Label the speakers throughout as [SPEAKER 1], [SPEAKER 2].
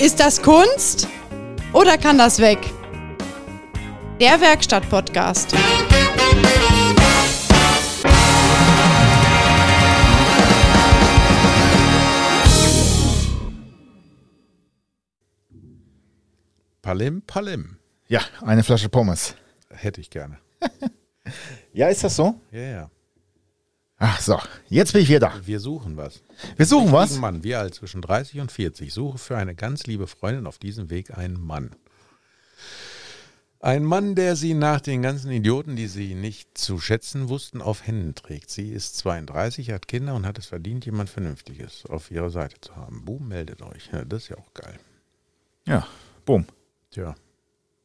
[SPEAKER 1] Ist das Kunst oder kann das weg? Der Werkstatt-Podcast.
[SPEAKER 2] Palim, Palim.
[SPEAKER 3] Ja, eine Flasche Pommes.
[SPEAKER 2] Hätte ich gerne.
[SPEAKER 3] Ja, ist das so?
[SPEAKER 2] Ja, ja.
[SPEAKER 3] Ach so, jetzt bin ich wieder da.
[SPEAKER 2] Wir suchen was.
[SPEAKER 3] Wir suchen
[SPEAKER 2] Ein
[SPEAKER 3] was.
[SPEAKER 2] Mann, wir alt zwischen 30 und 40, suche für eine ganz liebe Freundin auf diesem Weg einen Mann. Ein Mann, der sie nach den ganzen Idioten, die sie nicht zu schätzen wussten, auf Händen trägt. Sie ist 32, hat Kinder und hat es verdient, jemand Vernünftiges auf ihrer Seite zu haben. Boom, meldet euch. Ja, das ist ja auch geil.
[SPEAKER 3] Ja, boom.
[SPEAKER 2] Tja,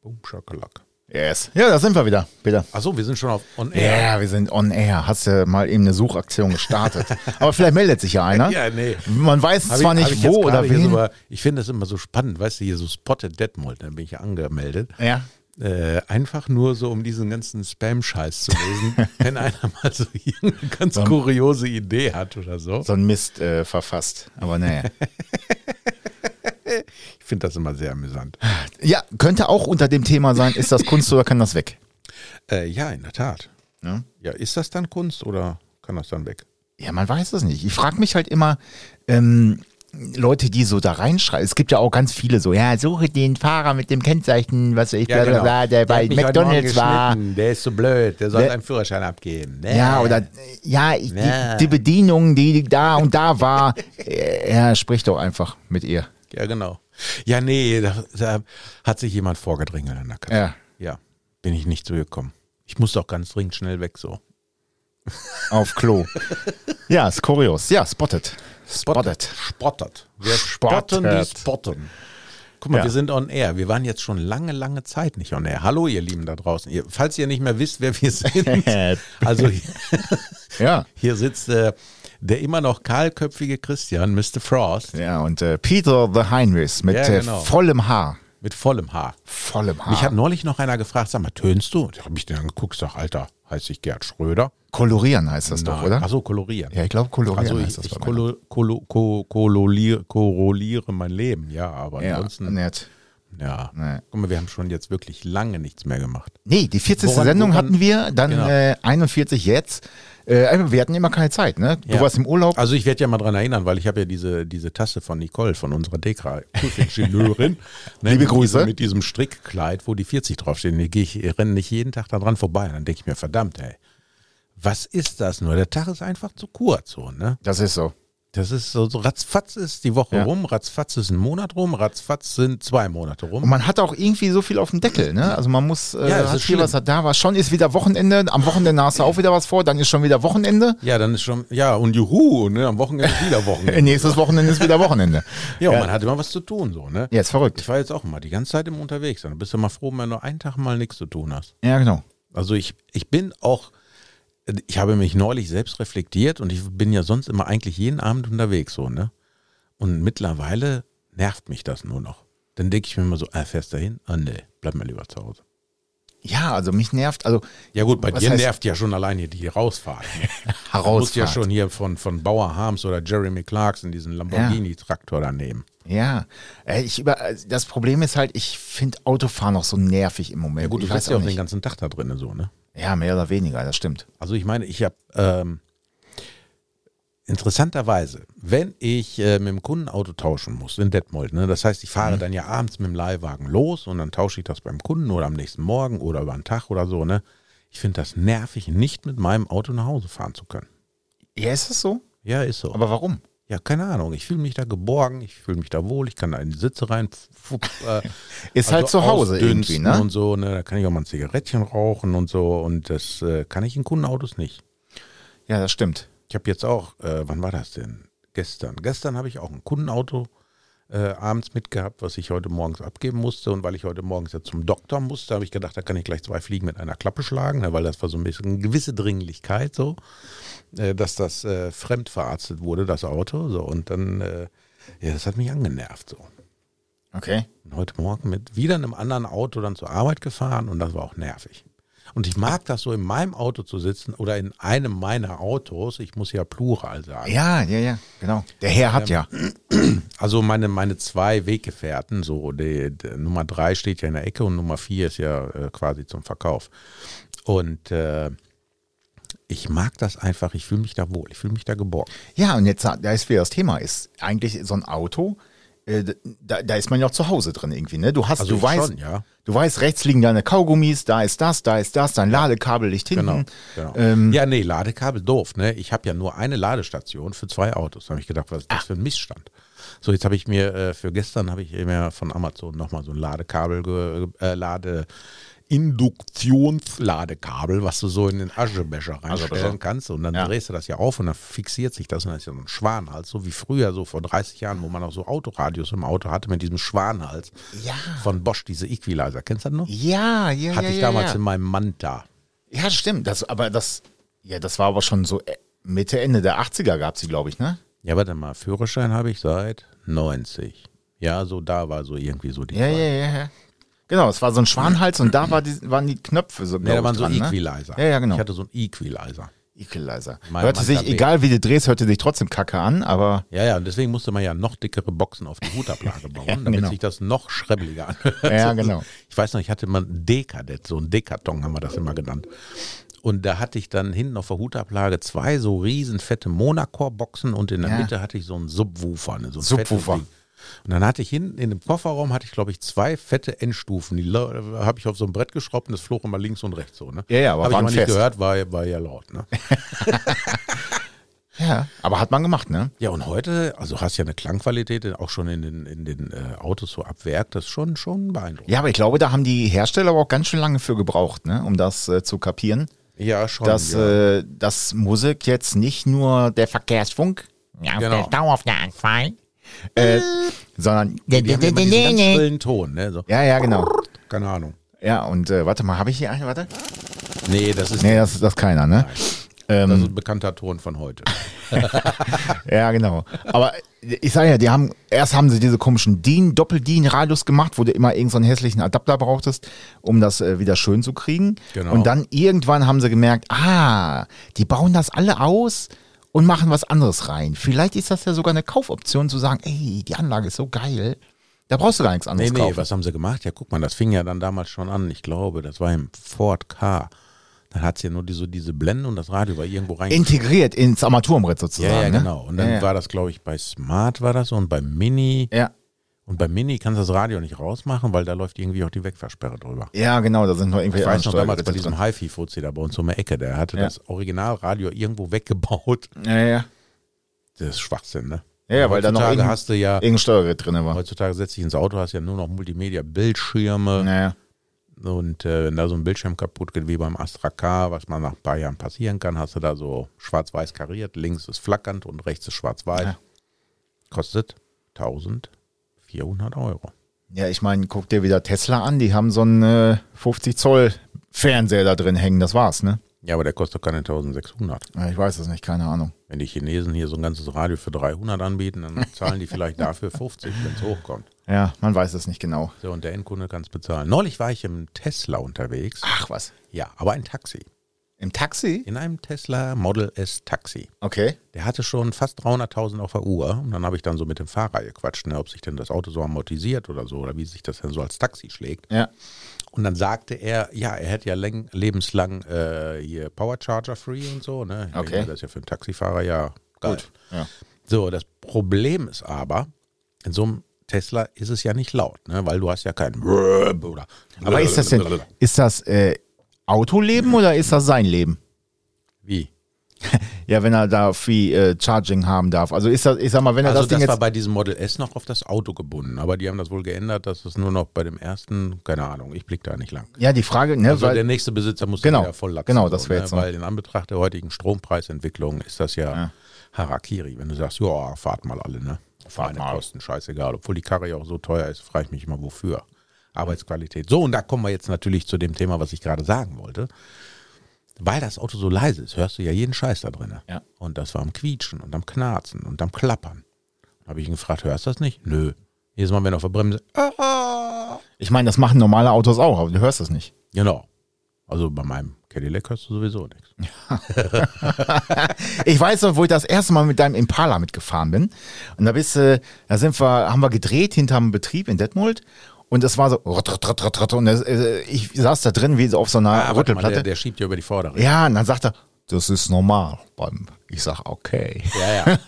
[SPEAKER 2] boom, Schokolack.
[SPEAKER 3] Yes. Ja, da sind wir wieder, Peter.
[SPEAKER 2] Achso, wir sind schon auf On
[SPEAKER 3] Ja,
[SPEAKER 2] Air.
[SPEAKER 3] wir sind on air. Hast du mal eben eine Suchaktion gestartet. Aber vielleicht meldet sich ja einer.
[SPEAKER 2] Ja, nee.
[SPEAKER 3] Man weiß
[SPEAKER 2] Hab
[SPEAKER 3] zwar
[SPEAKER 2] ich- hab
[SPEAKER 3] nicht
[SPEAKER 2] ich jetzt
[SPEAKER 3] wo
[SPEAKER 2] gerade
[SPEAKER 3] oder
[SPEAKER 2] hier
[SPEAKER 3] wen.
[SPEAKER 2] So, ich finde das immer so spannend, weißt du, hier so Spotted Detmold, dann bin ich ja angemeldet.
[SPEAKER 3] ja.
[SPEAKER 2] Äh, einfach nur so, um diesen ganzen Spam-Scheiß zu lesen, wenn einer mal so irgendeine ganz kuriose Idee hat oder so.
[SPEAKER 3] So ein Mist äh, verfasst. Aber naja.
[SPEAKER 2] Ich finde das immer sehr amüsant.
[SPEAKER 3] ja, könnte auch unter dem Thema sein, ist das Kunst oder kann das weg?
[SPEAKER 2] Äh, ja, in der Tat.
[SPEAKER 3] Ja.
[SPEAKER 2] Ja, ist das dann Kunst oder kann das dann weg?
[SPEAKER 3] Ja, man weiß es nicht. Ich frage mich halt immer, ähm, Leute, die so da reinschreiben, es gibt ja auch ganz viele so, ja, suche den Fahrer mit dem Kennzeichen, was weiß ich,
[SPEAKER 2] genau.
[SPEAKER 3] bla, bla, bla, der bei McDonalds war.
[SPEAKER 2] Der ist so blöd, der soll
[SPEAKER 3] Der-
[SPEAKER 2] seinen Führerschein abgeben.
[SPEAKER 3] Ja, oder äh, ja, ich,
[SPEAKER 2] Nee.
[SPEAKER 3] die, die Bedienung, die da und da war. Äh, ja, sprich doch einfach mit ihr.
[SPEAKER 2] Ja, genau. Ja, nee, da, da hat sich jemand vorgedrängelt an der Kasse.
[SPEAKER 3] Ja.
[SPEAKER 2] Ja, bin ich nicht zugekommen. Ich muss doch ganz dringend schnell weg so.
[SPEAKER 3] Auf Klo. ja, ist kurios. Ja, spotted. Spotted.
[SPEAKER 2] Spottet. Wir
[SPEAKER 3] Spottet.
[SPEAKER 2] spotten die spotten. Guck mal,
[SPEAKER 3] Ja.
[SPEAKER 2] wir sind on air. Wir waren jetzt schon lange, lange Zeit nicht on air. Hallo, ihr Lieben da draußen. Ihr, falls ihr nicht mehr wisst, wer wir sind. also hier,
[SPEAKER 3] Ja.
[SPEAKER 2] hier sitzt äh, der immer noch kahlköpfige Christian, Mr. Frost,
[SPEAKER 3] Ja, und äh, Peter the Heinrichs mit
[SPEAKER 2] Ja, genau.
[SPEAKER 3] äh, vollem Haar.
[SPEAKER 2] mit vollem Haar.
[SPEAKER 3] Vollem Haar.
[SPEAKER 2] Mich hat neulich noch einer gefragt, sag mal, tönst du? Da habe ich den angeguckt, sag, Alter, heiße ich Gerd Schröder?
[SPEAKER 3] kolorieren heißt das doch, oder?
[SPEAKER 2] Achso, kolorieren.
[SPEAKER 3] Ja, ich glaube, kolorieren
[SPEAKER 2] Also
[SPEAKER 3] heißt
[SPEAKER 2] ich,
[SPEAKER 3] das
[SPEAKER 2] ich
[SPEAKER 3] bei mir.
[SPEAKER 2] kolo, kolo, ko, kololiere, koroliere mein Leben, ja, aber
[SPEAKER 3] Ja,
[SPEAKER 2] ansonsten,
[SPEAKER 3] nett.
[SPEAKER 2] ja.
[SPEAKER 3] Nee.
[SPEAKER 2] Guck mal, wir haben schon jetzt wirklich lange nichts mehr gemacht.
[SPEAKER 3] Nee, die 40.
[SPEAKER 2] Woran-
[SPEAKER 3] Sendung
[SPEAKER 2] woran-
[SPEAKER 3] hatten wir, dann
[SPEAKER 2] Genau.
[SPEAKER 3] äh, 41 jetzt. Äh, aber wir hatten immer keine Zeit, ne? Du
[SPEAKER 2] Ja.
[SPEAKER 3] warst im Urlaub.
[SPEAKER 2] Also ich werde ja mal dran erinnern, weil ich habe ja diese, diese Tasse von Nicole, von unserer Dekra-Ingenieurin. ne,
[SPEAKER 3] Liebe
[SPEAKER 2] mit
[SPEAKER 3] Grüße.
[SPEAKER 2] Diesem, mit diesem Strickkleid, wo die 40 draufstehen. Die gehe ich renne nicht jeden Tag daran vorbei. Dann denke ich mir, verdammt, ey, was ist das nur? Der Tag ist einfach zu kurz, so, ne?
[SPEAKER 3] Das ist so.
[SPEAKER 2] Das ist so, so ratzfatz ist die Woche
[SPEAKER 3] Ja.
[SPEAKER 2] rum, ratzfatz ist ein Monat rum, ratzfatz sind zwei Monate rum.
[SPEAKER 3] Und man hat auch irgendwie so viel auf dem Deckel, ne? Also man muss, äh,
[SPEAKER 2] Ja, das
[SPEAKER 3] hat
[SPEAKER 2] ist
[SPEAKER 3] hier
[SPEAKER 2] schlimm.
[SPEAKER 3] was, hat da was. Schon ist wieder Wochenende, am Wochenende hast du auch wieder was vor, dann ist schon wieder Wochenende.
[SPEAKER 2] Ja, dann ist schon, ja, und juhu, ne, am Wochenende wieder
[SPEAKER 3] Äh,
[SPEAKER 2] Wochenende.
[SPEAKER 3] Nächstes Wochenende ist wieder Wochenende.
[SPEAKER 2] ja, und man hat immer was zu tun, so, ne?
[SPEAKER 3] Ja, ist verrückt.
[SPEAKER 2] Ich war jetzt auch mal die ganze Zeit immer unterwegs. Dann bist du mal froh, wenn du einen Tag mal nichts zu tun hast.
[SPEAKER 3] Ja, genau.
[SPEAKER 2] Also ich, ich bin auch, ich habe mich neulich selbst reflektiert und ich bin ja sonst immer eigentlich jeden Abend unterwegs, so, ne? Und mittlerweile nervt mich das nur noch. Dann denke ich mir immer so, ah, fährst du hin? Ah, nee, bleib mal lieber zu Hause.
[SPEAKER 3] Ja, also mich nervt, also
[SPEAKER 2] Ja gut, bei
[SPEAKER 3] Was
[SPEAKER 2] dir
[SPEAKER 3] heißt-
[SPEAKER 2] nervt ja schon allein hier die Rausfahrt. Ne? Du musst
[SPEAKER 3] heraus.
[SPEAKER 2] ja schon hier von, von Bauer Harms oder Jeremy Clarkson diesen Lamborghini-Traktor da nehmen.
[SPEAKER 3] Ja, Äh, ich über, also das Problem ist halt, ich finde Autofahren noch so nervig im Moment.
[SPEAKER 2] Ja gut, du
[SPEAKER 3] ich
[SPEAKER 2] sitzt ja auch den ganzen Tag da drin, so, ne?
[SPEAKER 3] Ja, mehr oder weniger, das stimmt.
[SPEAKER 2] Also ich meine, ich habe ähm, interessanterweise, wenn ich äh, mit dem Kunden Auto tauschen muss in Detmold, ne, das heißt, ich fahre dann ja abends mit dem Leihwagen los und dann tausche ich das beim Kunden oder am nächsten Morgen oder über einen Tag oder so, ne? Ich finde das nervig, nicht mit meinem Auto nach Hause fahren zu können.
[SPEAKER 3] Ja, ist das so?
[SPEAKER 2] Ja, ist so.
[SPEAKER 3] Aber warum?
[SPEAKER 2] ja, keine Ahnung. Ich fühle mich da geborgen, ich fühle mich da wohl, ich kann da in die Sitze rein. Fup, äh,
[SPEAKER 3] Ist halt zu Hause irgendwie,
[SPEAKER 2] ausdünsten
[SPEAKER 3] ne?
[SPEAKER 2] Und so, ne? Da kann ich auch mal ein Zigarettchen rauchen und so. Und das äh, kann ich in Kundenautos nicht.
[SPEAKER 3] ja, das stimmt.
[SPEAKER 2] Ich habe jetzt auch, äh, wann war das denn? Gestern. Gestern habe ich auch ein Kundenauto äh, abends mitgehabt, was ich heute morgens abgeben musste. Und weil ich heute morgens ja zum Doktor musste, habe ich gedacht, da kann ich gleich zwei Fliegen mit einer Klappe schlagen, ne, weil das war so ein bisschen eine gewisse Dringlichkeit so, äh, dass das äh, fremd verarztet wurde, das Auto. So. Und dann, äh, ja, das hat mich angenervt so.
[SPEAKER 3] Okay.
[SPEAKER 2] Und heute Morgen mit wieder einem anderen Auto dann zur Arbeit gefahren und das war auch nervig. Und ich mag das so in meinem Auto zu sitzen oder in einem meiner Autos. Ich muss ja Plural sagen.
[SPEAKER 3] Ja, ja, ja, genau. Der Herr hat ja.
[SPEAKER 2] Also meine, meine zwei Weggefährten, so die, die Nummer drei steht ja in der Ecke und Nummer vier ist ja äh, quasi zum Verkauf. Und äh, ich mag das einfach, ich fühle mich da wohl, ich fühle mich da geborgen.
[SPEAKER 3] Ja, und jetzt da ist wieder das Thema, ist eigentlich so ein Auto, äh, da, da ist man ja auch zu Hause drin irgendwie, ne? Du hast,
[SPEAKER 2] Also
[SPEAKER 3] du weißt,
[SPEAKER 2] schon, ja.
[SPEAKER 3] du weißt, rechts liegen deine Kaugummis, da ist das, da ist das, dein Ladekabel liegt
[SPEAKER 2] Genau.
[SPEAKER 3] hinten.
[SPEAKER 2] genau.
[SPEAKER 3] Ähm,
[SPEAKER 2] ja, nee, Ladekabel doof, ne? Ich habe ja nur eine Ladestation für zwei Autos. Da habe ich gedacht, was ist
[SPEAKER 3] Ah.
[SPEAKER 2] das für ein Missstand? So, jetzt habe ich mir äh, für gestern habe ich mir von Amazon nochmal so ein Ladekabel, ge- äh, Lade, Induktionsladekabel, was du so in den Aschebecher reinstellen kannst. Und dann
[SPEAKER 3] Ja.
[SPEAKER 2] drehst du das ja auf und dann fixiert sich das und dann ist ja so ein Schwanhals, so wie früher, so vor 30 Jahren, wo man noch so Autoradios im Auto hatte mit diesem Schwanhals
[SPEAKER 3] Ja.
[SPEAKER 2] von Bosch, diese Equalizer. Kennst du das noch?
[SPEAKER 3] Ja, ja,
[SPEAKER 2] Hatte
[SPEAKER 3] ja,
[SPEAKER 2] ich
[SPEAKER 3] ja,
[SPEAKER 2] damals
[SPEAKER 3] ja.
[SPEAKER 2] in meinem Manta.
[SPEAKER 3] Ja, stimmt. Das, aber das, ja, das war aber schon so äh, Mitte, Ende der 80er gab sie, glaube ich, ne?
[SPEAKER 2] Ja, warte mal, Führerschein habe ich seit 90. Ja, so da war so irgendwie so die.
[SPEAKER 3] Ja,
[SPEAKER 2] Zeit.
[SPEAKER 3] ja, ja, ja. Genau, es war so ein Schwanhals und da war die, waren die Knöpfe so,
[SPEAKER 2] Nee,
[SPEAKER 3] glaube
[SPEAKER 2] da waren
[SPEAKER 3] ich,
[SPEAKER 2] so
[SPEAKER 3] dran, ne?
[SPEAKER 2] Equalizer.
[SPEAKER 3] Ja, ja, genau.
[SPEAKER 2] Ich hatte so einen Equalizer.
[SPEAKER 3] Equalizer.
[SPEAKER 2] Mein
[SPEAKER 3] hörte
[SPEAKER 2] Mann
[SPEAKER 3] sich,
[SPEAKER 2] KB.
[SPEAKER 3] egal wie du drehst, hörte sich trotzdem kacke an, aber
[SPEAKER 2] Ja, ja, und deswegen musste man ja noch dickere Boxen auf die Hutablage bauen, damit
[SPEAKER 3] genau.
[SPEAKER 2] sich das noch schrebbeliger anhört. Also,
[SPEAKER 3] Ja, genau.
[SPEAKER 2] Ich weiß noch, ich hatte mal einen Dekadett, so einen Dekaton haben wir das immer genannt. Und da hatte ich dann hinten auf der Hutablage zwei so riesen fette Monacore-Boxen und in der
[SPEAKER 3] Ja.
[SPEAKER 2] Mitte hatte ich so einen Subwoofer. Ne, so ein
[SPEAKER 3] Subwoofer.
[SPEAKER 2] fettes Ding. Und dann hatte ich hinten in dem Kofferraum, hatte ich glaube ich zwei fette Endstufen. Die la- habe ich auf so ein Brett geschraubt und das flog immer links und rechts so. Ne?
[SPEAKER 3] Ja, ja, aber
[SPEAKER 2] Habe ich
[SPEAKER 3] waren
[SPEAKER 2] immer nicht
[SPEAKER 3] fest.
[SPEAKER 2] gehört, war, war ja laut. Ne?
[SPEAKER 3] ja, aber hat man gemacht, ne?
[SPEAKER 2] Ja, und heute, also hast ja eine Klangqualität auch schon in den, in den äh, Autos so ab Werk, das ist schon, schon beeindruckend.
[SPEAKER 3] Ja, aber ich glaube, da haben die Hersteller aber auch ganz schön lange für gebraucht, ne, um das äh, zu kapieren,
[SPEAKER 2] Ja, schon.
[SPEAKER 3] dass,
[SPEAKER 2] Oh ja.
[SPEAKER 3] äh, dass Musik jetzt nicht nur der Verkehrsfunk, ja,
[SPEAKER 2] Genau.
[SPEAKER 3] der Stau auf der Anfall, äh, sondern
[SPEAKER 2] die haben ja immer diesen ganz schrillen Ton, ne? So.
[SPEAKER 3] ja, ja, genau.
[SPEAKER 2] Keine Ahnung.
[SPEAKER 3] Ja, und äh, warte mal, habe ich hier eine? Warte.
[SPEAKER 2] Nee, ähm, das ist,
[SPEAKER 3] Nee, das ist das ist keiner, ne?
[SPEAKER 2] das ist ein bekannter Ton von heute.
[SPEAKER 3] Ja, genau. Aber ich sage ja, die haben, erst haben sie diese komischen DIN, Doppel-DIN-Radios gemacht, wo du immer irgendeinen so einen hässlichen Adapter brauchtest, um das äh, wieder schön zu kriegen.
[SPEAKER 2] Genau.
[SPEAKER 3] Und dann irgendwann haben sie gemerkt, ah, die bauen das alle aus und machen was anderes rein. Vielleicht ist das ja sogar eine Kaufoption zu sagen, ey, die Anlage ist so geil, da brauchst du gar nichts
[SPEAKER 2] Nee,
[SPEAKER 3] anderes
[SPEAKER 2] nee,
[SPEAKER 3] kaufen.
[SPEAKER 2] was haben sie gemacht? Ja, guck mal, das fing ja dann damals schon an. Ich glaube, das war im Ford K. Dann hat es ja nur diese, diese Blenden und das Radio war irgendwo rein.
[SPEAKER 3] Integriert ins Armaturenbrett
[SPEAKER 2] ja,
[SPEAKER 3] sozusagen.
[SPEAKER 2] ja,
[SPEAKER 3] ne?
[SPEAKER 2] genau. Und dann
[SPEAKER 3] ja, ja.
[SPEAKER 2] war das, glaube ich, bei Smart war das und bei Mini.
[SPEAKER 3] Ja.
[SPEAKER 2] Und bei Mini kannst du das Radio nicht rausmachen, weil da läuft irgendwie auch die Wegversperre drüber.
[SPEAKER 3] ja, genau, da sind noch irgendwelche
[SPEAKER 2] Ich weiß noch
[SPEAKER 3] anderen
[SPEAKER 2] damals bei
[SPEAKER 3] Steuergeräte
[SPEAKER 2] diesem HiFi-Fuzzi da bei uns um die Ecke, der hatte
[SPEAKER 3] Ja.
[SPEAKER 2] das Originalradio irgendwo weggebaut.
[SPEAKER 3] drin. Ja, ja.
[SPEAKER 2] Das ist Schwachsinn, ne?
[SPEAKER 3] Ja, ja, weil da noch
[SPEAKER 2] heutzutage
[SPEAKER 3] irgendein-
[SPEAKER 2] hast du ja,
[SPEAKER 3] Irgendein Steuergerät drin war.
[SPEAKER 2] heutzutage setzt dich ins Auto, hast ja nur noch Multimedia-Bildschirme
[SPEAKER 3] Naja.
[SPEAKER 2] und äh, wenn da so ein Bildschirm kaputt geht wie beim Astra K, was mal nach ein paar Jahren passieren kann, hast du da so schwarz-weiß kariert, links ist flackernd und rechts ist schwarz-weiß.
[SPEAKER 3] Ja.
[SPEAKER 2] Kostet 1400 Euro.
[SPEAKER 3] Ja, ich meine, guck dir wieder Tesla an, die haben so einen äh, 50 Zoll Fernseher da drin hängen, das war's, ne?
[SPEAKER 2] Ja, aber der kostet doch keine 1600.
[SPEAKER 3] Ja, Ich weiß es nicht, keine Ahnung.
[SPEAKER 2] Wenn die Chinesen hier so ein ganzes Radio für 300 anbieten, dann zahlen die vielleicht dafür 50, wenn es hochkommt.
[SPEAKER 3] Ja, man weiß es nicht genau.
[SPEAKER 2] So, und der Endkunde kann es bezahlen. Neulich war ich im Tesla unterwegs.
[SPEAKER 3] Ach was,
[SPEAKER 2] Ja, aber ein Taxi.
[SPEAKER 3] im Taxi?
[SPEAKER 2] In einem Tesla Model S Taxi.
[SPEAKER 3] Okay.
[SPEAKER 2] Der hatte schon fast 300.000 auf der Uhr. Und dann habe ich dann so mit dem Fahrer gequatscht, ne, ob sich denn das Auto so amortisiert oder so, oder wie sich das denn so als Taxi schlägt.
[SPEAKER 3] Ja.
[SPEAKER 2] Und dann sagte er, ja, er hätte ja läng- lebenslang äh, hier Powercharger free und so. Ne? Ich
[SPEAKER 3] Okay.
[SPEAKER 2] denke, Das ist ja für einen Taxifahrer ja geil. Gut.
[SPEAKER 3] Ja.
[SPEAKER 2] So, das Problem ist aber, in so einem Tesla ist es ja nicht laut, ne? weil du hast ja keinen oder
[SPEAKER 3] Aber ist das denn, ist das äh, Autoleben oder ist das sein Leben?
[SPEAKER 2] Wie?
[SPEAKER 3] Ja, wenn er da Free äh, Charging haben darf. Also ist das, ich sag mal, wenn er
[SPEAKER 2] Also
[SPEAKER 3] das Ding
[SPEAKER 2] das, war
[SPEAKER 3] jetzt.
[SPEAKER 2] bei diesem Model S noch auf das Auto gebunden, aber die haben das wohl geändert, dass es nur noch bei dem ersten, keine Ahnung, ich blicke da nicht lang.
[SPEAKER 3] Ja, die Frage, ne,
[SPEAKER 2] Also
[SPEAKER 3] weil,
[SPEAKER 2] der nächste Besitzer muss
[SPEAKER 3] Genau,
[SPEAKER 2] dann wieder voll laxen,
[SPEAKER 3] genau, das wäre
[SPEAKER 2] ne?
[SPEAKER 3] jetzt so.
[SPEAKER 2] Weil in Anbetracht der heutigen Strompreisentwicklung ist das ja,
[SPEAKER 3] Ja.
[SPEAKER 2] Harakiri, wenn du sagst, ja, fahrt mal alle, ne? Fahrt
[SPEAKER 3] mal.
[SPEAKER 2] Kosten, scheißegal. Obwohl die Karre ja auch so teuer ist, frage ich mich immer, wofür. Arbeitsqualität. So, und da kommen wir jetzt natürlich zu dem Thema, was ich gerade sagen wollte. Weil das Auto so leise ist, hörst du ja jeden Scheiß da drin.
[SPEAKER 3] Ja.
[SPEAKER 2] Und das war am Quietschen und am Knarzen und am Klappern. Da habe ich ihn gefragt, hörst du das nicht? Nö. Jedes Mal, wenn er auf der Bremse. Ah,
[SPEAKER 3] ich meine, das machen normale Autos auch, aber du hörst das nicht.
[SPEAKER 2] Genau. Also bei meinem Cadillac hörst du sowieso nichts.
[SPEAKER 3] Ich weiß noch, wo ich das erste Mal mit deinem Impala mitgefahren bin. Und da bist du, da sind wir, haben wir gedreht hinterm Betrieb in Detmold. Und das war so, rott, rott, rott, rott, rott. und das, äh, ich saß da drin wie so auf so einer
[SPEAKER 2] Ah, warte mal,
[SPEAKER 3] Rüttelplatte.
[SPEAKER 2] der, der schiebt ja über die Vordere.
[SPEAKER 3] ne? ja, und dann sagt er, das ist normal. beim- Ich sag, okay.
[SPEAKER 2] Ja, ja.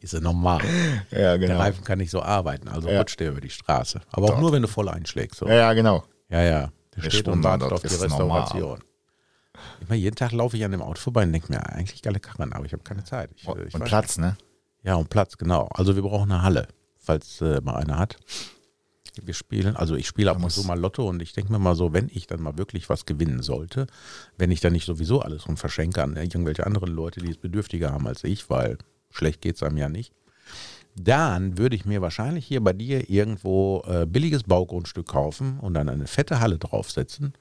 [SPEAKER 2] Ist ja normal.
[SPEAKER 3] Ja,
[SPEAKER 2] Der
[SPEAKER 3] genau.
[SPEAKER 2] Reifen kann nicht so arbeiten, also
[SPEAKER 3] Ja.
[SPEAKER 2] rutscht der über die Straße. Aber auch nur, wenn du voll einschlägst. So.
[SPEAKER 3] Ja, ja, genau.
[SPEAKER 2] Ja, ja. Der,
[SPEAKER 3] Der
[SPEAKER 2] steht und
[SPEAKER 3] Spundwandert
[SPEAKER 2] wartet auf die
[SPEAKER 3] ist normal.
[SPEAKER 2] Restauration. Immer jeden Tag laufe ich an dem Auto vorbei und denke mir, eigentlich geile Karren, aber ich habe keine Zeit. Ich, ich
[SPEAKER 3] Und
[SPEAKER 2] weiß-
[SPEAKER 3] Platz, ne?
[SPEAKER 2] Ja, und Platz, genau. Also wir brauchen eine Halle, falls äh, mal einer hat. Wir spielen, also ich spiele ab und zu mal Lotto und ich denke mir mal so, wenn ich dann mal wirklich was gewinnen sollte, wenn ich dann nicht sowieso alles und verschenke an irgendwelche anderen Leute, die es bedürftiger haben als ich, weil schlecht geht es einem ja nicht, dann würde ich mir wahrscheinlich hier bei dir irgendwo äh, billiges Baugrundstück kaufen und dann eine fette Halle draufsetzen.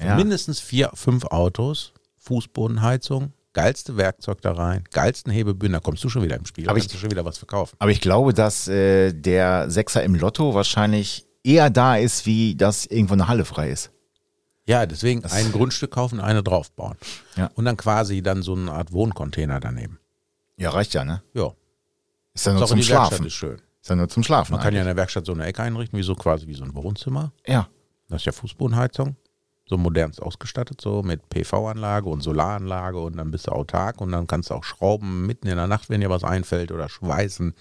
[SPEAKER 3] Ja.
[SPEAKER 2] Mindestens vier, fünf Autos, Fußbodenheizung, geilste Werkzeug da rein, geilsten Hebebühnen, da kommst du schon wieder im Spiel, da
[SPEAKER 3] Aber ich-
[SPEAKER 2] kannst du schon wieder was verkaufen.
[SPEAKER 3] Aber ich glaube, dass äh, der Sechser im Lotto wahrscheinlich eher da ist, wie dass irgendwo eine Halle frei ist.
[SPEAKER 2] Ja, deswegen ein Grundstück kaufen, eine draufbauen.
[SPEAKER 3] Ja.
[SPEAKER 2] Und dann quasi dann so eine Art Wohncontainer daneben.
[SPEAKER 3] Ja, reicht ja, ne?
[SPEAKER 2] Ja,
[SPEAKER 3] Ist ja nur
[SPEAKER 2] Sache,
[SPEAKER 3] zum
[SPEAKER 2] die Werkstatt
[SPEAKER 3] Schlafen.
[SPEAKER 2] ist schön.
[SPEAKER 3] Ist ja nur zum Schlafen.
[SPEAKER 2] Man kann ja in der Werkstatt so eine Ecke einrichten, wie so quasi wie so ein Wohnzimmer.
[SPEAKER 3] eigentlich. ja.
[SPEAKER 2] Das ist ja Fußbodenheizung. So modernst ausgestattet, so mit PV-Anlage und Solaranlage und dann bist du autark und dann kannst du auch schrauben mitten in der Nacht, wenn dir was einfällt oder schweißen.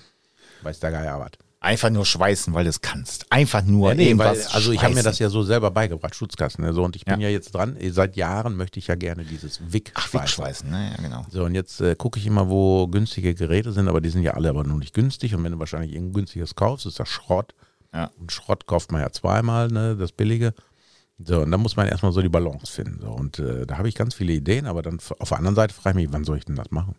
[SPEAKER 2] Weiß der Geier was.
[SPEAKER 3] Einfach nur schweißen, weil du es kannst. Einfach nur
[SPEAKER 2] Ja, nee, weil,
[SPEAKER 3] irgendwas
[SPEAKER 2] also ich habe mir
[SPEAKER 3] schweißen.
[SPEAKER 2] das ja so selber beigebracht, Schutzkasten. Ne? So, und ich bin
[SPEAKER 3] Ja.
[SPEAKER 2] ja. jetzt dran, eh, seit Jahren möchte ich ja gerne dieses Wick
[SPEAKER 3] Ach, wegschweißen, ne? Ja, genau.
[SPEAKER 2] So, und jetzt äh, gucke ich immer, wo günstige Geräte sind, aber die sind ja alle aber nur nicht günstig. Und wenn du wahrscheinlich irgendein günstiges kaufst, ist das Schrott.
[SPEAKER 3] Ja.
[SPEAKER 2] Und Schrott kauft man ja zweimal, ne, das Billige. So, und dann muss man erstmal so die Balance finden. So. Und äh, da habe ich ganz viele Ideen, aber dann f- auf der anderen Seite frage ich mich, wann soll ich denn das machen?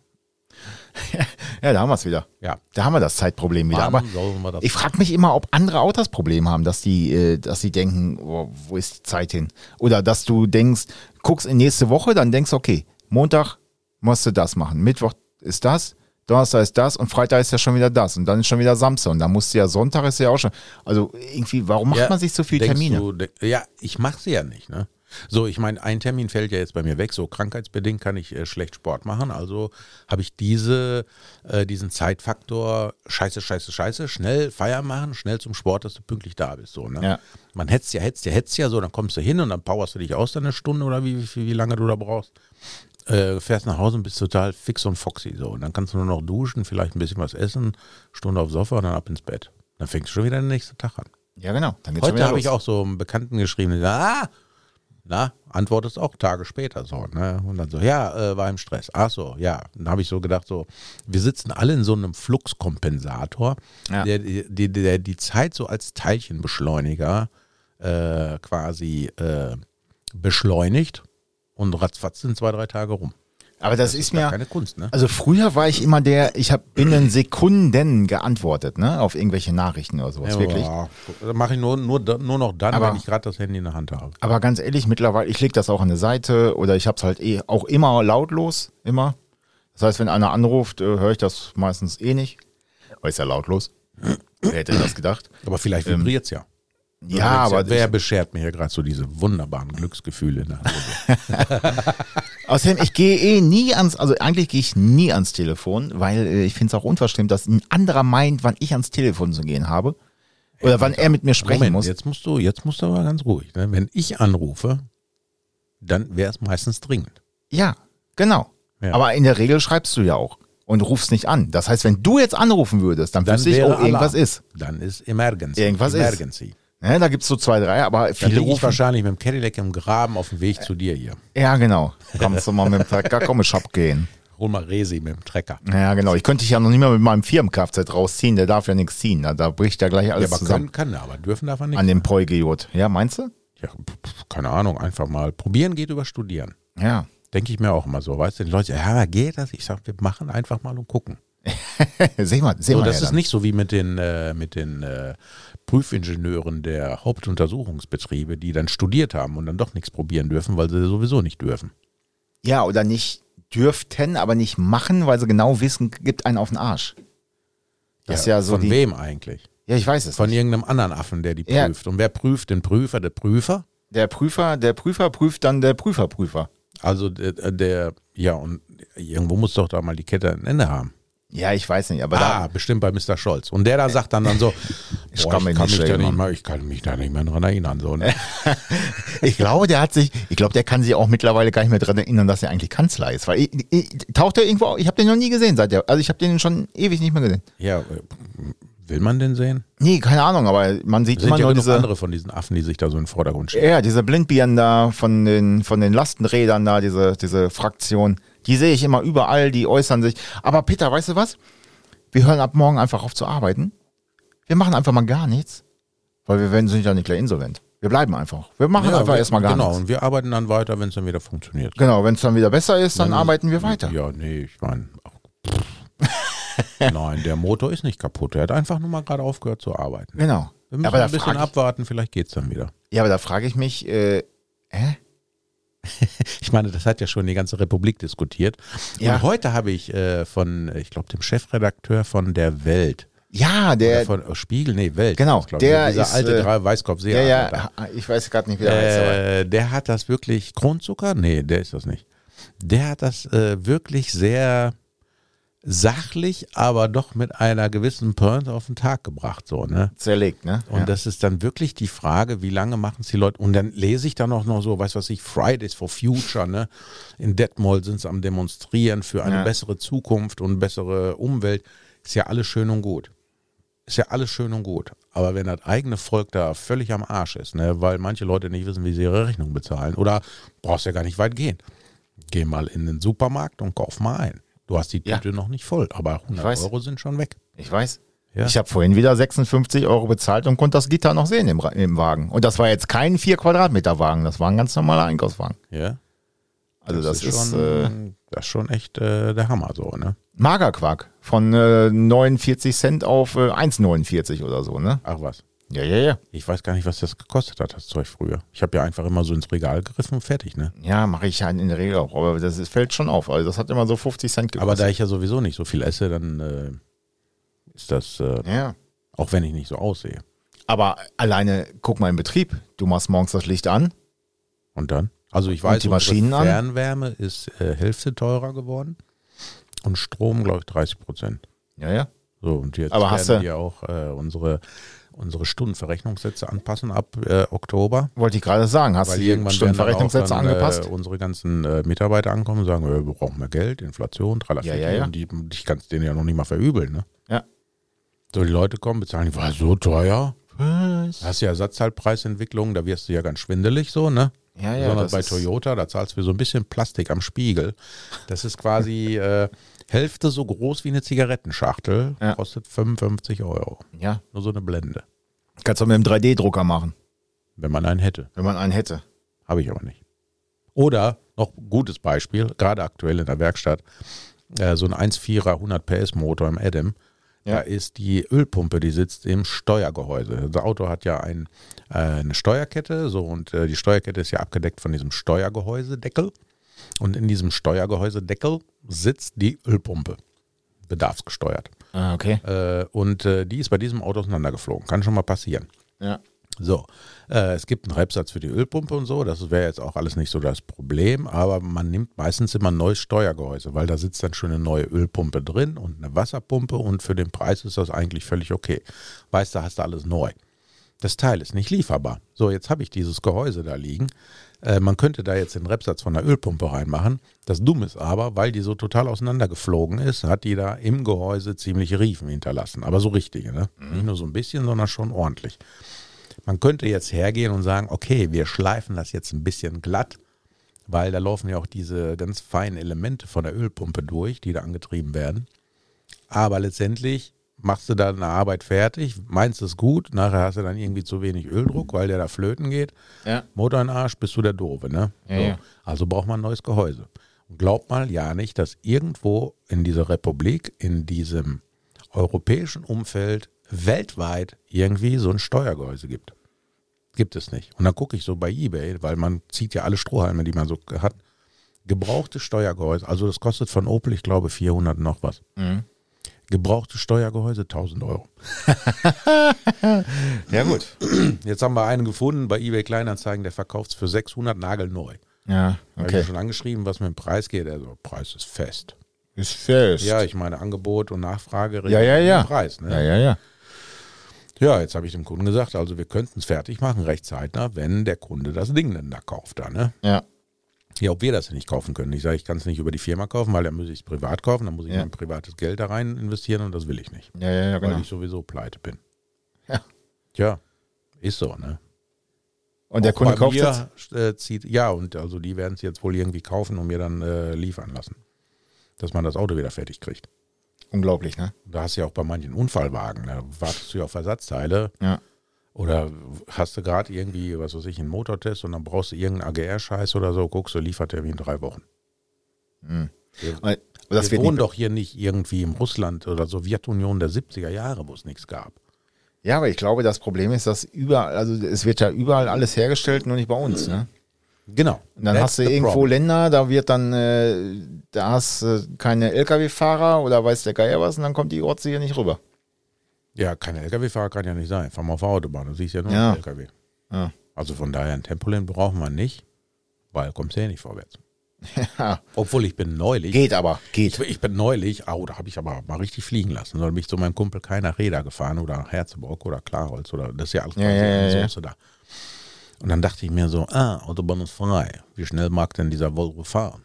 [SPEAKER 3] Ja, da haben wir es wieder.
[SPEAKER 2] Ja.
[SPEAKER 3] Da haben wir das Zeitproblem wieder.
[SPEAKER 2] Wann
[SPEAKER 3] Aber
[SPEAKER 2] sollen wir das
[SPEAKER 3] ich frage mich immer, ob andere auch das Problem haben, dass die, äh, dass sie denken, oh, wo ist die Zeit hin? Oder dass du denkst, guckst in nächste Woche, dann denkst, okay, Montag musst du das machen, Mittwoch ist das, Donnerstag ist das und Freitag ist ja schon wieder das und dann ist schon wieder Samstag und dann musst du ja Sonntag ist ja auch schon. Also irgendwie, warum macht
[SPEAKER 2] Ja,
[SPEAKER 3] man sich so viele
[SPEAKER 2] denkst
[SPEAKER 3] Termine?
[SPEAKER 2] du, de- ja, ich mache sie ja nicht. Ne? So, ich meine, ein Termin fällt ja jetzt bei mir weg. So krankheitsbedingt kann ich äh, schlecht Sport machen. Also habe ich diese, äh, diesen Zeitfaktor, scheiße, scheiße, scheiße, schnell Feier machen, schnell zum Sport, dass du pünktlich da bist. So, ne?
[SPEAKER 3] Ja.
[SPEAKER 2] Man hetzt ja, hetzt ja, hetzt ja, so, dann kommst du hin und dann powerst du dich aus dann eine Stunde oder wie, wie, wie lange du da brauchst. Äh, fährst nach Hause und bist total fix und foxy. So. Und dann kannst du nur noch duschen, vielleicht ein bisschen was essen, Stunde aufs Sofa und dann ab ins Bett. Dann fängst du schon wieder den nächsten Tag an.
[SPEAKER 3] Ja, genau. Dann geht's schon
[SPEAKER 2] Heute
[SPEAKER 3] wieder
[SPEAKER 2] habe
[SPEAKER 3] los.
[SPEAKER 2] ich auch so einem Bekannten geschrieben, der sagt, ah, na, antwortest auch Tage später so, ne? Und dann so, ja, äh, war im Stress. Ach so, ja. Dann habe ich so gedacht, so, wir sitzen alle in so einem Fluxkompensator,
[SPEAKER 3] Ja.
[SPEAKER 2] der, der, der die Zeit so als Teilchenbeschleuniger äh, quasi äh, beschleunigt und ratzfatz sind zwei, drei Tage rum.
[SPEAKER 3] Aber das, ist mir.
[SPEAKER 2] Keine Kunst, ne?
[SPEAKER 3] Also früher war ich immer der, ich habe binnen Sekunden geantwortet, ne, auf irgendwelche Nachrichten oder sowas, wirklich.
[SPEAKER 2] Mache ich nur, nur, nur noch dann,
[SPEAKER 3] Aber-
[SPEAKER 2] wenn ich gerade das Handy in der Hand habe.
[SPEAKER 3] Aber ganz ehrlich, mittlerweile, ich lege das auch an eine Seite oder ich habe es halt eh auch immer lautlos, immer. Das heißt, wenn einer anruft, höre ich das meistens eh nicht. Weil ist ja lautlos. Wer hätte das gedacht?
[SPEAKER 2] Aber vielleicht
[SPEAKER 3] ähm,
[SPEAKER 2] vibriert es ja.
[SPEAKER 3] Ja,
[SPEAKER 2] Alex,
[SPEAKER 3] aber
[SPEAKER 2] wer beschert mir hier gerade so diese wunderbaren Glücksgefühle? in der Hand?
[SPEAKER 3] Außerdem, ich gehe eh nie ans, also eigentlich gehe ich nie ans Telefon, weil äh, ich finde es auch unverschämt, dass ein anderer meint, wann ich ans Telefon zu gehen habe. Oder wann er mit mir sprechen
[SPEAKER 2] Moment,
[SPEAKER 3] muss.
[SPEAKER 2] jetzt musst du, jetzt musst du aber ganz ruhig. Ne? Wenn ich anrufe, dann wäre es meistens dringend.
[SPEAKER 3] Ja, genau.
[SPEAKER 2] Ja.
[SPEAKER 3] Aber in der Regel schreibst du ja auch und rufst nicht an. Das heißt, wenn du jetzt anrufen würdest, dann,
[SPEAKER 2] Dann
[SPEAKER 3] wüsste ich,
[SPEAKER 2] wäre
[SPEAKER 3] oh,
[SPEAKER 2] Alarm.
[SPEAKER 3] irgendwas ist.
[SPEAKER 2] Dann ist Emergency.
[SPEAKER 3] Irgendwas ist.
[SPEAKER 2] Emergency. ist.
[SPEAKER 3] Ne, da gibt's so zwei, drei, aber
[SPEAKER 2] Dann
[SPEAKER 3] viele
[SPEAKER 2] liege ich
[SPEAKER 3] rufen. Äh.
[SPEAKER 2] wahrscheinlich mit dem Cadillac im Graben auf dem Weg zu dir hier.
[SPEAKER 3] Ja, genau. Kannst du mal mit dem Trecker, komm, ich abgehen.
[SPEAKER 2] Hol mal Resi mit dem Trecker.
[SPEAKER 3] Ja, genau. Ich könnte dich ja noch nicht mal mit meinem Firmen-Kfz rausziehen, der darf ja nichts ziehen. Da, da bricht ja gleich
[SPEAKER 2] Ja,
[SPEAKER 3] alles
[SPEAKER 2] aber
[SPEAKER 3] zusammen
[SPEAKER 2] können kann er, aber dürfen darf er nicht.
[SPEAKER 3] an dem Polgeot. Ja, meinst du?
[SPEAKER 2] Ja, pf, keine Ahnung, einfach mal. Probieren geht über Studieren.
[SPEAKER 3] Ja.
[SPEAKER 2] Denke ich mir auch immer so. Weißt du, die Leute, ja, aber geht das? Ich sage, wir machen einfach mal und gucken.
[SPEAKER 3] seh mal, seh
[SPEAKER 2] So,
[SPEAKER 3] mal.
[SPEAKER 2] das
[SPEAKER 3] her
[SPEAKER 2] ist
[SPEAKER 3] dann.
[SPEAKER 2] nicht so wie mit den, äh, mit den äh, Prüfingenieuren der Hauptuntersuchungsbetriebe, die dann studiert haben und dann doch nichts probieren dürfen, weil sie sowieso nicht dürfen.
[SPEAKER 3] ja, oder nicht dürften, aber nicht machen, weil sie genau wissen, gibt einen auf den Arsch. Das ist ja so
[SPEAKER 2] von
[SPEAKER 3] die.
[SPEAKER 2] wem eigentlich?
[SPEAKER 3] Ja, ich weiß es.
[SPEAKER 2] Von irgendeinem anderen Affen, der die
[SPEAKER 3] Ja.
[SPEAKER 2] prüft. Und wer prüft den Prüfer? Der Prüfer?
[SPEAKER 3] Der Prüfer, der Prüfer prüft dann der Prüferprüfer.
[SPEAKER 2] Also der, der, ja, und irgendwo muss doch da mal die Kette ein Ende haben.
[SPEAKER 3] Ja, ich weiß nicht, aber
[SPEAKER 2] ah, bestimmt bei Mr. Scholz. Und der da sagt dann, dann so,
[SPEAKER 3] Ich
[SPEAKER 2] boah,
[SPEAKER 3] kann mich nicht
[SPEAKER 2] da nicht
[SPEAKER 3] erinnern.
[SPEAKER 2] mehr, ich kann mich da nicht mehr dran erinnern. So, ne?
[SPEAKER 3] da, ich glaube, der hat sich, ich glaube, der kann sich auch mittlerweile gar nicht mehr dran erinnern, dass er eigentlich Kanzler ist. Weil ich, ich, taucht er irgendwo auf? Ich habe den noch nie gesehen seit der, also ich habe den schon ewig nicht mehr gesehen.
[SPEAKER 2] ja, äh, will man den sehen?
[SPEAKER 3] Nee, keine Ahnung, aber man sieht
[SPEAKER 2] Es sind
[SPEAKER 3] immer
[SPEAKER 2] ja
[SPEAKER 3] nur
[SPEAKER 2] genug
[SPEAKER 3] diese,
[SPEAKER 2] andere von diesen Affen, die sich da so in den Vordergrund stellen.
[SPEAKER 3] ja, diese Blindbieren da von den, von den Lastenrädern da, diese, diese Fraktion. Die sehe ich immer überall, die äußern sich. Aber Peter, weißt du was? Wir hören ab morgen einfach auf zu arbeiten. Wir machen einfach mal gar nichts, weil wir werden, sind ja nicht gleich insolvent. Wir bleiben einfach. Wir machen
[SPEAKER 2] Ja,
[SPEAKER 3] einfach
[SPEAKER 2] wir-
[SPEAKER 3] erstmal gar
[SPEAKER 2] Genau,
[SPEAKER 3] nichts.
[SPEAKER 2] und wir arbeiten dann weiter, wenn es dann wieder funktioniert.
[SPEAKER 3] Genau, wenn es dann wieder besser ist, dann arbeiten wir weiter.
[SPEAKER 2] Ja, nee, ich meine. Nein, der Motor ist nicht kaputt. Er hat einfach nur mal gerade aufgehört zu arbeiten.
[SPEAKER 3] Genau.
[SPEAKER 2] Wir müssen
[SPEAKER 3] aber, da
[SPEAKER 2] ein bisschen
[SPEAKER 3] frag ich,
[SPEAKER 2] abwarten, vielleicht geht's dann wieder.
[SPEAKER 3] ja, aber da frage ich mich, äh, hä?
[SPEAKER 2] Ich meine, das hat ja schon die ganze Republik diskutiert.
[SPEAKER 3] Ja.
[SPEAKER 2] Und heute habe ich äh, von, ich glaube, dem Chefredakteur von der Welt,
[SPEAKER 3] Ja, der,
[SPEAKER 2] oder von oh, Spiegel, nee, Welt.
[SPEAKER 3] Genau,
[SPEAKER 2] ist, glaub
[SPEAKER 3] der
[SPEAKER 2] ich, dieser
[SPEAKER 3] ist,
[SPEAKER 2] alte
[SPEAKER 3] äh,
[SPEAKER 2] drei weißkopf
[SPEAKER 3] ja, ja, ich weiß gerade nicht, wie der heißt. aber-
[SPEAKER 2] äh, der hat das wirklich Kronzucker? Nee, der ist das nicht. Der hat das äh, wirklich sehr sachlich, aber doch mit einer gewissen Pointe auf den Tag gebracht, so, ne?
[SPEAKER 3] Zerlegt, ne?
[SPEAKER 2] Und
[SPEAKER 3] ja.
[SPEAKER 2] das ist dann wirklich die Frage, wie lange machen es die Leute? Und dann lese ich dann auch noch so, weiß was ich, Fridays for Future, ne? In Detmold sind sie am Demonstrieren für eine
[SPEAKER 3] Ja.
[SPEAKER 2] bessere Zukunft und bessere Umwelt. Ist ja alles schön und gut. Ist ja alles schön und gut. Aber wenn das eigene Volk da völlig am Arsch ist, ne? weil manche Leute nicht wissen, wie sie ihre Rechnung bezahlen, oder brauchst ja gar nicht weit gehen. Geh mal in den Supermarkt und kauf mal ein. Du hast die
[SPEAKER 3] Ja.
[SPEAKER 2] Tüte noch nicht voll, aber 100
[SPEAKER 3] weiß.
[SPEAKER 2] Euro sind schon weg.
[SPEAKER 3] Ich weiß.
[SPEAKER 2] Ja.
[SPEAKER 3] Ich habe vorhin wieder 56 Euro bezahlt und konnte das Gitter noch sehen im, Ra- im Wagen. Und das war jetzt kein 4 Quadratmeter Wagen, das war ein ganz normaler Einkaufswagen.
[SPEAKER 2] Ja.
[SPEAKER 3] Also das, ist,
[SPEAKER 2] schon,
[SPEAKER 3] äh,
[SPEAKER 2] das ist schon echt äh, der Hammer so, ne?
[SPEAKER 3] Magerquark von äh, 49 Cent auf äh, 1,49 oder so, ne?
[SPEAKER 2] Ach was.
[SPEAKER 3] Ja, ja, ja.
[SPEAKER 2] Ich weiß gar nicht, was das gekostet hat, das Zeug früher. Ich habe ja einfach immer so ins Regal gegriffen und fertig, ne?
[SPEAKER 3] Ja, mache ich ja in der Regel auch, aber das ist, fällt schon auf. Also das hat immer so 50 Cent
[SPEAKER 2] Aber
[SPEAKER 3] gekostet.
[SPEAKER 2] da ich ja sowieso nicht so viel esse, dann äh, ist das, äh,
[SPEAKER 3] ja.
[SPEAKER 2] auch wenn ich nicht so aussehe.
[SPEAKER 3] Aber alleine, guck mal im Betrieb. Du machst morgens das Licht an.
[SPEAKER 2] Und dann? Also ich weiß,
[SPEAKER 3] die
[SPEAKER 2] unsere
[SPEAKER 3] Maschinen an?
[SPEAKER 2] Fernwärme ist äh, Hälfte teurer geworden und Strom, glaube ich, 30 Prozent.
[SPEAKER 3] Ja, ja.
[SPEAKER 2] So, und jetzt
[SPEAKER 3] Aber hast
[SPEAKER 2] werden
[SPEAKER 3] du-
[SPEAKER 2] wir auch äh, unsere, unsere Stundenverrechnungssätze anpassen ab äh, Oktober.
[SPEAKER 3] Wollte ich gerade sagen. Hast
[SPEAKER 2] Weil
[SPEAKER 3] du die
[SPEAKER 2] irgendwann werden dann auch
[SPEAKER 3] Stundenverrechnungssätze
[SPEAKER 2] dann,
[SPEAKER 3] angepasst?
[SPEAKER 2] Äh, unsere ganzen äh, Mitarbeiter ankommen und sagen, äh, wir brauchen mehr Geld, Inflation, tralala.
[SPEAKER 3] Ja, ja, ja.
[SPEAKER 2] Und die, ich kann es denen ja noch nicht mal verübeln. Ne?
[SPEAKER 3] Ja.
[SPEAKER 2] So, die Leute kommen, bezahlen, die war so teuer. Da hast du ja Ersatzteilpreisentwicklung, da wirst du ja ganz schwindelig so, ne?
[SPEAKER 3] Ja, ja.
[SPEAKER 2] Besonders
[SPEAKER 3] das
[SPEAKER 2] bei
[SPEAKER 3] ist-
[SPEAKER 2] Toyota, da zahlst du für so ein bisschen Plastik am Spiegel. Das ist quasi äh, Hälfte so groß wie eine Zigarettenschachtel,
[SPEAKER 3] Ja.
[SPEAKER 2] kostet 55 Euro.
[SPEAKER 3] Ja,
[SPEAKER 2] Nur so eine Blende,
[SPEAKER 3] Kannst du mit einem 3D-Drucker machen,
[SPEAKER 2] wenn man einen hätte.
[SPEAKER 3] wenn man einen hätte.
[SPEAKER 2] Habe ich aber nicht. Oder, noch ein gutes Beispiel, gerade aktuell in der Werkstatt, äh, so ein 1,4er 100 PS Motor im Adam.
[SPEAKER 3] Ja.
[SPEAKER 2] Da ist die Ölpumpe, die sitzt im Steuergehäuse. Das Auto hat ja ein, äh, eine Steuerkette, so und äh, die Steuerkette ist ja abgedeckt von diesem Steuergehäusedeckel. Und in diesem Steuergehäusedeckel sitzt die Ölpumpe, bedarfsgesteuert.
[SPEAKER 3] Ah, okay.
[SPEAKER 2] Äh, und äh, die ist bei diesem Auto auseinandergeflogen. Kann schon mal passieren.
[SPEAKER 3] Ja.
[SPEAKER 2] So, äh, es gibt einen Reibsatz für die Ölpumpe und so, das wäre jetzt auch alles nicht so das Problem, aber man nimmt meistens immer ein neues Steuergehäuse, weil da sitzt dann schon eine neue Ölpumpe drin und eine Wasserpumpe und für den Preis ist das eigentlich völlig okay. Weißt du, hast du alles neu. Das Teil ist nicht lieferbar. So, jetzt habe ich dieses Gehäuse da liegen. Äh, man könnte da jetzt den Repsatz von der Ölpumpe reinmachen. Das Dumme ist aber, weil die so total auseinandergeflogen ist, hat die da im Gehäuse ziemliche Riefen hinterlassen. Aber so richtige, ne? Nicht nur so ein bisschen, sondern schon ordentlich. Man könnte jetzt hergehen und sagen, okay, wir schleifen das jetzt ein bisschen glatt, weil da laufen ja auch diese ganz feinen Elemente von der Ölpumpe durch, die da angetrieben werden. Aber letztendlich machst du da eine Arbeit fertig, meinst es gut, nachher hast du dann irgendwie zu wenig Öldruck, weil der da flöten geht.
[SPEAKER 3] Ja.
[SPEAKER 2] Motor in den Arsch, bist du der Doofe, ne?
[SPEAKER 3] Ja, ja.
[SPEAKER 2] Also braucht man ein neues Gehäuse. Und glaub mal ja nicht, dass irgendwo in dieser Republik, in diesem europäischen Umfeld, weltweit irgendwie so ein Steuergehäuse gibt. Gibt es nicht. Und dann gucke ich so bei Ebay, weil man zieht ja alle Strohhalme, die man so hat. Gebrauchtes Steuergehäuse, also das kostet von Opel, ich glaube, 400 noch was Gebrauchte Steuergehäuse 1000 Euro.
[SPEAKER 3] Ja, gut.
[SPEAKER 2] Jetzt haben wir einen gefunden bei eBay Kleinanzeigen, der verkauft es für 600 nagelneu.
[SPEAKER 3] Ja,
[SPEAKER 2] Habe ich ihn
[SPEAKER 3] okay.
[SPEAKER 2] schon angeschrieben, was mit dem Preis geht. Er so, Preis ist fest.
[SPEAKER 3] Ist fest.
[SPEAKER 2] Ja, ich meine, Angebot und Nachfrage
[SPEAKER 3] Ja, ja,
[SPEAKER 2] den
[SPEAKER 3] ja.
[SPEAKER 2] Preis. Ne?
[SPEAKER 3] ja, ja. ja.
[SPEAKER 2] Ja, jetzt habe ich dem Kunden gesagt, also wir könnten es fertig machen, recht zeitnah, wenn der Kunde das Ding denn da kauft. Da, ne?
[SPEAKER 3] ja.
[SPEAKER 2] Ja, ob wir das denn nicht kaufen können. Ich sage, ich kann es nicht über die Firma kaufen, weil dann muss ich es privat kaufen, dann muss ich
[SPEAKER 3] Ja.
[SPEAKER 2] mein privates Geld da rein investieren und das will ich nicht,
[SPEAKER 3] Ja, ja, ja,
[SPEAKER 2] weil
[SPEAKER 3] genau.
[SPEAKER 2] ich sowieso pleite bin.
[SPEAKER 3] Ja.
[SPEAKER 2] Tja, ist so, ne?
[SPEAKER 3] Und der
[SPEAKER 2] Auch
[SPEAKER 3] Kunde
[SPEAKER 2] bei
[SPEAKER 3] kauft jetzt?
[SPEAKER 2] mir, äh, zieht, ja, und also die werden es jetzt wohl irgendwie kaufen und mir dann äh, liefern lassen, dass man das Auto wieder fertig kriegt.
[SPEAKER 3] Unglaublich, ne?
[SPEAKER 2] Da hast du ja auch bei manchen Unfallwagen, da wartest du ja auf Ersatzteile.
[SPEAKER 3] Ja.
[SPEAKER 2] Oder hast du gerade irgendwie, was weiß ich, einen Motortest und dann brauchst du irgendeinen AGR-Scheiß oder so, guckst du, Liefertermin drei Wochen.
[SPEAKER 3] Aber das
[SPEAKER 2] wir
[SPEAKER 3] wird
[SPEAKER 2] wohnen
[SPEAKER 3] nicht,
[SPEAKER 2] doch hier nicht irgendwie im Russland oder Sowjetunion der 70er Jahre, wo es nichts gab.
[SPEAKER 3] ja, aber ich glaube, das Problem ist, dass überall, also es wird ja überall alles hergestellt, nur nicht bei uns, ne?
[SPEAKER 2] Genau.
[SPEAKER 3] Und dann
[SPEAKER 2] That's
[SPEAKER 3] hast du
[SPEAKER 2] the
[SPEAKER 3] irgendwo
[SPEAKER 2] problem.
[SPEAKER 3] Länder, da wird dann, äh, da hast du keine Lkw-Fahrer oder weiß der Geier was und dann kommt die Ortse hier nicht rüber.
[SPEAKER 2] Ja, kein LKW-Fahrer kann ja nicht sein. Fahr mal auf der Autobahn, du siehst ja nur
[SPEAKER 3] Ja.
[SPEAKER 2] einen LKW.
[SPEAKER 3] Ja.
[SPEAKER 2] Also von daher, ein Tempolimit brauchen wir nicht, weil kommst du ja nicht vorwärts.
[SPEAKER 3] Ja,
[SPEAKER 2] Obwohl ich bin neulich.
[SPEAKER 3] geht aber,
[SPEAKER 2] Ich,
[SPEAKER 3] geht.
[SPEAKER 2] ich bin neulich, au, da habe ich aber mal richtig fliegen lassen. Da bin ich zu meinem Kumpel keiner Räder gefahren oder nach Herzeburg oder Klarholz oder das ist ja alles
[SPEAKER 3] Ja, ja, ja, ja.
[SPEAKER 2] Soße da. Und dann dachte ich mir so, ah, Autobahn ist frei. Wie schnell mag denn dieser Volvo fahren?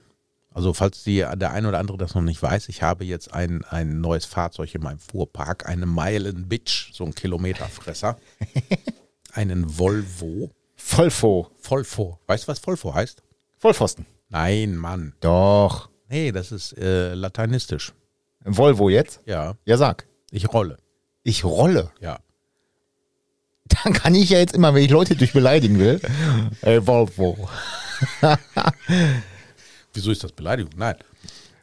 [SPEAKER 2] Also falls die, der ein oder andere das noch nicht weiß, ich habe jetzt ein, ein neues Fahrzeug in meinem Fuhrpark, eine Meilen-Bitch, so ein Kilometerfresser, einen Volvo
[SPEAKER 3] Vollfo.
[SPEAKER 2] Volvo. Weißt du, was Volvo heißt?
[SPEAKER 3] Vollpfosten.
[SPEAKER 2] Nein, Mann.
[SPEAKER 3] Doch.
[SPEAKER 2] Nee, das ist äh, lateinistisch.
[SPEAKER 3] Volvo jetzt?
[SPEAKER 2] Ja,
[SPEAKER 3] Ja, sag.
[SPEAKER 2] ich rolle.
[SPEAKER 3] Ich rolle.
[SPEAKER 2] Ja.
[SPEAKER 3] Dann kann ich ja jetzt immer, wenn ich Leute durch beleidigen will, äh, Volvo.
[SPEAKER 2] Wieso ist das Beleidigung? Nein.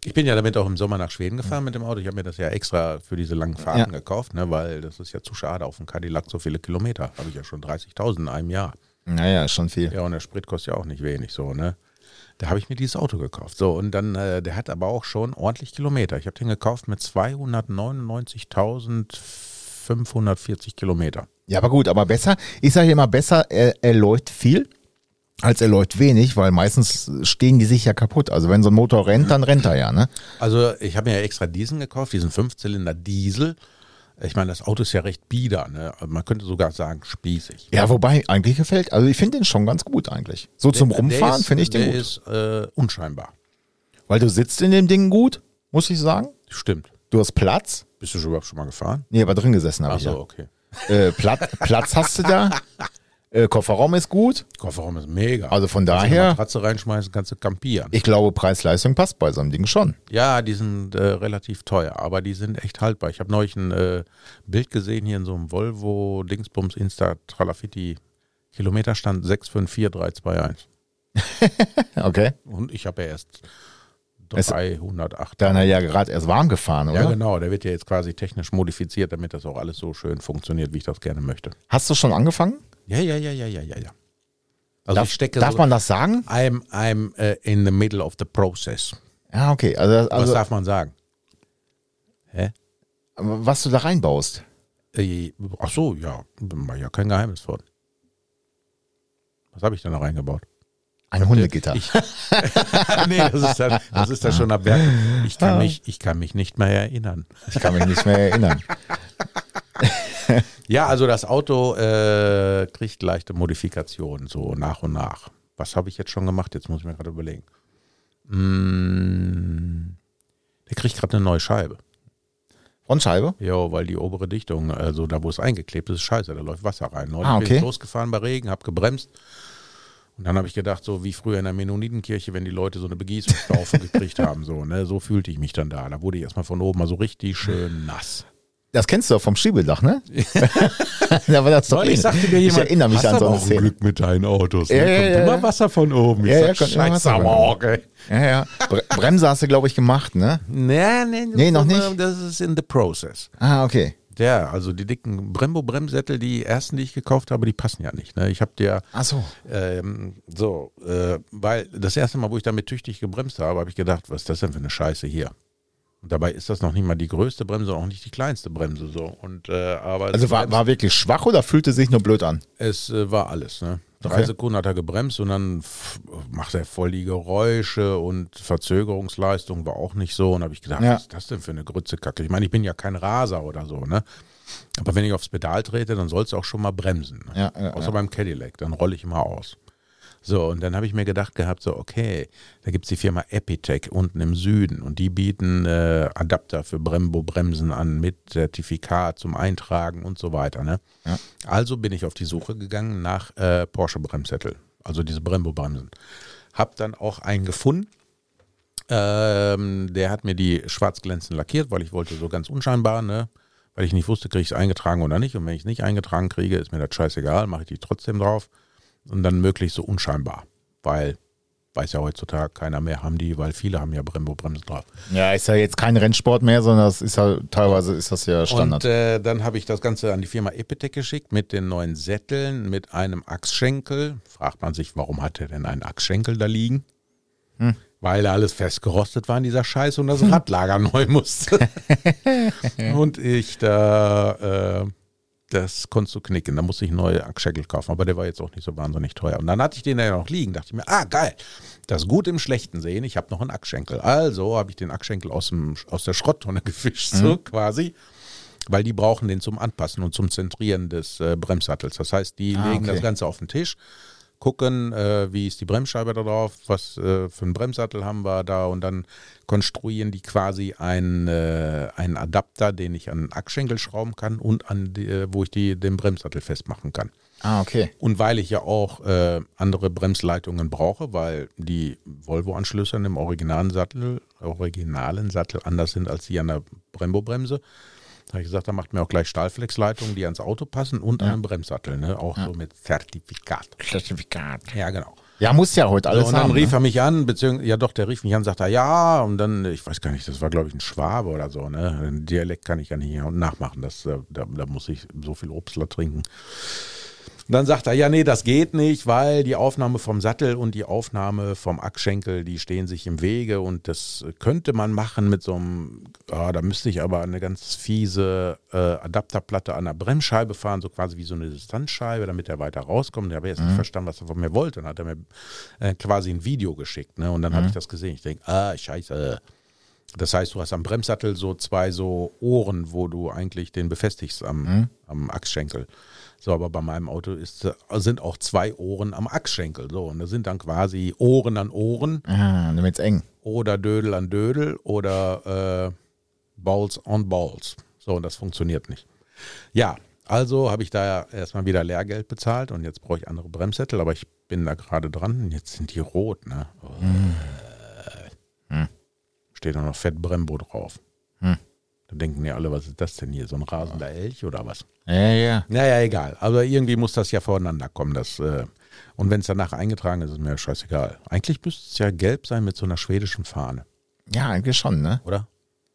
[SPEAKER 2] Ich bin ja damit auch im Sommer nach Schweden gefahren mit dem Auto. Ich habe mir das ja extra für diese langen Fahrten
[SPEAKER 3] Ja.
[SPEAKER 2] gekauft, ne, weil das ist ja zu schade auf dem Cadillac so viele Kilometer. Habe ich ja schon 30.000 in einem Jahr.
[SPEAKER 3] Naja, schon viel.
[SPEAKER 2] Ja, und der Sprit kostet ja auch nicht wenig so, ne? Da habe ich mir dieses Auto gekauft. So, und dann, äh, der hat aber auch schon ordentlich Kilometer. Ich habe den gekauft mit 299.540 Kilometer.
[SPEAKER 3] Ja, aber gut, aber besser, ich sage immer besser, er, er läuft viel als er läuft wenig, weil meistens stehen die sich ja kaputt. Also wenn so ein Motor rennt, dann rennt er ja, ne?
[SPEAKER 2] Also ich habe mir ja extra diesen gekauft, diesen Fünfzylinder Diesel. Ich meine, das Auto ist ja recht bieder, ne? Man könnte sogar sagen spießig.
[SPEAKER 3] Ja, wobei, eigentlich gefällt, also ich finde den schon ganz gut eigentlich. So zum
[SPEAKER 2] Der- der
[SPEAKER 3] Rumfahren
[SPEAKER 2] ist-
[SPEAKER 3] finde ich den
[SPEAKER 2] der
[SPEAKER 3] gut.
[SPEAKER 2] ist äh, unscheinbar.
[SPEAKER 3] Weil du sitzt in dem Ding gut, muss ich sagen.
[SPEAKER 2] Stimmt.
[SPEAKER 3] Du hast Platz.
[SPEAKER 2] Bist du schon überhaupt schon mal gefahren?
[SPEAKER 3] Nee, aber drin gesessen habe ich
[SPEAKER 2] Achso,
[SPEAKER 3] ja.
[SPEAKER 2] okay.
[SPEAKER 3] Äh, Platz, Platz hast du da. Äh, Kofferraum ist gut.
[SPEAKER 2] Kofferraum ist mega.
[SPEAKER 3] Also von
[SPEAKER 2] Kannst du
[SPEAKER 3] daher-
[SPEAKER 2] eine Matratze reinschmeißen, kannst du campieren.
[SPEAKER 3] Ich glaube, Preis-Leistung passt bei so einem Ding schon.
[SPEAKER 2] Ja, die sind äh, relativ teuer, aber die sind echt haltbar. Ich habe neulich ein äh, Bild gesehen hier in so einem Volvo Dingsbums Insta Tralafitti. Kilometerstand 654321.
[SPEAKER 3] Okay.
[SPEAKER 2] Und ich habe ja erst
[SPEAKER 3] Es-
[SPEAKER 2] 308.
[SPEAKER 3] Dann hat er ja gerade erst warm gefahren, oder?
[SPEAKER 2] Ja, genau. Der wird ja jetzt quasi technisch modifiziert, damit das auch alles so schön funktioniert, wie ich das gerne möchte.
[SPEAKER 3] Hast du schon angefangen?
[SPEAKER 2] Ja, ja, ja, ja, ja, ja, ja. Also
[SPEAKER 3] darf,
[SPEAKER 2] ich stecke
[SPEAKER 3] darf
[SPEAKER 2] so,
[SPEAKER 3] man das sagen?
[SPEAKER 2] I'm, I'm äh, in the middle of the process.
[SPEAKER 3] Ja, okay. Also,
[SPEAKER 2] Was
[SPEAKER 3] also was,
[SPEAKER 2] darf man sagen? Hä?
[SPEAKER 3] du da reinbaust.
[SPEAKER 2] Äh, ach so, ja, war ja kein Geheimnis von. Was habe ich denn da reingebaut?
[SPEAKER 3] Ein Hundegitter.
[SPEAKER 2] Ich, nee, das ist, dann, das ist dann schon ab Werk. Ich kann, mich, ich kann mich nicht mehr erinnern.
[SPEAKER 3] Ich kann mich nicht mehr erinnern.
[SPEAKER 2] Ja, also das Auto äh, kriegt leichte Modifikationen, so nach und nach. Was habe ich jetzt schon gemacht? Jetzt muss ich mir gerade überlegen. Mm, der kriegt gerade eine neue Scheibe.
[SPEAKER 3] Frontscheibe?
[SPEAKER 2] Ja, weil die obere Dichtung, also da wo es eingeklebt ist, ist scheiße, da läuft Wasser rein. Neulich
[SPEAKER 3] Ah,
[SPEAKER 2] bin
[SPEAKER 3] okay.
[SPEAKER 2] ich losgefahren bei Regen, habe gebremst. Und dann habe ich gedacht, so wie früher in der Mennonitenkirche, wenn die Leute so eine Begießungsstaufe gekriegt haben, so, ne, so fühlte ich mich dann da. Da wurde ich erstmal von oben mal so richtig schön nass.
[SPEAKER 3] Das kennst du doch vom Schiebedach, ne? da war das doch ähnlich. ich erinnere mich
[SPEAKER 2] hast
[SPEAKER 3] an so
[SPEAKER 2] aber
[SPEAKER 3] eine
[SPEAKER 2] auch ein
[SPEAKER 3] Szene.
[SPEAKER 2] Glück mit deinen Autos. Ne?
[SPEAKER 3] Ja, ja,
[SPEAKER 2] kommt
[SPEAKER 3] ja,
[SPEAKER 2] immer
[SPEAKER 3] ja.
[SPEAKER 2] Wasser von oben. Ich
[SPEAKER 3] Ja,
[SPEAKER 2] ja,
[SPEAKER 3] ja,
[SPEAKER 2] sag,
[SPEAKER 3] kommt immer
[SPEAKER 2] scheiß
[SPEAKER 3] Wasser von
[SPEAKER 2] Sauerorg, ey.
[SPEAKER 3] Ja, ja. Bre Bremse hast du, glaube ich, gemacht, ne?
[SPEAKER 2] Nee, nee,
[SPEAKER 3] Nee, noch nicht?
[SPEAKER 2] Das ist in the process.
[SPEAKER 3] Ah, okay.
[SPEAKER 2] Ja, also die dicken Brembo-Bremssättel, die ersten, die ich gekauft habe, die passen ja nicht. Ne? Ich habe dir
[SPEAKER 3] Ach so.
[SPEAKER 2] Ähm, so, äh, weil das erste Mal, wo ich damit tüchtig gebremst habe, habe ich gedacht, was ist das denn für eine Scheiße hier? Und dabei ist das noch nicht mal die größte Bremse, auch nicht die kleinste Bremse so. Und äh, aber
[SPEAKER 3] Also
[SPEAKER 2] es
[SPEAKER 3] war,
[SPEAKER 2] bremst-
[SPEAKER 3] war wirklich schwach oder fühlte sich nur blöd an?
[SPEAKER 2] es äh, war alles. Ne? Drei
[SPEAKER 3] Okay.
[SPEAKER 2] Sekunden hat er gebremst und dann pff, macht er voll die Geräusche und Verzögerungsleistung war auch nicht so. Und habe ich gedacht,
[SPEAKER 3] Ja.
[SPEAKER 2] was ist das denn für eine Grützekacke? Ich meine, ich bin ja kein Raser oder so, ne? Aber wenn ich aufs Pedal trete, dann sollst du auch schon mal bremsen. Ne?
[SPEAKER 3] Ja, ja,
[SPEAKER 2] Außer
[SPEAKER 3] ja.
[SPEAKER 2] beim Cadillac, dann rolle ich immer aus. So, und dann habe ich mir gedacht gehabt, so, okay, da gibt es die Firma Epitech unten im Süden und die bieten äh, Adapter für Brembo-Bremsen an mit Zertifikat zum Eintragen und so weiter. Ne?
[SPEAKER 3] Ja.
[SPEAKER 2] Also bin ich auf die Suche gegangen nach äh, Porsche-Bremssättel, also diese Brembo-Bremsen. Hab dann auch einen gefunden. Ähm, der hat mir die schwarz glänzend lackiert, weil ich wollte so ganz unscheinbar, ne? Weil ich nicht wusste, kriege ich es eingetragen oder nicht. Und wenn ich es nicht eingetragen kriege, ist mir das scheißegal, mache ich die trotzdem drauf. Und dann möglichst so unscheinbar. Weil, weiß ja heutzutage keiner mehr, haben die, weil viele haben ja Brembo-Bremsen drauf.
[SPEAKER 3] Ja, ist ja jetzt kein Rennsport mehr, sondern das ist ja teilweise ist das ja Standard.
[SPEAKER 2] Und äh, dann habe ich das Ganze an die Firma Epitech geschickt mit den neuen Sätteln, mit einem Achsschenkel. Fragt man sich, warum hat er denn einen Achsschenkel da liegen? Weil da alles festgerostet war in dieser Scheiße und das Radlager neu musste. und ich da, äh, das konntest du knicken. Da musste ich neue Achsschenkel kaufen, aber der war jetzt auch nicht so wahnsinnig teuer. Und dann hatte ich den ja noch liegen, dachte ich mir, ah geil, das gut im Schlechten sehen, ich habe noch einen Achsschenkel. Also habe ich den Achsschenkel aus, dem, aus der Schrotttonne gefischt, so
[SPEAKER 3] Mhm.
[SPEAKER 2] quasi weil die brauchen den zum Anpassen und zum Zentrieren des äh, Bremssattels. Das heißt, die
[SPEAKER 3] Ah,
[SPEAKER 2] legen
[SPEAKER 3] okay.
[SPEAKER 2] das Ganze auf den Tisch, gucken, äh, wie ist die Bremsscheibe da drauf, was äh, für einen Bremssattel haben wir da und dann konstruieren die quasi einen, äh, einen Adapter, den ich an den Achsschenkel schrauben kann und an die, äh, wo ich die, den Bremssattel festmachen kann.
[SPEAKER 3] ah, okay.
[SPEAKER 2] Und weil ich ja auch äh, andere Bremsleitungen brauche, weil die Volvo-Anschlüsse an dem originalen Sattel, originalen Sattel anders sind als die an der Brembo-Bremse, habe ich gesagt, da macht mir auch gleich Stahlflexleitungen, die ans Auto passen und an den Bremssattel, ne? auch so mit Zertifikat.
[SPEAKER 3] Zertifikat.
[SPEAKER 2] Ja, genau.
[SPEAKER 3] Ja, muss ja heute alles
[SPEAKER 2] So, und dann
[SPEAKER 3] haben.
[SPEAKER 2] rief
[SPEAKER 3] ne?
[SPEAKER 2] er mich an, beziehungsweise, ja doch, der rief mich an, sagte er, ja, und dann, ich weiß gar nicht, das war, glaube ich, ein Schwabe oder so, ne? Den Dialekt kann ich ja nicht nachmachen, das, äh, da, da muss ich so viel Obstler trinken. Und dann sagt er, ja, nee, das geht nicht, weil die Aufnahme vom Sattel und die Aufnahme vom Ackschenkel, die stehen sich im Wege und das könnte man machen mit so einem, ah, da müsste ich aber eine ganz fiese äh, Adapterplatte an der Bremsscheibe fahren, so quasi wie so eine Distanzscheibe, damit er weiter rauskommt. Da habe ich erst nicht verstanden, was er von mir wollte. Dann hat er mir äh, quasi ein Video geschickt ne? und dann habe ich das gesehen. Ich denke, ah, scheiße. Das heißt, du hast am Bremssattel so zwei so Ohren, wo du eigentlich den befestigst am, am Achsschenkel. So, aber bei meinem Auto ist, äh, sind auch zwei Ohren am Achsschenkel. So, und das sind dann quasi Ohren an Ohren
[SPEAKER 3] Ah, damit's eng.
[SPEAKER 2] oder Dödel an Dödel oder äh, Balls on Balls. So, und das funktioniert nicht. Ja, also habe ich da erstmal wieder Lehrgeld bezahlt und jetzt brauche ich andere Bremssättel, aber ich bin da gerade dran. Jetzt sind die rot, ne? Oh. Steht da noch Fett Brembo drauf. Da denken ja alle, was ist das denn hier? So ein rasender Elch oder was?
[SPEAKER 3] Ja, ja.
[SPEAKER 2] Naja, egal. Aber irgendwie muss das ja voreinander kommen. Das, äh, und wenn es danach eingetragen ist, ist mir scheißegal. Eigentlich müsste es ja gelb sein mit so einer schwedischen Fahne,
[SPEAKER 3] Ja, eigentlich schon, ne?
[SPEAKER 2] oder?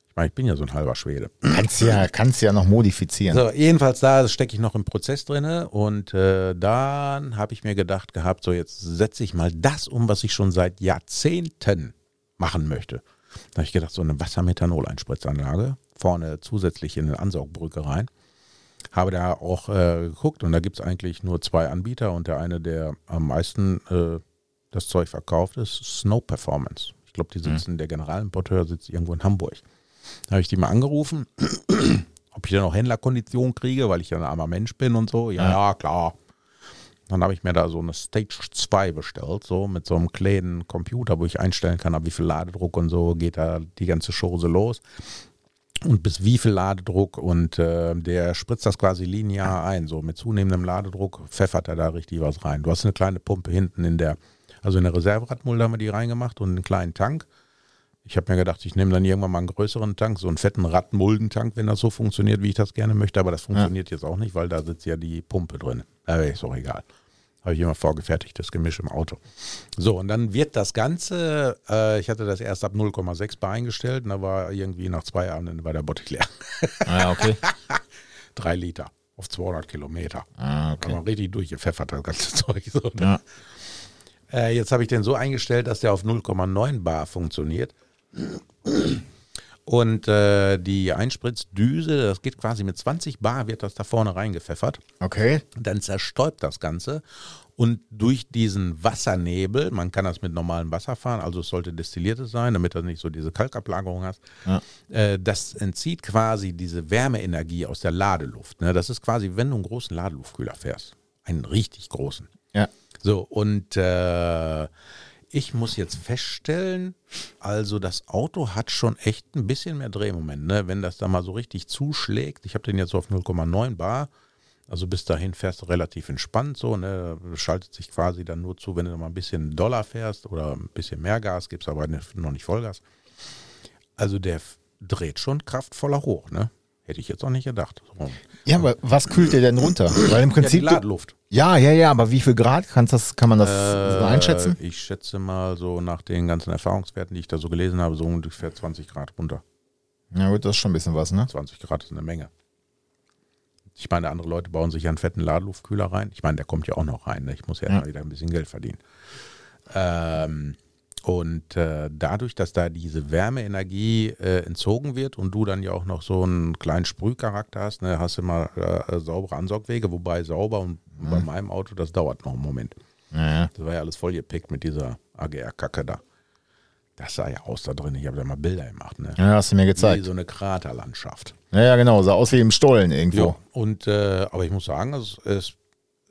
[SPEAKER 2] Ich meine, ich bin ja so ein halber Schwede.
[SPEAKER 3] Kannst ja, kannst ja noch modifizieren.
[SPEAKER 2] So, jedenfalls da stecke ich noch im Prozess drinne und äh, dann habe ich mir gedacht gehabt, so jetzt setze ich mal das um, was ich schon seit Jahrzehnten machen möchte. Da habe ich gedacht, so eine Wassermethanol-Einspritzanlage, vorne zusätzlich in eine Ansaugbrücke rein. Habe da auch äh, geguckt und da gibt es eigentlich nur zwei Anbieter und der eine, der am meisten äh, das Zeug verkauft, ist Snow Performance. Ich glaube, die sitzen, der Generalimporteur sitzt irgendwo in Hamburg. Da habe ich die mal angerufen ob ich dann auch Händlerkondition kriege, weil ich ja ein armer Mensch bin und so. Ja, ja, klar. Dann habe ich mir da so eine Stage 2 bestellt, so mit so einem kleinen Computer, wo ich einstellen kann, ab wie viel Ladedruck und so geht da die ganze Chose los. Und bis wie viel Ladedruck und äh, der spritzt das quasi linear ein. So mit zunehmendem Ladedruck pfeffert er da richtig was rein. Du hast eine kleine Pumpe hinten in der, also in der Reserveradmulde haben wir die reingemacht und einen kleinen Tank. Ich habe mir gedacht, ich nehme dann irgendwann mal einen größeren Tank, so einen fetten Radmuldentank, wenn das so funktioniert, wie ich das gerne möchte. Aber das funktioniert jetzt auch nicht, weil da sitzt ja die Pumpe drin. Aber ist auch egal. Habe ich immer vorgefertigtes Gemisch im Auto. So, und dann wird das Ganze, äh, ich hatte das erst ab 0,6 Bar eingestellt und da war irgendwie nach zwei Abenden war der Bottich leer.
[SPEAKER 3] Ah, Ja, okay.
[SPEAKER 2] Drei Liter auf 200 Kilometer.
[SPEAKER 3] Ah,
[SPEAKER 2] Okay.
[SPEAKER 3] okay.
[SPEAKER 2] Aber richtig durchgepfeffert, das ganze Zeug. So, ne?
[SPEAKER 3] Ja.
[SPEAKER 2] Äh, jetzt habe ich den so eingestellt, dass der auf 0,9 Bar funktioniert. Und äh, die Einspritzdüse, das geht quasi mit 20 Bar, wird das da vorne reingepfeffert.
[SPEAKER 3] Okay.
[SPEAKER 2] Dann zerstäubt das Ganze. Und durch diesen Wassernebel, man kann das mit normalem Wasser fahren, also es sollte destilliertes sein, damit du nicht so diese Kalkablagerung hast,
[SPEAKER 3] Ja.
[SPEAKER 2] äh, das entzieht quasi diese Wärmeenergie aus der Ladeluft. Ne? Das ist quasi, wenn du einen großen Ladeluftkühler fährst. Einen richtig großen.
[SPEAKER 3] Ja.
[SPEAKER 2] So, und äh, ich muss jetzt feststellen, also das Auto hat schon echt ein bisschen mehr Drehmoment, ne? wenn das da mal so richtig zuschlägt. Ich habe den jetzt auf 0,9 Bar. Also bis dahin fährst du relativ entspannt so, ne? Schaltet sich quasi dann nur zu, wenn du mal ein bisschen Dollar fährst oder ein bisschen mehr Gas gibst, aber ne- noch nicht Vollgas. Also der f- dreht schon kraftvoller hoch, ne? Hätte ich jetzt auch nicht gedacht. So.
[SPEAKER 3] Ja, aber was kühlt ihr denn runter? Weil im
[SPEAKER 2] Ja, die
[SPEAKER 3] Prinzip.
[SPEAKER 2] Ladeluft.
[SPEAKER 3] ja, ja, ja, aber wie viel Grad kannst das, kann man das so einschätzen?
[SPEAKER 2] Äh, Ich schätze mal so nach den ganzen Erfahrungswerten, die ich da so gelesen habe, so ungefähr 20 Grad runter.
[SPEAKER 3] Ja, gut, das ist schon ein bisschen was, ne?
[SPEAKER 2] 20 Grad ist eine Menge. Ich meine, andere Leute bauen sich ja einen fetten Ladeluftkühler rein. Ich meine, der kommt ja auch noch rein. Ne? Ich muss ja,
[SPEAKER 3] Ja.
[SPEAKER 2] immer wieder ein bisschen Geld verdienen. Ähm, und äh, dadurch, dass da diese Wärmeenergie äh, entzogen wird und du dann ja auch noch so einen kleinen Sprühcharakter hast, ne, hast du immer äh, saubere Ansaugwege, wobei sauber und bei meinem Auto, das dauert noch einen Moment.
[SPEAKER 3] Ja,
[SPEAKER 2] Das war ja alles vollgepickt mit dieser AGR-Kacke da. Das sah ja aus da drin. Ich habe da mal Bilder gemacht, ne?
[SPEAKER 3] ja hast du mir
[SPEAKER 2] Wie
[SPEAKER 3] gezeigt.
[SPEAKER 2] so eine Kraterlandschaft.
[SPEAKER 3] Ja, ja, genau, sah aus wie im Stollen irgendwo.
[SPEAKER 2] Ja. Und äh, aber ich muss sagen, es, es,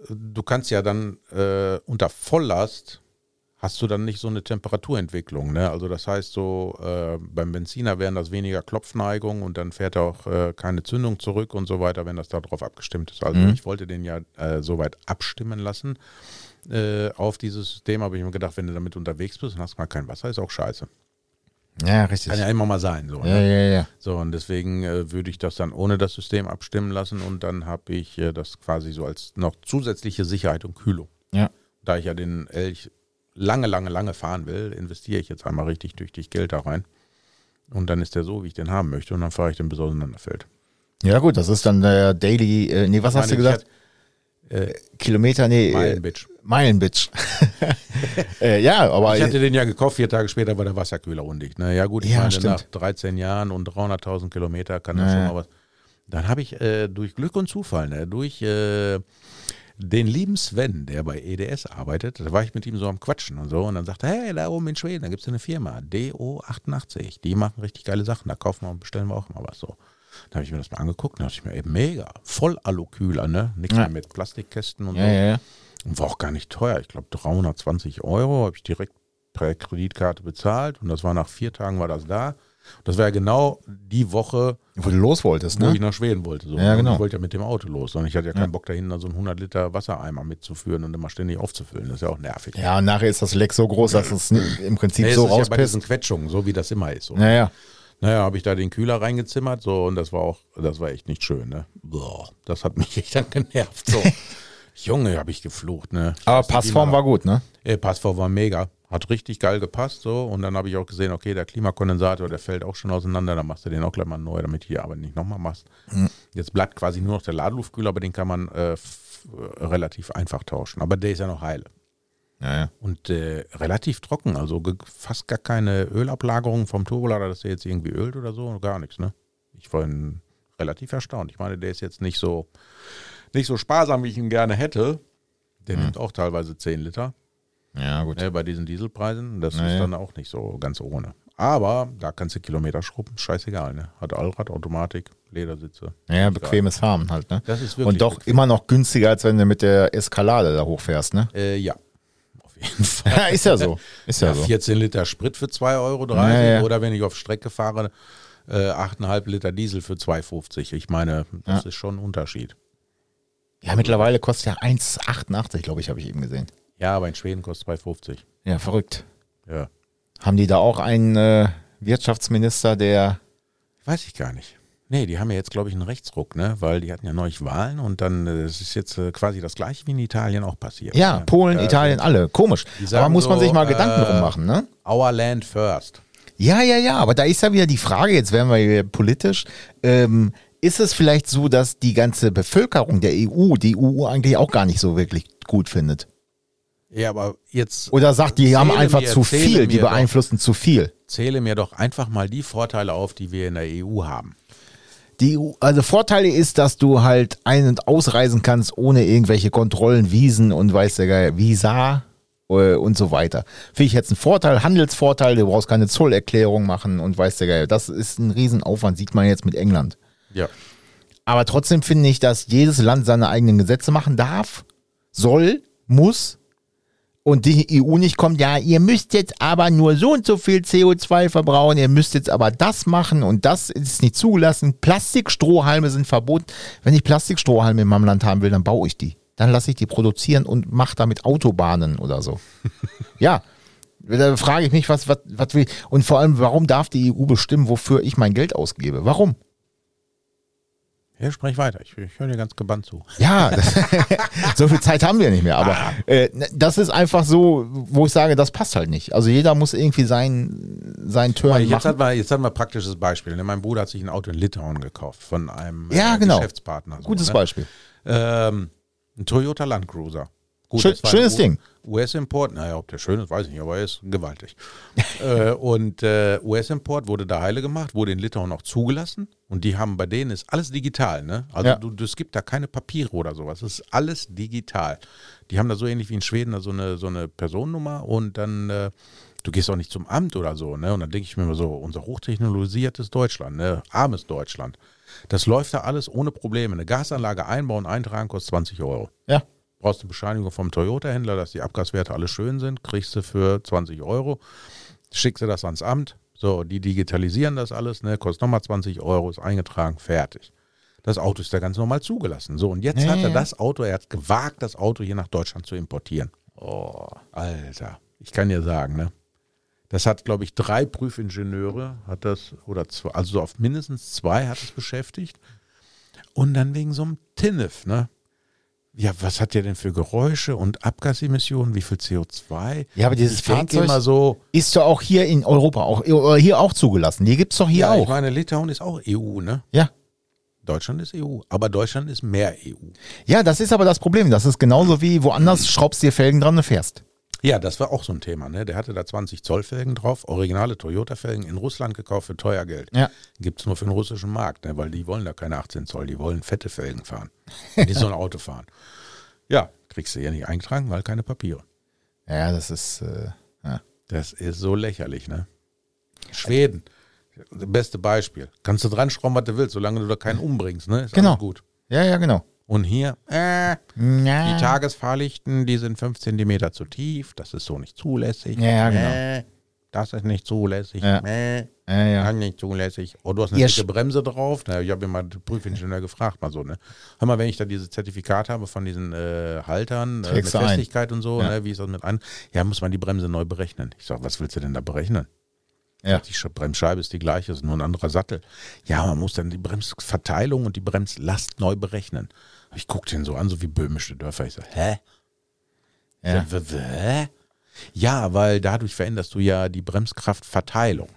[SPEAKER 2] du kannst ja dann äh, unter Volllast hast du dann nicht so eine Temperaturentwicklung. Ne? Also das heißt so, äh, beim Benziner wären das weniger Klopfneigung und dann fährt auch äh, keine Zündung zurück und so weiter, wenn das darauf abgestimmt ist. Also
[SPEAKER 3] Mhm.
[SPEAKER 2] ich wollte den ja äh, soweit abstimmen lassen äh, auf dieses System, habe ich mir gedacht, wenn du damit unterwegs bist und hast mal kein Wasser, ist auch scheiße.
[SPEAKER 3] Ja, richtig.
[SPEAKER 2] Kann ja immer mal sein. So, ne?
[SPEAKER 3] Ja, ja, ja.
[SPEAKER 2] So, und deswegen äh, würde ich das dann ohne das System abstimmen lassen und dann habe ich äh, das quasi so als noch zusätzliche Sicherheit und Kühlung.
[SPEAKER 3] Ja.
[SPEAKER 2] Da ich ja den Elch lange, lange, lange fahren will, investiere ich jetzt einmal richtig tüchtig Geld da rein. Und dann ist der so, wie ich den haben möchte und dann fahre ich den bis auseinanderfällt.
[SPEAKER 3] Ja, gut, das ist dann der Daily. Äh, nee, was hast du
[SPEAKER 2] Meine,
[SPEAKER 3] gesagt? Kilometer, nee. äh,
[SPEAKER 2] Ich hatte, mein
[SPEAKER 3] Meilen.
[SPEAKER 2] Bitch.
[SPEAKER 3] Meilenbitch. äh, ja, aber.
[SPEAKER 2] Ich hatte den ja gekauft, vier Tage später war der Wasserkühler undicht. Na ja, gut, ich
[SPEAKER 3] Ja,
[SPEAKER 2] meine,
[SPEAKER 3] stimmt.
[SPEAKER 2] nach 13 Jahren und 300.000 Kilometer kann das
[SPEAKER 3] Ja,
[SPEAKER 2] schon
[SPEAKER 3] ja.
[SPEAKER 2] mal was. Dann habe ich äh, durch Glück und Zufall, ne, durch äh, den lieben Sven, der bei EDS arbeitet, da war ich mit ihm so am Quatschen und so. Und dann sagte er, hey, da oben in Schweden, da gibt es eine Firma, DO88. Die machen richtig geile Sachen, da kaufen wir und bestellen wir auch mal was so. Dann habe ich mir das mal angeguckt und dachte ich mir, eben mega, voll Alukühler, ne? Nichts
[SPEAKER 3] Ja.
[SPEAKER 2] mehr mit Plastikkisten und
[SPEAKER 3] ja,
[SPEAKER 2] so.
[SPEAKER 3] ja, ja.
[SPEAKER 2] Und war auch gar nicht teuer. Ich glaube 320 Euro habe ich direkt per Kreditkarte bezahlt und das war nach vier Tagen war das da. Und das war ja genau die Woche,
[SPEAKER 3] Wo du los wolltest,
[SPEAKER 2] wo
[SPEAKER 3] ne?
[SPEAKER 2] ich nach Schweden wollte. So.
[SPEAKER 3] Ja,
[SPEAKER 2] Und
[SPEAKER 3] genau.
[SPEAKER 2] Ich wollte ja mit dem Auto los und ich hatte ja keinen Bock dahin, da so einen 100 Liter Wassereimer mitzuführen und immer ständig aufzufüllen. Das ist ja auch nervig.
[SPEAKER 3] Ja, und nachher ist das Leck so groß, dass es n- im Prinzip
[SPEAKER 2] Nee, es
[SPEAKER 3] so
[SPEAKER 2] ist ja bei
[SPEAKER 3] rauspisst.
[SPEAKER 2] diesen Quetschungen, so wie das immer ist. So.
[SPEAKER 3] Naja,
[SPEAKER 2] Naja, habe ich da den Kühler reingezimmert, so und das war auch, das war echt nicht schön, ne? Boah, das hat mich echt dann genervt. So. Junge, habe ich geflucht, ne? Weiß
[SPEAKER 3] aber
[SPEAKER 2] nicht, wie man
[SPEAKER 3] Passform
[SPEAKER 2] da-
[SPEAKER 3] war gut, ne?
[SPEAKER 2] Ey, Passform war mega. Hat richtig geil gepasst so. Und dann habe ich auch gesehen, okay, der Klimakondensator, der fällt auch schon auseinander. Dann machst du den auch gleich mal neu, damit du die Arbeit nicht nochmal machst. Jetzt bleibt quasi nur noch der Ladeluftkühler, aber den kann man äh, f- äh, relativ einfach tauschen. Aber der ist ja noch heil.
[SPEAKER 3] Ja, ja.
[SPEAKER 2] Und äh, relativ trocken, also ge- fast gar keine Ölablagerung vom Turbolader, dass der jetzt irgendwie ölt oder so, gar nichts, ne? Ich war in- relativ erstaunt. Ich meine, der ist jetzt nicht so, nicht so sparsam, wie ich ihn gerne hätte. Der nimmt auch teilweise 10 Liter.
[SPEAKER 3] Ja, gut.
[SPEAKER 2] Ne, bei diesen Dieselpreisen, das
[SPEAKER 3] Naja.
[SPEAKER 2] ist dann auch nicht so ganz ohne. Aber da kannst du Kilometer schrubben, scheißegal. Ne? Hat Allrad, Automatik, Ledersitze.
[SPEAKER 3] Ja, bequemes Fahren halt, ne?
[SPEAKER 2] Das ist wirklich
[SPEAKER 3] Und doch
[SPEAKER 2] bequem.
[SPEAKER 3] immer noch günstiger, als wenn du mit der Eskalade da hochfährst, ne?
[SPEAKER 2] Äh, ja, auf jeden Fall.
[SPEAKER 3] Ja, ist ja so. Ist ja,
[SPEAKER 2] Ja,
[SPEAKER 3] so.
[SPEAKER 2] 14 Liter Sprit für 2,30 Euro.
[SPEAKER 3] Naja.
[SPEAKER 2] Oder wenn ich auf Strecke fahre, äh, 8,5 Liter Diesel für 2,50. Ich meine, das ist schon ein Unterschied.
[SPEAKER 3] Ja, mittlerweile kostet ja 1,88, glaube ich, habe ich eben gesehen.
[SPEAKER 2] Ja, aber in Schweden kostet 2,50.
[SPEAKER 3] Ja, verrückt.
[SPEAKER 2] Ja.
[SPEAKER 3] Haben die da auch einen äh, Wirtschaftsminister, der.
[SPEAKER 2] Weiß ich gar nicht. Nee, die haben ja jetzt, glaube ich, einen Rechtsruck, ne? Weil die hatten ja neulich Wahlen und dann äh, es ist jetzt äh, quasi das gleiche wie in Italien auch passiert. ne?
[SPEAKER 3] Ja, Polen,
[SPEAKER 2] Ja,
[SPEAKER 3] Italien, alle. Komisch.
[SPEAKER 2] Die sagen
[SPEAKER 3] Aber muss man
[SPEAKER 2] so,
[SPEAKER 3] sich mal Gedanken
[SPEAKER 2] äh,
[SPEAKER 3] drum machen, ne?
[SPEAKER 2] Our land first.
[SPEAKER 3] Ja, ja, ja. Aber da ist ja wieder die Frage, jetzt werden wir hier politisch. Ähm, ist es vielleicht so, E dass die ganze Bevölkerung der EU die EU eigentlich auch gar nicht so wirklich gut findet?
[SPEAKER 2] Ja, aber jetzt
[SPEAKER 3] Oder sagt, die haben
[SPEAKER 2] Erzähle
[SPEAKER 3] einfach
[SPEAKER 2] mir,
[SPEAKER 3] zu
[SPEAKER 2] erzähle
[SPEAKER 3] viel, die
[SPEAKER 2] mir doch.
[SPEAKER 3] beeinflussen zu viel.
[SPEAKER 2] zähle mir doch einfach mal die Vorteile auf, die wir in der EU haben.
[SPEAKER 3] Die EU, also Vorteile ist, dass du halt ein- und ausreisen kannst ohne irgendwelche Kontrollen, Visen und weiß der Geier, Visa äh, und so weiter. Finde ich jetzt einen Vorteil, Handelsvorteil, du brauchst keine Zollerklärung machen und weiß der Geier. Das ist ein Riesenaufwand, sieht man jetzt mit England.
[SPEAKER 2] Ja.
[SPEAKER 3] Aber trotzdem finde ich, dass jedes Land seine eigenen Gesetze machen darf, soll, muss und die EU nicht kommt, ja, ihr müsst jetzt aber nur so und so viel CO2 verbrauchen, ihr müsst jetzt aber das machen und das ist nicht zugelassen. Plastikstrohhalme sind verboten. Wenn ich Plastikstrohhalme in meinem Land haben will, dann baue ich die. Dann lasse ich die produzieren und mache damit Autobahnen oder so. ja. Da frage ich mich, was, was, was will. Und vor allem, warum darf die EU bestimmen, wofür ich mein Geld ausgebe? Warum?
[SPEAKER 2] Ja, sprech weiter. Ich, ich höre dir ganz gebannt zu.
[SPEAKER 3] Ja, so viel Zeit haben wir nicht mehr, aber
[SPEAKER 2] Ah.
[SPEAKER 3] äh, ne, das ist einfach so, wo ich sage, das passt halt nicht. Also jeder muss irgendwie sein, sein Turn
[SPEAKER 2] Jetzt
[SPEAKER 3] machen.
[SPEAKER 2] hatten wir, jetzt hatten wir ein praktisches Beispiel. ne? Mein Bruder hat sich ein Auto in Litauen gekauft von einem äh,
[SPEAKER 3] Ja, genau.
[SPEAKER 2] Geschäftspartner. so,
[SPEAKER 3] Gutes
[SPEAKER 2] ne?
[SPEAKER 3] Beispiel.
[SPEAKER 2] Ähm, ein Toyota Land Cruiser. Gut,
[SPEAKER 3] Schön-
[SPEAKER 2] das war ein
[SPEAKER 3] schönes
[SPEAKER 2] U-
[SPEAKER 3] Ding.
[SPEAKER 2] US-Import, naja, ob der schön ist, weiß ich nicht, aber er ist gewaltig. äh, und äh, US-Import wurde da heile gemacht, wurde in Litauen auch zugelassen. Und die haben bei denen ist alles digital, ne? Also
[SPEAKER 3] Ja.
[SPEAKER 2] du, du, es gibt da keine Papiere oder sowas. Es ist alles digital. Die haben da so ähnlich wie in Schweden da so eine, so eine Personennummer und dann, äh, du gehst auch nicht zum Amt oder so, ne? Und dann denke ich mir immer so, unser hochtechnologisiertes Deutschland, ne? Armes Deutschland. Das läuft da alles ohne Probleme. Eine Gasanlage einbauen, eintragen kostet 20 Euro.
[SPEAKER 3] Ja.
[SPEAKER 2] Brauchst eine Bescheinigung vom Toyota-Händler, dass die Abgaswerte alle schön sind, kriegst du für 20 Euro, schickst du das ans Amt. So, die digitalisieren das alles, ne, kostet nochmal 20 Euro, ist eingetragen, fertig. Das Auto ist da ganz normal zugelassen. So, und jetzt
[SPEAKER 3] Ja,
[SPEAKER 2] hat
[SPEAKER 3] ja,
[SPEAKER 2] er
[SPEAKER 3] ja.
[SPEAKER 2] das Auto, er hat gewagt, das Auto hier nach Deutschland zu importieren. Oh, Alter. Ich kann dir sagen, ne? Das hat, glaube ich, drei Prüfingenieure, hat das, oder zwei, also so auf mindestens zwei hat es beschäftigt. Und dann wegen so einem Tinnef, ne? Ja, was hat der denn für Geräusche und Abgasemissionen? Wie viel CO2?
[SPEAKER 3] Ja, aber dieses
[SPEAKER 2] ich denk
[SPEAKER 3] Fahrzeug-
[SPEAKER 2] immer so.
[SPEAKER 3] Ist doch auch hier in Europa, auch äh, hier auch zugelassen. Hier gibt's doch hier
[SPEAKER 2] Ja, ich
[SPEAKER 3] auch.
[SPEAKER 2] meine, Litauen ist auch EU, ne?
[SPEAKER 3] Ja.
[SPEAKER 2] Deutschland ist EU, aber Deutschland ist mehr E EU.
[SPEAKER 3] ja, das ist aber das Problem. Das ist genauso wie
[SPEAKER 2] Hm.
[SPEAKER 3] woanders schraubst dir Felgen dran und fährst.
[SPEAKER 2] Ja, das war auch so ein Thema, ne? Der hatte da 20 Zoll Felgen drauf, originale Toyota Felgen in Russland gekauft für teuer Geld.
[SPEAKER 3] Ja.
[SPEAKER 2] Gibt es nur für den russischen Markt, ne? weil die wollen da keine 18 Zoll, die wollen fette Felgen fahren. Die sollen Auto fahren. Ja, kriegst du ja nicht eingetragen, weil keine Papiere.
[SPEAKER 3] Ja, das ist. Äh, ja.
[SPEAKER 2] Das ist so lächerlich, ne? Schweden, das beste Beispiel. Kannst du dran schrauben, was du willst, solange du da keinen umbringst, ne? Ist
[SPEAKER 3] Genau.
[SPEAKER 2] alles gut.
[SPEAKER 3] ja, ja, genau.
[SPEAKER 2] Und hier, äh, die
[SPEAKER 3] Ja.
[SPEAKER 2] Tagesfahrlichten, die sind 5 cm zu tief, das ist so nicht zulässig.
[SPEAKER 3] Ja, ja, genau.
[SPEAKER 2] Äh, das ist nicht zulässig.
[SPEAKER 3] Ja.
[SPEAKER 2] Äh,
[SPEAKER 3] Ja, ja.
[SPEAKER 2] das ist nicht zulässig. Oh, du hast eine
[SPEAKER 3] Ihr
[SPEAKER 2] dicke
[SPEAKER 3] Sch-
[SPEAKER 2] Bremse drauf. Na, ich habe immer den Prüfingenieur gefragt, mal so, ne? Hör mal, wenn ich da dieses Zertifikat habe von diesen äh, Haltern äh, mit
[SPEAKER 3] Trägst du ein.
[SPEAKER 2] Festigkeit und so,
[SPEAKER 3] Ja.
[SPEAKER 2] ne? wie ist das mit an? Ja, muss man die Bremse neu berechnen. Ich sage, was willst du denn da berechnen?
[SPEAKER 3] Ja.
[SPEAKER 2] Die Sch- Bremsscheibe ist die gleiche, ist nur ein anderer Sattel. Ja, man muss dann die Bremsverteilung und die Bremslast neu berechnen. Ich gucke den so an, so wie böhmische Dörfer. Ich sage, hä?
[SPEAKER 3] Ja.
[SPEAKER 2] W- w- hä? Ja, weil dadurch veränderst du ja die Bremskraftverteilung.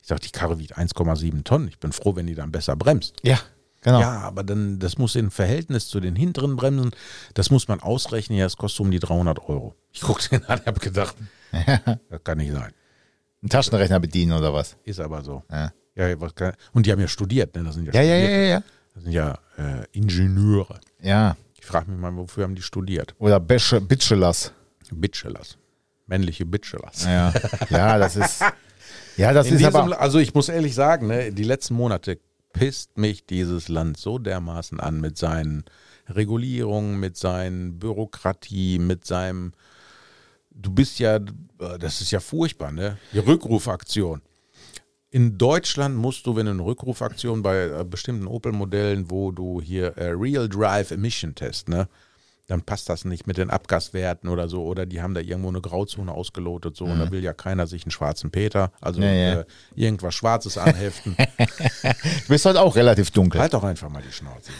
[SPEAKER 2] Ich sage, die Karre wiegt 1,7 Tonnen. Ich bin froh, wenn die dann besser bremst.
[SPEAKER 3] ja, genau.
[SPEAKER 2] Ja, aber dann, das muss in Verhältnis zu den hinteren Bremsen, das muss man ausrechnen. Ja, das kostet um die 300 Euro. Ich gucke den an, habe gedacht, das kann nicht sein.
[SPEAKER 3] Einen Taschenrechner bedienen oder was?
[SPEAKER 2] Ist aber so.
[SPEAKER 3] Ja,
[SPEAKER 2] Ja, ja, was kann, und die haben ja studiert, ne? Das sind ja,
[SPEAKER 3] ja, ja, ja.
[SPEAKER 2] studierte-
[SPEAKER 3] ja, ja.
[SPEAKER 2] Das sind ja äh, Ingenieure.
[SPEAKER 3] ja.
[SPEAKER 2] Ich frage mich mal, wofür haben die studiert?
[SPEAKER 3] Oder Bäsche- Bitchelers.
[SPEAKER 2] Bachelors. Männliche Bachelors.
[SPEAKER 3] Ja, ja, das ist. Ja, das
[SPEAKER 2] In
[SPEAKER 3] ist
[SPEAKER 2] diesem,
[SPEAKER 3] aber.
[SPEAKER 2] also ich muss ehrlich sagen, ne, die letzten Monate pisst mich dieses Land so dermaßen an mit seinen Regulierungen, mit seinen Bürokratie, mit seinem Du bist ja, äh, das ist ja furchtbar, ne? Die Rückrufaktion. In Deutschland musst du, wenn du eine Rückrufaktion bei äh, bestimmten Opel-Modellen, wo du hier äh, Real Drive Emission Test, ne? Dann passt das nicht mit den Abgaswerten oder so, oder die haben da irgendwo eine Grauzone ausgelotet, so, und da will ja keiner sich einen schwarzen Peter, also
[SPEAKER 3] Mhm. Ja, ja.
[SPEAKER 2] Äh, irgendwas Schwarzes anheften.
[SPEAKER 3] Du bist halt auch relativ dunkel.
[SPEAKER 2] Halt doch einfach mal die Schnauze.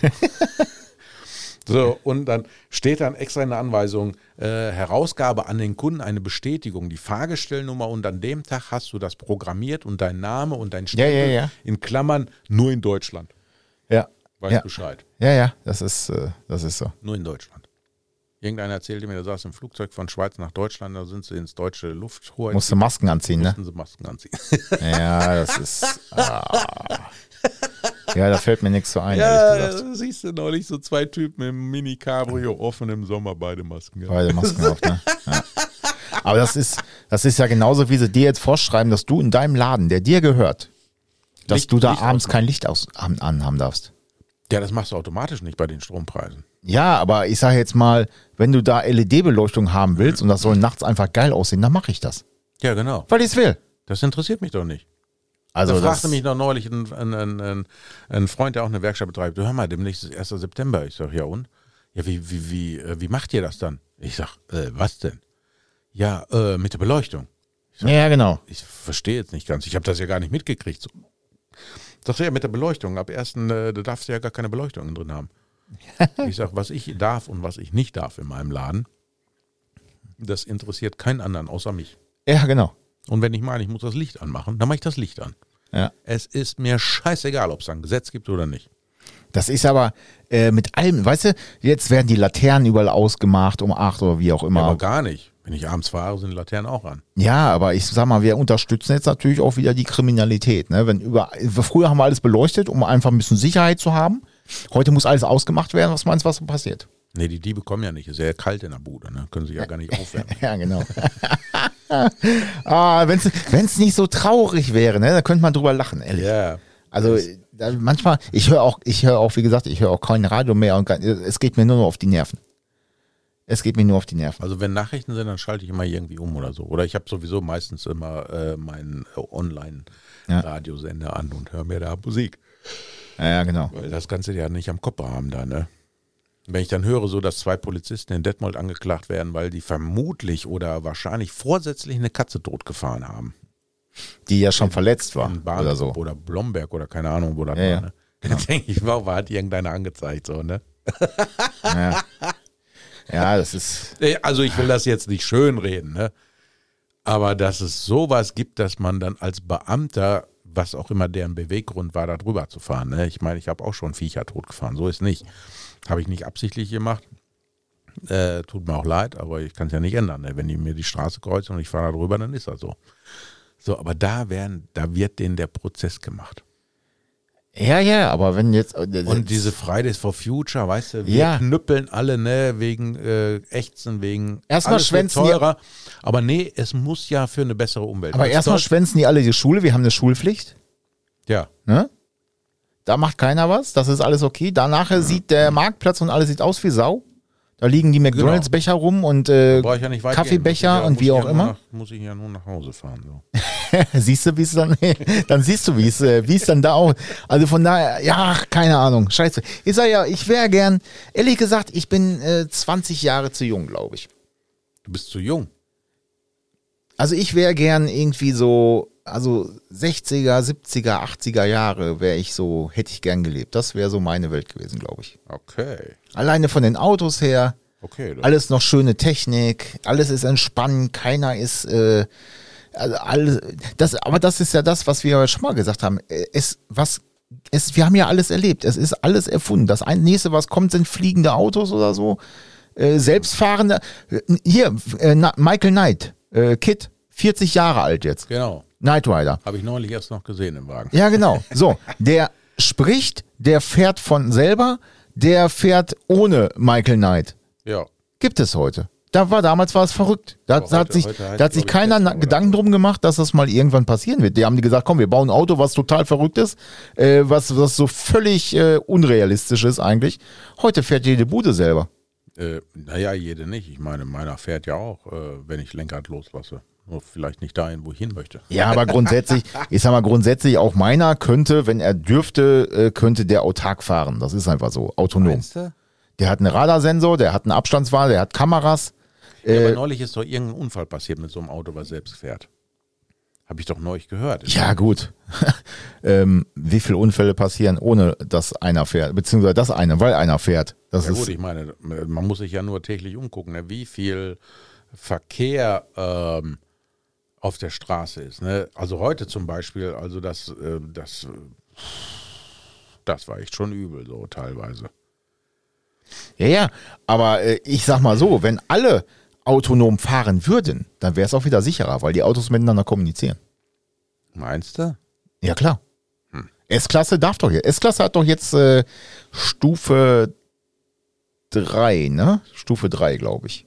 [SPEAKER 2] so, und dann steht dann extra in der Anweisung, äh, Herausgabe an den Kunden, eine Bestätigung, die Fahrgestellnummer und an dem Tag hast du das programmiert und dein Name und dein Stempel
[SPEAKER 3] ja, ja.
[SPEAKER 2] in Klammern nur in Deutschland.
[SPEAKER 3] Ja.
[SPEAKER 2] Weißt
[SPEAKER 3] Ja.
[SPEAKER 2] Bescheid.
[SPEAKER 3] ja, ja, das ist, äh, das ist so.
[SPEAKER 2] Nur in Deutschland. Irgendeiner erzählte mir, der saß im Flugzeug von Schweiz nach Deutschland, da sind sie ins deutsche Lufthoheit.
[SPEAKER 3] Musst du Masken anziehen, ne?
[SPEAKER 2] mussten sie Masken anziehen.
[SPEAKER 3] Ja, das ist. Ah. Ja, da fällt mir nichts so ein, ehrlich gesagt.
[SPEAKER 2] siehst du neulich so zwei Typen im Mini-Cabrio, offen im Sommer, beide Masken. Ja.
[SPEAKER 3] Beide Masken auf, ne? Ja. Aber das ist, das ist ja genauso, wie sie dir jetzt vorschreiben, dass du in deinem Laden, der dir gehört, dass
[SPEAKER 2] Licht-
[SPEAKER 3] du da
[SPEAKER 2] Licht
[SPEAKER 3] abends
[SPEAKER 2] ausmachen.
[SPEAKER 3] kein Licht aus, an, anhaben darfst.
[SPEAKER 2] ja, das machst du automatisch nicht bei den Strompreisen.
[SPEAKER 3] Ja, aber ich sage jetzt mal, wenn du da LED-Beleuchtung haben willst und das soll nachts einfach geil aussehen, dann mache ich das.
[SPEAKER 2] Ja, genau.
[SPEAKER 3] Weil ich es will.
[SPEAKER 2] Das interessiert mich doch nicht.
[SPEAKER 3] Also
[SPEAKER 2] da
[SPEAKER 3] das,
[SPEAKER 2] fragte mich noch neulich ein, ein, ein, ein, ein Freund, der auch eine Werkstatt betreibt. Du hör mal, demnächst ist 1. September. Ich sag, ja und? Ja, wie, wie, wie, äh, wie macht ihr das dann? Ich sag, äh, was denn? Ja, äh, mit der Beleuchtung.
[SPEAKER 3] Ja, genau.
[SPEAKER 2] Ich verstehe jetzt nicht ganz. Ich habe das ja gar nicht mitgekriegt. So. Sagst du ja mit der Beleuchtung. Ab 1. Äh, da darfst du ja gar keine Beleuchtung drin haben. Ich sag, was ich darf und was ich nicht darf in meinem Laden, das interessiert keinen anderen außer mich.
[SPEAKER 3] Ja, genau.
[SPEAKER 2] Und wenn ich meine, ich muss das Licht anmachen, dann mache ich das Licht an.
[SPEAKER 3] Ja.
[SPEAKER 2] Es ist mir scheißegal, ob es ein Gesetz gibt oder nicht.
[SPEAKER 3] Das ist aber äh, mit allem, weißt du, jetzt werden die Laternen überall ausgemacht um 8 oder wie auch immer.
[SPEAKER 2] Ja, aber gar nicht. Wenn ich abends fahre, sind die Laternen auch an.
[SPEAKER 3] Ja, aber ich sag mal, wir unterstützen jetzt natürlich auch wieder die Kriminalität. Ne? Wenn über, früher haben wir alles beleuchtet, um einfach ein bisschen Sicherheit zu haben. Heute muss alles ausgemacht werden. Was meinst du, was passiert?
[SPEAKER 2] Nee, die Diebe kommen ja nicht. Ist ja kalt in der Bude, ne? Können sich ja gar nicht aufwärmen.
[SPEAKER 3] Ja, genau. ah, Wenn es nicht so traurig wäre, ne, da könnte man drüber lachen, ehrlich.
[SPEAKER 2] Ja.
[SPEAKER 3] Also da, manchmal, ich höre auch, ich höre auch, wie gesagt, ich höre auch kein Radio mehr und kein, es geht mir nur noch auf die Nerven. Es geht mir nur auf die Nerven.
[SPEAKER 2] Also wenn Nachrichten sind, dann schalte ich immer irgendwie um oder so. Oder ich habe sowieso meistens immer äh, meinen äh,
[SPEAKER 3] Ja.
[SPEAKER 2] Online-Radiosender an und höre mir da Musik.
[SPEAKER 3] Ja, ja genau.
[SPEAKER 2] Weil das kannst du ja nicht am Kopf haben da, ne? Wenn ich dann höre, so dass zwei Polizisten in Detmold angeklagt werden, weil die vermutlich oder wahrscheinlich vorsätzlich eine Katze totgefahren haben.
[SPEAKER 3] Die ja schon verletzt war
[SPEAKER 2] in Bahn
[SPEAKER 3] oder so.
[SPEAKER 2] oder Blomberg oder keine Ahnung, wo das
[SPEAKER 3] Ja, Genau. ja.
[SPEAKER 2] war. Ne? Dann denke ich, warum hat irgendeiner angezeigt so, ne?
[SPEAKER 3] Ja. ja, das ist.
[SPEAKER 2] Äh, Also ich will das jetzt nicht schönreden, ne? Aber dass es sowas gibt, dass man dann als Beamter, was auch immer deren Beweggrund war, da drüber zu fahren. Ne? Ich meine, ich habe auch schon Viecher totgefahren, so ist nicht. Habe ich nicht absichtlich gemacht. Äh, tut mir auch leid, aber ich kann es ja nicht ändern. Ne? Wenn die mir die Straße kreuzen und ich fahre da drüber, dann ist das so. So, aber da werden, da wird denen der Prozess gemacht.
[SPEAKER 3] Ja, ja, aber wenn jetzt.
[SPEAKER 2] Und diese Fridays for Future, weißt du, wir
[SPEAKER 3] Ja.
[SPEAKER 2] knüppeln alle, ne, wegen äh, Ächzen, wegen
[SPEAKER 3] Erstmal
[SPEAKER 2] alles wird
[SPEAKER 3] schwänzen die-
[SPEAKER 2] teurer. Aber nee, es muss ja für eine bessere Umwelt.
[SPEAKER 3] aber
[SPEAKER 2] Als
[SPEAKER 3] erstmal
[SPEAKER 2] Deutsch-
[SPEAKER 3] schwänzen die alle die Schule. Wir haben eine Schulpflicht.
[SPEAKER 2] Ja,
[SPEAKER 3] Ne? Da macht keiner was. Das ist alles okay. Danach sieht der Marktplatz und alles sieht aus wie Sau. Da liegen die McDonalds-Becher rum und
[SPEAKER 2] brauche
[SPEAKER 3] äh,
[SPEAKER 2] Genau. ich ja nicht weit
[SPEAKER 3] Kaffeebecher
[SPEAKER 2] gehen. Muss ich ja-
[SPEAKER 3] und
[SPEAKER 2] muss ich ja
[SPEAKER 3] wie auch immer.
[SPEAKER 2] Nur nach, muss ich ja nur nach Hause fahren. So.
[SPEAKER 3] siehst du, wie es dann, dann siehst du, wie es, äh, wie es dann da auch. Also von daher, ja, ach, keine Ahnung, scheiße. Ich sag ja, ich wäre gern, ehrlich gesagt, ich bin äh, 20 Jahre zu jung, glaube ich.
[SPEAKER 2] Du bist zu jung.
[SPEAKER 3] Also ich wäre gern irgendwie so, also 60er, 70er, 80er Jahre wäre ich so, hätte ich gern gelebt. Das wäre so meine Welt gewesen, glaube ich.
[SPEAKER 2] Okay,
[SPEAKER 3] Alleine von den Autos her,
[SPEAKER 2] okay. Das,
[SPEAKER 3] alles noch schöne Technik, alles ist entspannt, keiner ist, äh, also alles, das, aber das ist ja das, was wir ja schon mal gesagt haben. Äh, Es, was, es, wir haben ja alles erlebt, es ist alles erfunden. Das ein- nächste, was kommt, sind fliegende Autos oder so, äh, selbstfahrende, äh, hier, äh, Na- Michael Knight, äh, Kid, 40 Jahre alt jetzt,
[SPEAKER 2] genau,
[SPEAKER 3] Knight Rider.
[SPEAKER 2] habe ich neulich erst noch gesehen im Wagen.
[SPEAKER 3] Ja, genau. So, der spricht, der fährt von selber, der fährt ohne Michael Knight
[SPEAKER 2] Ja,
[SPEAKER 3] gibt es heute. Da war damals war es verrückt. Da,
[SPEAKER 2] Aber
[SPEAKER 3] da hat
[SPEAKER 2] heute-
[SPEAKER 3] sich,
[SPEAKER 2] heute heißt
[SPEAKER 3] da hat
[SPEAKER 2] es,
[SPEAKER 3] sich
[SPEAKER 2] glaub ich,
[SPEAKER 3] keiner
[SPEAKER 2] Tesla
[SPEAKER 3] na-
[SPEAKER 2] oder
[SPEAKER 3] Gedanken
[SPEAKER 2] so.
[SPEAKER 3] drum gemacht, dass das mal irgendwann passieren wird. Die haben die gesagt, komm, wir bauen ein Auto, was total verrückt ist, äh, was, was so völlig äh, unrealistisch ist eigentlich. Heute fährt jede Bude selber.
[SPEAKER 2] äh, naja, jede nicht. Ich meine, meiner fährt ja auch, äh, wenn ich Lenkrad loslasse. Nur vielleicht nicht dahin, wo ich hin möchte.
[SPEAKER 3] Ja, aber grundsätzlich, ich sag mal, grundsätzlich auch meiner könnte, wenn er dürfte, äh, könnte der autark fahren. Das ist einfach so, autonom.
[SPEAKER 2] Meinst du?
[SPEAKER 3] Der hat einen Radarsensor, der hat einen Abstandswahl, der hat Kameras.
[SPEAKER 2] Ja,
[SPEAKER 3] Äh,
[SPEAKER 2] aber neulich ist doch irgendein Unfall passiert mit so einem Auto, was selbst fährt. Habe ich doch neulich gehört.
[SPEAKER 3] Ja, gut. ähm, wie viele Unfälle passieren, ohne dass einer fährt, beziehungsweise dass einer, weil einer fährt. Das
[SPEAKER 2] Ja, gut,
[SPEAKER 3] ist,
[SPEAKER 2] ich meine, man muss sich ja nur täglich umgucken, ne, wie viel Verkehr ähm, auf der Straße ist. Ne? Also heute zum Beispiel, also das, äh, das, äh, das war echt schon übel so teilweise.
[SPEAKER 3] Ja, ja, aber äh, ich sag mal so, wenn alle autonom fahren würden, dann wäre es auch wieder sicherer, weil die Autos miteinander kommunizieren.
[SPEAKER 2] Meinst du?
[SPEAKER 3] Ja, klar.
[SPEAKER 2] Hm.
[SPEAKER 3] S-Klasse darf doch jetzt. S-Klasse hat doch jetzt äh, Stufe 3, ne? Stufe 3, glaube ich.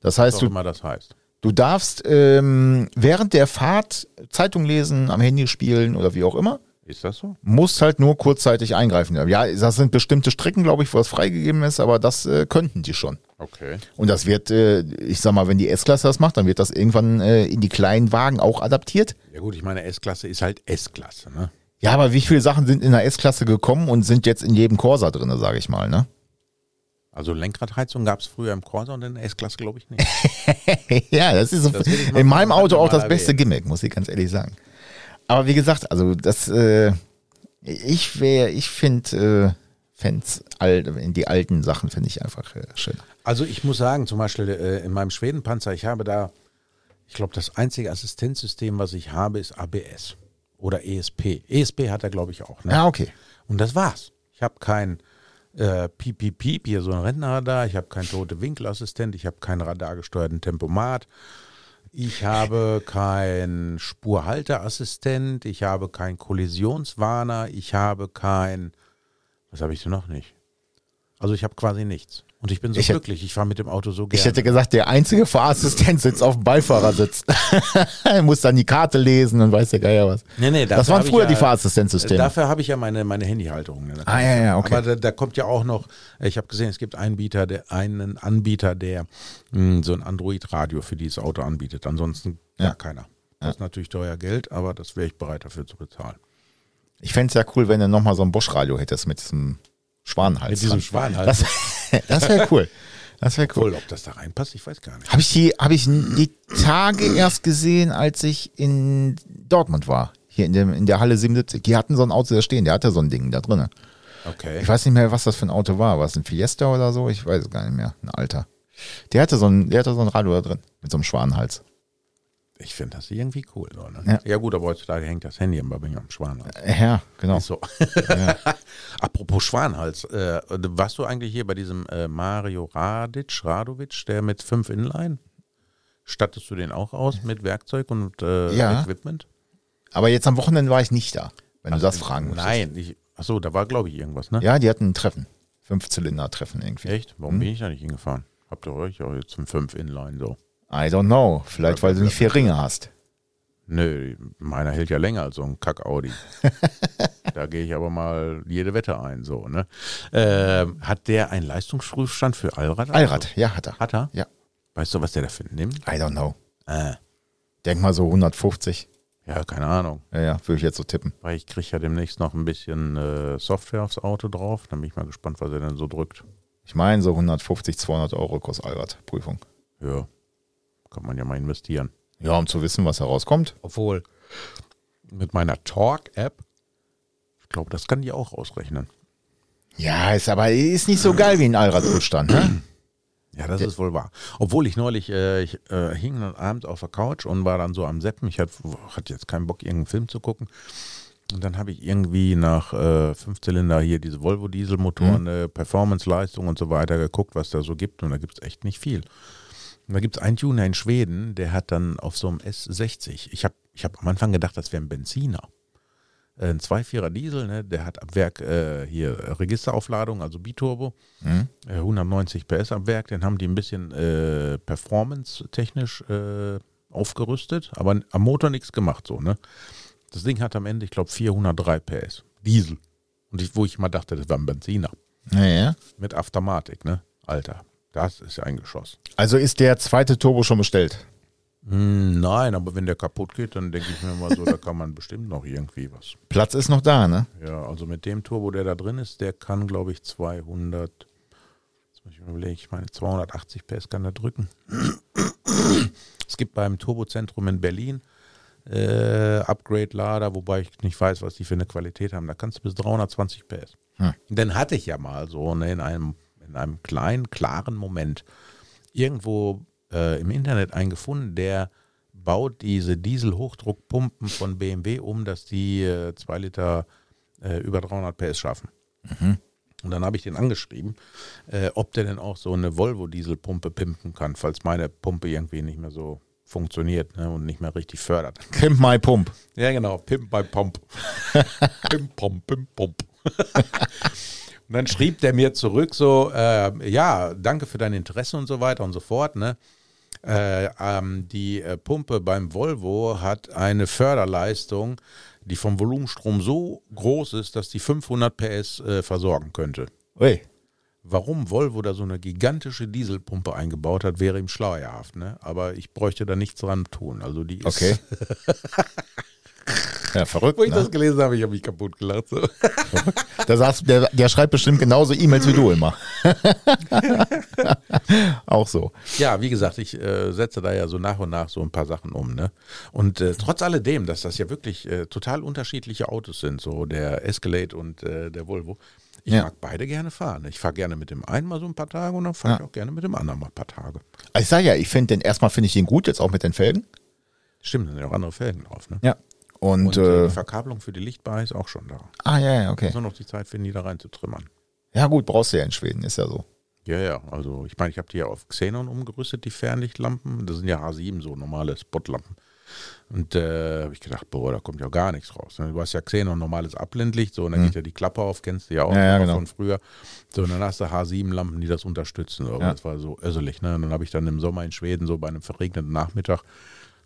[SPEAKER 3] Das
[SPEAKER 2] Was
[SPEAKER 3] heißt,
[SPEAKER 2] auch
[SPEAKER 3] du,
[SPEAKER 2] immer das heißt.
[SPEAKER 3] du darfst ähm, während der Fahrt Zeitung lesen, am Handy spielen oder wie auch immer,
[SPEAKER 2] Ist das so?
[SPEAKER 3] musst halt nur kurzzeitig eingreifen. Ja, das sind bestimmte Strecken, glaube ich, wo das freigegeben ist, aber das äh, könnten die schon.
[SPEAKER 2] Okay.
[SPEAKER 3] Und das wird, äh, ich sag mal, wenn die S-Klasse das macht, dann wird das irgendwann äh, in die kleinen Wagen auch adaptiert.
[SPEAKER 2] Ja gut, ich meine, S-Klasse ist halt S-Klasse, ne?
[SPEAKER 3] Ja, aber wie viele Sachen sind in der S-Klasse gekommen und sind jetzt in jedem Corsa drin, sage ich mal, ne?
[SPEAKER 2] Also Lenkradheizung gab es früher im Corsa und in der S-Klasse glaube ich nicht.
[SPEAKER 3] ja, das ist so,
[SPEAKER 2] Das will ich mal-
[SPEAKER 3] in meinem
[SPEAKER 2] mal
[SPEAKER 3] Auto auch das
[SPEAKER 2] erwähnen.
[SPEAKER 3] beste Gimmick, muss ich ganz ehrlich sagen. Aber wie gesagt, also das, äh, ich wäre, ich finde, äh, Fans, die alten Sachen finde ich einfach äh, schön.
[SPEAKER 2] Also ich muss sagen, zum Beispiel äh, in meinem Schwedenpanzer, ich habe da, ich glaube, das einzige Assistenzsystem, was ich habe, ist ABS oder E ESP. ESP hat er, glaube ich, auch. Ne?
[SPEAKER 3] Ja, okay.
[SPEAKER 2] Und das war's. Ich habe kein äh, Piep, Piep, Piep, hier so ein Rentenradar, ich habe keinen tote Winkelassistent, ich habe keinen radargesteuerten Tempomat, ich habe keinen Spurhalteassistent, ich habe keinen Kollisionswarner, ich habe kein. Was habe ich denn noch nicht? Also ich habe quasi nichts. Und ich bin so
[SPEAKER 3] Ich hätt-
[SPEAKER 2] glücklich, ich fahre mit dem Auto so gerne.
[SPEAKER 3] Ich hätte gesagt, der einzige Fahrassistent sitzt auf dem Beifahrersitz. er muss dann die Karte lesen und weiß der Geier was.
[SPEAKER 2] Nee, nee,
[SPEAKER 3] das
[SPEAKER 2] dafür
[SPEAKER 3] waren
[SPEAKER 2] hab ich
[SPEAKER 3] früher
[SPEAKER 2] ja-
[SPEAKER 3] die Fahrassistenzsysteme.
[SPEAKER 2] Dafür habe ich ja meine, meine Handyhalterung. ne?
[SPEAKER 3] Ah, ja, ja, okay.
[SPEAKER 2] Aber da, da kommt ja auch noch, ich habe gesehen, es gibt einen, Bieter, der, einen Anbieter, der mh, so ein Android-Radio für dieses Auto anbietet. Ansonsten
[SPEAKER 3] Ja.
[SPEAKER 2] gar keiner. Das ist natürlich teuer Geld, aber das wäre ich bereit dafür zu bezahlen.
[SPEAKER 3] Ich fände es ja cool, wenn du nochmal so ein Bosch-Radio hättest mit diesem Schwanenhals.
[SPEAKER 2] Mit diesem
[SPEAKER 3] dran.
[SPEAKER 2] Schwanenhals.
[SPEAKER 3] Das, das wäre cool. Das wäre cool.
[SPEAKER 2] Obwohl, ob das da reinpasst, ich weiß gar nicht.
[SPEAKER 3] Habe ich, die, hab ich die Tage erst gesehen, als ich in Dortmund war. Hier in, dem, in der Halle 77. Die hatten so ein Auto da stehen, der hatte so ein Ding da drin.
[SPEAKER 2] Okay.
[SPEAKER 3] Ich weiß nicht mehr, was das für ein Auto war. War es ein Fiesta oder so? Ich weiß es gar nicht mehr. Ein alter. Der hatte so ein, der hatte so ein Radio da drin. Mit so einem Schwanenhals.
[SPEAKER 2] Ich finde das irgendwie cool. So, ne?
[SPEAKER 3] Ja.
[SPEAKER 2] ja. gut, aber heutzutage hängt das Handy immer bei mir am Schwanenhals.
[SPEAKER 3] Ja, genau.
[SPEAKER 2] So. Apropos Schwanhals, äh, warst du eigentlich hier bei diesem äh, Mario Radic, Radovic, der mit fünf Inline? Stattest du den auch aus mit Werkzeug und äh,
[SPEAKER 3] Ja.
[SPEAKER 2] Equipment? Also,
[SPEAKER 3] Aber jetzt am Wochenende war ich nicht da, wenn du das fragen musst.
[SPEAKER 2] Nein, ich, achso, da war glaube ich irgendwas, ne?
[SPEAKER 3] Ja, Hm. die hatten ein Treffen. Fünfzylinder-Treffen irgendwie.
[SPEAKER 2] Echt? Warum bin ich da nicht hingefahren? Habt ihr euch auch jetzt zum fünf Inline so?
[SPEAKER 3] I don't know. Vielleicht, weil du nicht vier Ringe hast.
[SPEAKER 2] Nö, meiner hält ja länger als so ein Kack-Audi. da gehe ich aber mal jede Wette ein, so, ne? Ähm, hat der einen Leistungsprüfstand für Allrad?
[SPEAKER 3] Allrad, ja, hat er.
[SPEAKER 2] Hat er?
[SPEAKER 3] Ja.
[SPEAKER 2] Weißt du, was der dafür nimmt?
[SPEAKER 3] I don't know.
[SPEAKER 2] Äh,
[SPEAKER 3] Denk mal so 150.
[SPEAKER 2] ja, keine Ahnung.
[SPEAKER 3] Ja, ja, würde ich jetzt so tippen.
[SPEAKER 2] Weil ich kriege ja demnächst noch ein bisschen äh, Software aufs Auto drauf. Dann bin ich mal gespannt, was er denn so drückt.
[SPEAKER 3] Ich meine so 150, 200 Euro kostet Allrad, Prüfung.
[SPEAKER 2] Ja, kann man ja mal investieren.
[SPEAKER 3] Ja, um zu wissen, was herauskommt.
[SPEAKER 2] Obwohl, mit meiner Talk-App, ich glaube, das kann die auch ausrechnen.
[SPEAKER 3] Ja, ist aber ist nicht so geil wie ein Allradprüfstand, ne?
[SPEAKER 2] Ja, das ist wohl wahr. Obwohl ich neulich, äh, ich äh, hing dann abends auf der Couch und war dann so am Seppen. Ich hatte hatte jetzt keinen Bock, irgendeinen Film zu gucken. Und dann habe ich irgendwie nach äh, Fünfzylinder hier diese Volvo-Dieselmotoren, äh, Performance-Leistung und so weiter geguckt, was da so gibt. Und da gibt es echt nicht viel. Und da gibt es einen Tuner in Schweden, der hat dann auf so einem S60, ich habe ich hab am Anfang gedacht, das wäre ein Benziner. Äh, Ein 2,4er Diesel, ne? der hat ab Werk äh, hier Registeraufladung, also Biturbo. Äh, 190 PS am Werk, den haben die ein bisschen äh, performance-technisch äh, aufgerüstet, aber n- am Motor nichts gemacht so, ne? Das Ding hat am Ende, ich glaube, 403 PS. Diesel. Und ich, wo ich mal dachte, das war ein Benziner.
[SPEAKER 3] Naja.
[SPEAKER 2] Mit Aftermatik, ne? Alter, das ist ja ein Geschoss.
[SPEAKER 3] Also ist der zweite Turbo schon bestellt.
[SPEAKER 2] Hm, nein, aber wenn der kaputt geht, dann denke ich mir mal so, da kann man bestimmt noch irgendwie was.
[SPEAKER 3] Platz ist noch da, ne?
[SPEAKER 2] Ja, also mit dem Turbo, der da drin ist, der kann, glaube ich, 200, jetzt muss ich mir überlegen, ich meine, 280 PS kann er drücken. Es gibt beim Turbozentrum in Berlin äh, Upgrade-Lader, wobei ich nicht weiß, was die für eine Qualität haben. Da kannst du bis 320 PS.
[SPEAKER 3] Hm.
[SPEAKER 2] Den hatte ich ja mal so ne, in, einem, in einem kleinen, klaren Moment irgendwo äh, im Internet einen gefunden, der baut diese Diesel-Hochdruckpumpen von äh, BMW um, dass die 2 Liter äh, über 300 PS schaffen. Und dann habe ich den angeschrieben, äh, ob der denn auch so eine Volvo-Dieselpumpe pimpen kann, falls meine Pumpe irgendwie nicht mehr so funktioniert ne, und nicht mehr richtig fördert.
[SPEAKER 3] Pimp my Pump.
[SPEAKER 2] Ja, genau. Pimp bei Pomp. pimp, Pomp, Pimp, Pomp. und dann schrieb der mir zurück so, äh, ja, danke für dein Interesse und so weiter und so fort. Ne? Äh, ähm, die äh, Pumpe beim Volvo hat eine Förderleistung, die vom Volumenstrom so groß ist, dass die 500 PS äh, versorgen könnte.
[SPEAKER 3] Ui.
[SPEAKER 2] Warum Volvo da so eine gigantische Dieselpumpe eingebaut hat, wäre ihm schleierhaft. Ne? Aber ich bräuchte da nichts dran tun. Also die ist
[SPEAKER 3] Okay. Ja, verrückt.
[SPEAKER 2] Wo ich
[SPEAKER 3] Ne?
[SPEAKER 2] das gelesen habe, ich habe mich kaputt gelacht. So.
[SPEAKER 3] Da saß, der, der schreibt bestimmt genauso E-Mails wie du immer. Auch so.
[SPEAKER 2] Ja, wie gesagt, ich äh, setze da ja so nach und nach so ein paar Sachen um. Ne? Und äh, trotz alledem, dass das ja wirklich äh, total unterschiedliche Autos sind, so der Escalade und äh, der Volvo, ich
[SPEAKER 3] Ja.
[SPEAKER 2] mag beide gerne fahren. Ich fahre gerne mit dem einen mal so ein paar Tage und dann fahre ich auch gerne mit dem anderen mal ein paar Tage.
[SPEAKER 3] Ich sag ja, ich finde den erstmal finde ich den gut, jetzt auch mit den Felgen.
[SPEAKER 2] Stimmt, da sind ja auch andere Felgen drauf. Ne?
[SPEAKER 3] Ja.
[SPEAKER 2] Und
[SPEAKER 3] Und,
[SPEAKER 2] äh,
[SPEAKER 3] äh,
[SPEAKER 2] die Verkabelung für die Lichtbar ist auch schon da.
[SPEAKER 3] ah ja, ja, okay.
[SPEAKER 2] Muss nur noch die Zeit finden, die da reinzutrümmern.
[SPEAKER 3] Ja gut, brauchst du ja in Schweden, ist ja so.
[SPEAKER 2] Ja, ja, also ich meine, ich habe die ja auf Xenon umgerüstet, die Fernlichtlampen. Das sind ja H7, so normale Spotlampen. Und äh, habe ich gedacht, boah, da kommt ja gar nichts raus. ne? Du hast ja Xenon, normales Abblendlicht, so, und dann geht ja die Klappe auf, kennst du ja auch
[SPEAKER 3] Mhm. Ja, ja,
[SPEAKER 2] noch
[SPEAKER 3] genau.
[SPEAKER 2] von früher. So, und dann hast du H7-Lampen, die das unterstützen. So. Und
[SPEAKER 3] Ja.
[SPEAKER 2] Das war so öselig. Ne? Und dann habe ich dann im Sommer in Schweden, so bei einem verregneten Nachmittag,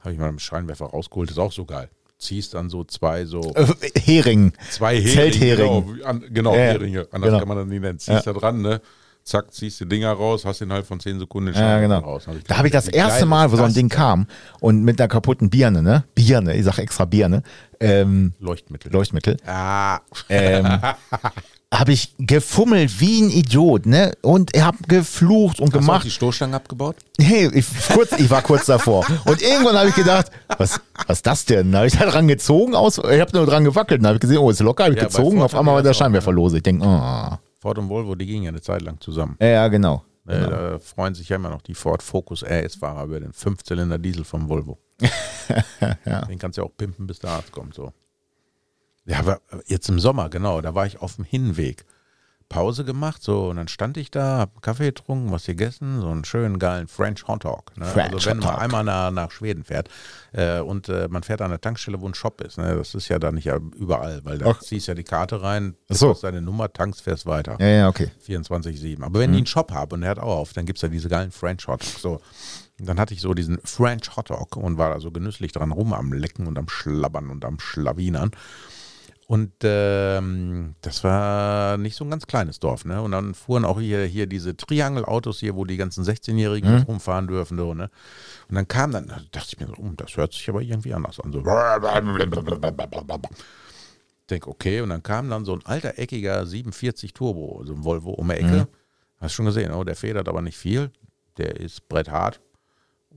[SPEAKER 2] habe ich mal einen Scheinwerfer rausgeholt. Ist auch so geil. Ziehst dann so zwei, so
[SPEAKER 3] Äh, Hering.
[SPEAKER 2] Zwei Heringe.
[SPEAKER 3] Zelthering.
[SPEAKER 2] Genau, wie- an, genau
[SPEAKER 3] Ja, ja.
[SPEAKER 2] Heringe. Anders
[SPEAKER 3] Genau.
[SPEAKER 2] kann man das nicht nennen. Ziehst da dran, ne? Zack, ziehst die Dinger raus, hast innerhalb von 10 Sekunden den
[SPEAKER 3] Ja,
[SPEAKER 2] Schaden
[SPEAKER 3] genau.
[SPEAKER 2] raus. Hab
[SPEAKER 3] da habe ich das
[SPEAKER 2] gedacht, wie geil
[SPEAKER 3] erste Mal,
[SPEAKER 2] ist
[SPEAKER 3] wo so ein
[SPEAKER 2] das?
[SPEAKER 3] Ding kam und mit einer kaputten Birne, ne? Birne, ich sag extra Birne, ähm,
[SPEAKER 2] Leuchtmittel.
[SPEAKER 3] Leuchtmittel,
[SPEAKER 2] ah,
[SPEAKER 3] ähm, habe ich gefummelt wie ein Idiot, ne? Und ich habe geflucht
[SPEAKER 2] hast
[SPEAKER 3] und
[SPEAKER 2] du auch
[SPEAKER 3] gemacht.
[SPEAKER 2] die Stoßstangen abgebaut?
[SPEAKER 3] Hey, ich, kurz, ich war kurz davor. Und irgendwann habe ich gedacht, was, was ist das denn? Da habe ich da dran gezogen aus, ich habe nur dran gewackelt, dann habe ich gesehen, oh, ist locker, habe ich
[SPEAKER 2] Ja, bei
[SPEAKER 3] gezogen,
[SPEAKER 2] Ford
[SPEAKER 3] auf einmal
[SPEAKER 2] hatten
[SPEAKER 3] war
[SPEAKER 2] wir
[SPEAKER 3] der
[SPEAKER 2] das auch,
[SPEAKER 3] Scheinwerfer lose. Ich denke, ah,
[SPEAKER 2] Ford und Volvo, die gingen ja eine Zeit lang zusammen.
[SPEAKER 3] ja, ja, genau.
[SPEAKER 2] Äh, Da freuen sich ja immer noch die Ford Focus RS-Fahrer über den 5-Zylinder Diesel vom Volvo. Den kannst du ja auch pimpen, bis der Arzt kommt. So. Ja, aber jetzt im Sommer, genau, da war ich auf dem Hinweg. Pause gemacht, so, und dann stand ich da, hab einen Kaffee getrunken, was gegessen, so einen schönen geilen French Hotdog. Ne?
[SPEAKER 3] French
[SPEAKER 2] also wenn man
[SPEAKER 3] Hotdog.
[SPEAKER 2] einmal nach, nach Schweden fährt äh, und äh, man fährt an der Tankstelle, wo ein Shop ist, ne? das ist ja da nicht überall, weil da
[SPEAKER 3] Ach.
[SPEAKER 2] ziehst ja die Karte rein,
[SPEAKER 3] Ach so.
[SPEAKER 2] hast deine Nummer, tankst, fährst weiter.
[SPEAKER 3] Ja, ja, okay.
[SPEAKER 2] 24-7. Aber wenn die einen Shop haben und der hat auch auf, dann gibt es ja diese geilen French Hotdogs. So. Und Dann hatte ich so diesen French Hotdog und war da so genüsslich dran rum am Lecken und am Schlabbern und am Schlawinern. Und ähm, das war nicht so ein ganz kleines Dorf, ne? Und dann fuhren auch hier, hier diese Triangelautos hier, wo die ganzen 16-Jährigen jetzt rumfahren dürfen, so, ne? Und dann kam dann, da dachte ich mir so, oh, das hört sich aber irgendwie anders an. So. Denk, okay, und dann kam dann so ein alter, eckiger 47 Turbo, so ein Volvo um die
[SPEAKER 3] Mhm.
[SPEAKER 2] Ecke. Hast schon gesehen, oh, der federt aber nicht viel. Der ist bretthart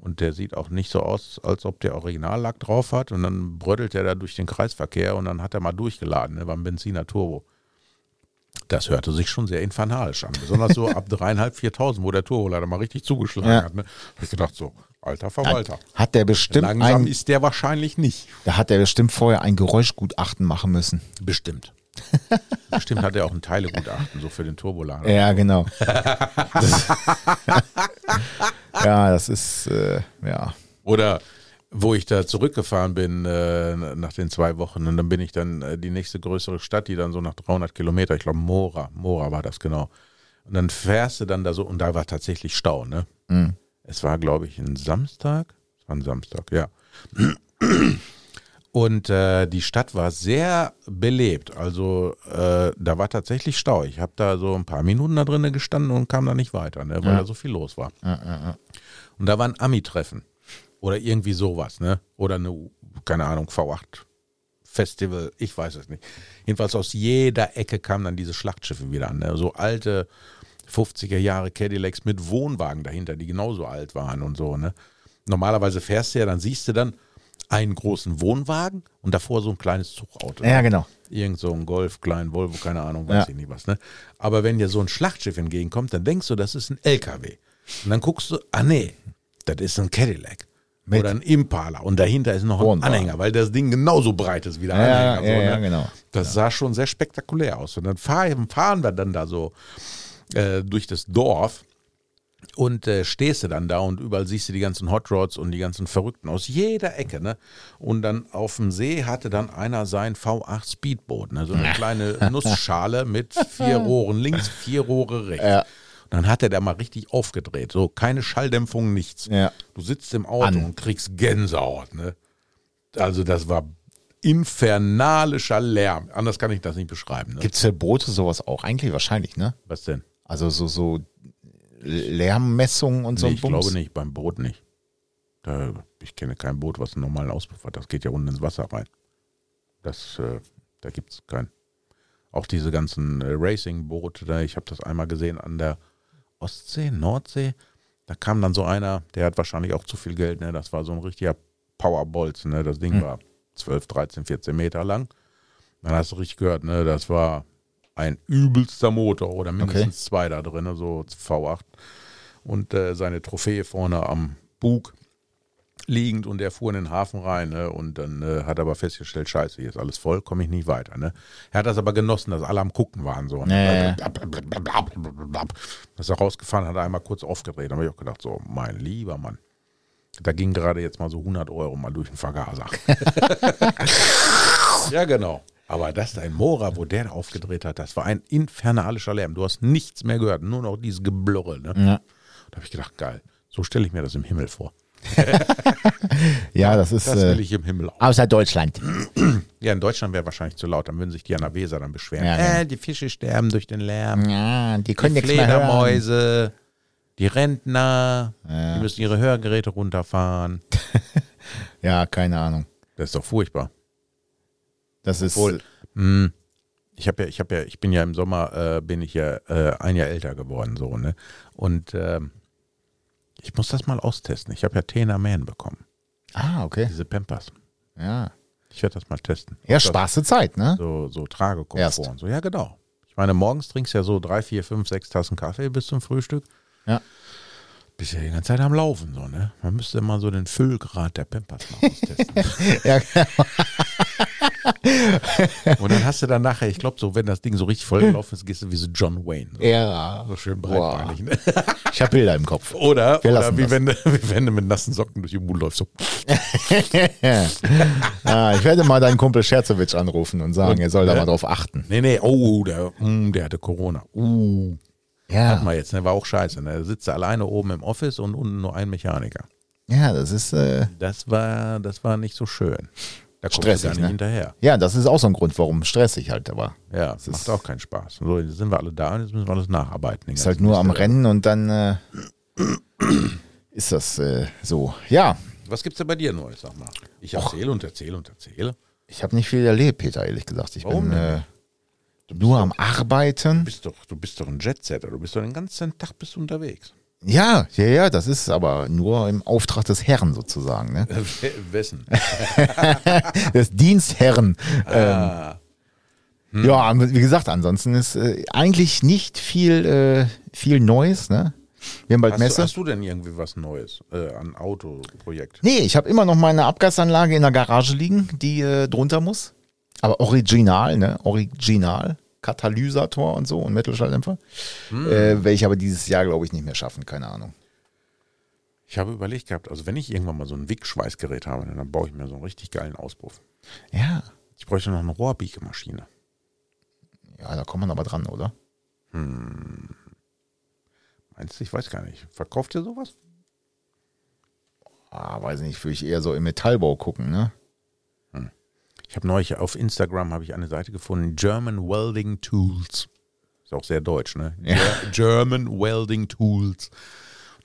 [SPEAKER 2] und der sieht auch nicht so aus, als ob der Originallack drauf hat. Und dann brödelt er da durch den Kreisverkehr und dann hat er mal durchgeladen, ne, beim Benziner Turbo. Das hörte sich schon sehr infernalisch an. Besonders so ab dreieinhalb, 4.000, wo der Turbo leider mal richtig zugeschlagen
[SPEAKER 3] Ja.
[SPEAKER 2] hat. Ne? Hab ich gedacht, so, alter
[SPEAKER 3] Hat,
[SPEAKER 2] Verwalter.
[SPEAKER 3] hat der bestimmt
[SPEAKER 2] Langsam
[SPEAKER 3] ein,
[SPEAKER 2] ist der wahrscheinlich nicht.
[SPEAKER 3] da hat der bestimmt vorher ein Geräuschgutachten machen müssen.
[SPEAKER 2] Bestimmt. Bestimmt hat er auch ein Teilegutachten, so für den Turbolader.
[SPEAKER 3] Ja, genau. Das, ja, das ist, äh, ja.
[SPEAKER 2] Oder wo ich da zurückgefahren bin äh, nach den zwei Wochen und dann bin ich dann äh, die nächste größere Stadt, die dann so nach 300 Kilometer, ich glaube Mora, Mora war das genau. Und dann fährst du dann da so und da war tatsächlich Stau, ne? Es war, glaube ich, ein Samstag. Es war ein Samstag, ja. Und äh, die Stadt war sehr belebt. Also äh, da war tatsächlich Stau. Ich habe da so ein paar Minuten da drinnen gestanden und kam da nicht weiter, ne? weil da so viel los war. Und da war ein Ami-Treffen. Oder irgendwie sowas, ne? Oder eine, keine Ahnung, V8 Festival, ich weiß es nicht. Jedenfalls aus jeder Ecke kamen dann diese Schlachtschiffe wieder an. Ne? So alte 50er Jahre Cadillacs mit Wohnwagen dahinter, die genauso alt waren und so. Ne? Normalerweise fährst du ja, dann siehst du dann einen großen Wohnwagen und davor so ein kleines Zugauto.
[SPEAKER 3] Ja, genau.
[SPEAKER 2] Irgend so ein Golf, klein Volvo, keine Ahnung, weiß
[SPEAKER 3] Ja.
[SPEAKER 2] ich nicht was. Ne? Aber wenn dir so ein Schlachtschiff entgegenkommt, dann denkst du, das ist ein LKW. Und dann guckst du, ah nee, das ist ein Cadillac.
[SPEAKER 3] Mit-
[SPEAKER 2] oder ein Impala und dahinter ist noch ein
[SPEAKER 3] Wohnwagen.
[SPEAKER 2] Anhänger, weil das Ding genauso breit ist wie der
[SPEAKER 3] Ja,
[SPEAKER 2] Anhänger.
[SPEAKER 3] ja,
[SPEAKER 2] so, ne?
[SPEAKER 3] ja, genau.
[SPEAKER 2] Das sah schon sehr spektakulär aus. Und dann fahren, fahren wir dann da so äh, durch das Dorf und äh, stehst du dann da und überall siehst du die ganzen Hot Rods und die ganzen Verrückten aus jeder Ecke, ne? Und dann auf dem See hatte dann einer sein V8 Speedboot, ne? So eine kleine Nussschale mit vier Rohren links, vier Rohre rechts.
[SPEAKER 3] Ja.
[SPEAKER 2] Und dann hat er da mal richtig aufgedreht, so keine Schalldämpfung, nichts.
[SPEAKER 3] Ja.
[SPEAKER 2] Du sitzt im Auto
[SPEAKER 3] An.
[SPEAKER 2] und kriegst Gänsehaut, ne? Also das war infernalischer Lärm. Anders kann ich das nicht beschreiben, ne?
[SPEAKER 3] Gibt es für Boote sowas auch eigentlich? Wahrscheinlich, ne?
[SPEAKER 2] Was denn?
[SPEAKER 3] Also so, so Lärmmessungen und so
[SPEAKER 2] nee,
[SPEAKER 3] ein
[SPEAKER 2] ich
[SPEAKER 3] Bums.
[SPEAKER 2] glaube nicht, beim Boot nicht. Da, ich kenne kein Boot, was einen normalen Auspuff hat. Das geht ja unten ins Wasser rein. Das, äh, da gibt es keinen. Auch diese ganzen äh, Racing-Boote, da, ich habe das einmal gesehen an der Ostsee, Nordsee. Da kam dann so einer, der hat wahrscheinlich auch zu viel Geld, ne? Das war so ein richtiger Powerbolz, ne? Das Ding war 12, 13, 14 Meter lang. Dann hast du richtig gehört, ne? Das war ein übelster Motor oder mindestens zwei da drin, ne? so V8 und äh, seine Trophäe vorne am Bug liegend und er fuhr in den Hafen rein ne? und dann äh, hat er aber festgestellt, scheiße, hier ist alles voll, komme ich nicht weiter. Ne? Er hat das aber genossen, dass alle am Gucken waren. So,
[SPEAKER 3] Ja, ja,
[SPEAKER 2] ne? Dass er rausgefahren hat, er einmal kurz aufgedreht. Da habe ich auch gedacht, so, mein lieber Mann, da ging gerade jetzt mal so 100 Euro mal durch den Vergaser. ja, genau. Aber das ist ein Mora, wo der aufgedreht hat, das war ein infernalischer Lärm. Du hast nichts mehr gehört, nur noch dieses Geblurre. Ne?
[SPEAKER 3] Ja.
[SPEAKER 2] Da habe ich gedacht, geil, so stelle ich mir das im Himmel vor.
[SPEAKER 3] Ja, das ist.
[SPEAKER 2] Das will
[SPEAKER 3] äh,
[SPEAKER 2] ich im Himmel auch.
[SPEAKER 3] außer Deutschland.
[SPEAKER 2] Ja, in Deutschland wäre wahrscheinlich zu laut, dann würden sich die an der Weser dann beschweren.
[SPEAKER 3] Ja, genau.
[SPEAKER 2] äh, die Fische sterben durch den Lärm,
[SPEAKER 3] Ja, die können
[SPEAKER 2] die
[SPEAKER 3] nichts mehr hören.
[SPEAKER 2] Fledermäuse, die Rentner,
[SPEAKER 3] Äh,
[SPEAKER 2] die müssen ihre Hörgeräte runterfahren.
[SPEAKER 3] Ja, keine Ahnung.
[SPEAKER 2] Das ist doch furchtbar.
[SPEAKER 3] Das ist.
[SPEAKER 2] Obwohl, mh, ich habe ja, ich habe ja, ich bin ja im Sommer, äh, bin ich ja äh, ein Jahr älter geworden, so, ne? Und ähm, ich muss das mal austesten. Ich habe ja Tena Man bekommen,
[SPEAKER 3] Ah, okay.
[SPEAKER 2] diese Pampers.
[SPEAKER 3] Ja.
[SPEAKER 2] Ich werde das mal testen.
[SPEAKER 3] Ja,
[SPEAKER 2] Ob das
[SPEAKER 3] Spaß zur Zeit, ne?
[SPEAKER 2] so, so Tragekomfort
[SPEAKER 3] Erst.
[SPEAKER 2] und so. Ja, genau. Ich meine, morgens trinkst ja so drei, vier, fünf, sechs Tassen Kaffee bis zum Frühstück.
[SPEAKER 3] Ja.
[SPEAKER 2] Bist ja die ganze Zeit am Laufen, so, ne? Man müsste mal so den Füllgrad der Pampers mal austesten.
[SPEAKER 3] Ja, genau.
[SPEAKER 2] und dann hast du dann nachher, ich glaube, so, wenn das Ding so richtig vollgelaufen ist, gehst du wie so John Wayne. So,
[SPEAKER 3] ja.
[SPEAKER 2] so schön breitbeinig, ne?
[SPEAKER 3] Ich habe Bilder im Kopf.
[SPEAKER 2] Oder,
[SPEAKER 3] Wir
[SPEAKER 2] oder
[SPEAKER 3] lassen
[SPEAKER 2] wie,
[SPEAKER 3] das.
[SPEAKER 2] wenn, du- wie wenn du mit nassen Socken durch die Bude läufst. So.
[SPEAKER 3] Ah, ich werde mal deinen Kumpel Scherzewitsch anrufen und sagen, er soll da mal drauf achten.
[SPEAKER 2] Nee, nee, oh, der, mm, der hatte Corona. Uh,
[SPEAKER 3] Ja.
[SPEAKER 2] mal jetzt, ne? War auch scheiße. Ne? Da sitzt er alleine oben im Office und unten nur ein Mechaniker.
[SPEAKER 3] Ja, das ist. Äh,
[SPEAKER 2] Das war, das war nicht so schön. Da kommst du
[SPEAKER 3] Stressig,
[SPEAKER 2] gar nicht
[SPEAKER 3] ne?
[SPEAKER 2] hinterher.
[SPEAKER 3] ja, das ist auch so ein Grund, warum stressig halt da war.
[SPEAKER 2] Ja, das macht
[SPEAKER 3] ist-
[SPEAKER 2] auch keinen Spaß. So, jetzt sind wir alle da und jetzt müssen wir alles nacharbeiten. den
[SPEAKER 3] Ist
[SPEAKER 2] ganzen
[SPEAKER 3] halt nur am
[SPEAKER 2] Mist.
[SPEAKER 3] Rennen und dann äh, ist das äh, so. Ja,
[SPEAKER 2] Was gibt's denn bei dir Neues, sag mal? Ich erzähle und erzähle und erzähle.
[SPEAKER 3] ich habe nicht viel erlebt, Peter, ehrlich gesagt. Ich
[SPEAKER 2] Warum
[SPEAKER 3] bin
[SPEAKER 2] denn?
[SPEAKER 3] äh, nur am Arbeiten.
[SPEAKER 2] Du bist doch, du bist doch ein Jetsetter. Du bist doch den ganzen Tag bist du unterwegs.
[SPEAKER 3] Ja, ja, ja, das ist aber nur im Auftrag des Herrn sozusagen, ne?
[SPEAKER 2] Wessen?
[SPEAKER 3] des Dienstherren.
[SPEAKER 2] Ah.
[SPEAKER 3] Ähm, Ja, aber wie gesagt, ansonsten ist äh, eigentlich nicht viel, äh, viel Neues, ne? Wir haben bald
[SPEAKER 2] Hast du,
[SPEAKER 3] Messe.
[SPEAKER 2] hast du denn irgendwie was Neues äh, an Autoprojekt?
[SPEAKER 3] Nee, ich habe immer noch meine Abgasanlage in der Garage liegen, die äh, drunter muss. Aber original, ne? Original. Katalysator und so und Mittelschalldämpfer.
[SPEAKER 2] Hm.
[SPEAKER 3] Äh, Welche ich aber dieses Jahr, glaube ich, nicht mehr schaffen, keine Ahnung.
[SPEAKER 2] Ich habe überlegt gehabt, also wenn ich irgendwann mal so ein Wick-Schweißgerät habe, ne, dann baue ich mir so einen richtig geilen Auspuff.
[SPEAKER 3] Ja.
[SPEAKER 2] Ich bräuchte noch eine Rohrbiegemaschine.
[SPEAKER 3] Ja, da kommt man aber dran, oder?
[SPEAKER 2] Meinst du, ich weiß gar nicht. Verkauft ihr sowas?
[SPEAKER 3] Ah, weiß nicht, würde ich eher so im Metallbau gucken, ne?
[SPEAKER 2] Ich habe neulich auf Instagram habe ich eine Seite gefunden, German Welding Tools. Ist auch sehr deutsch, ne? Ger- German Welding Tools.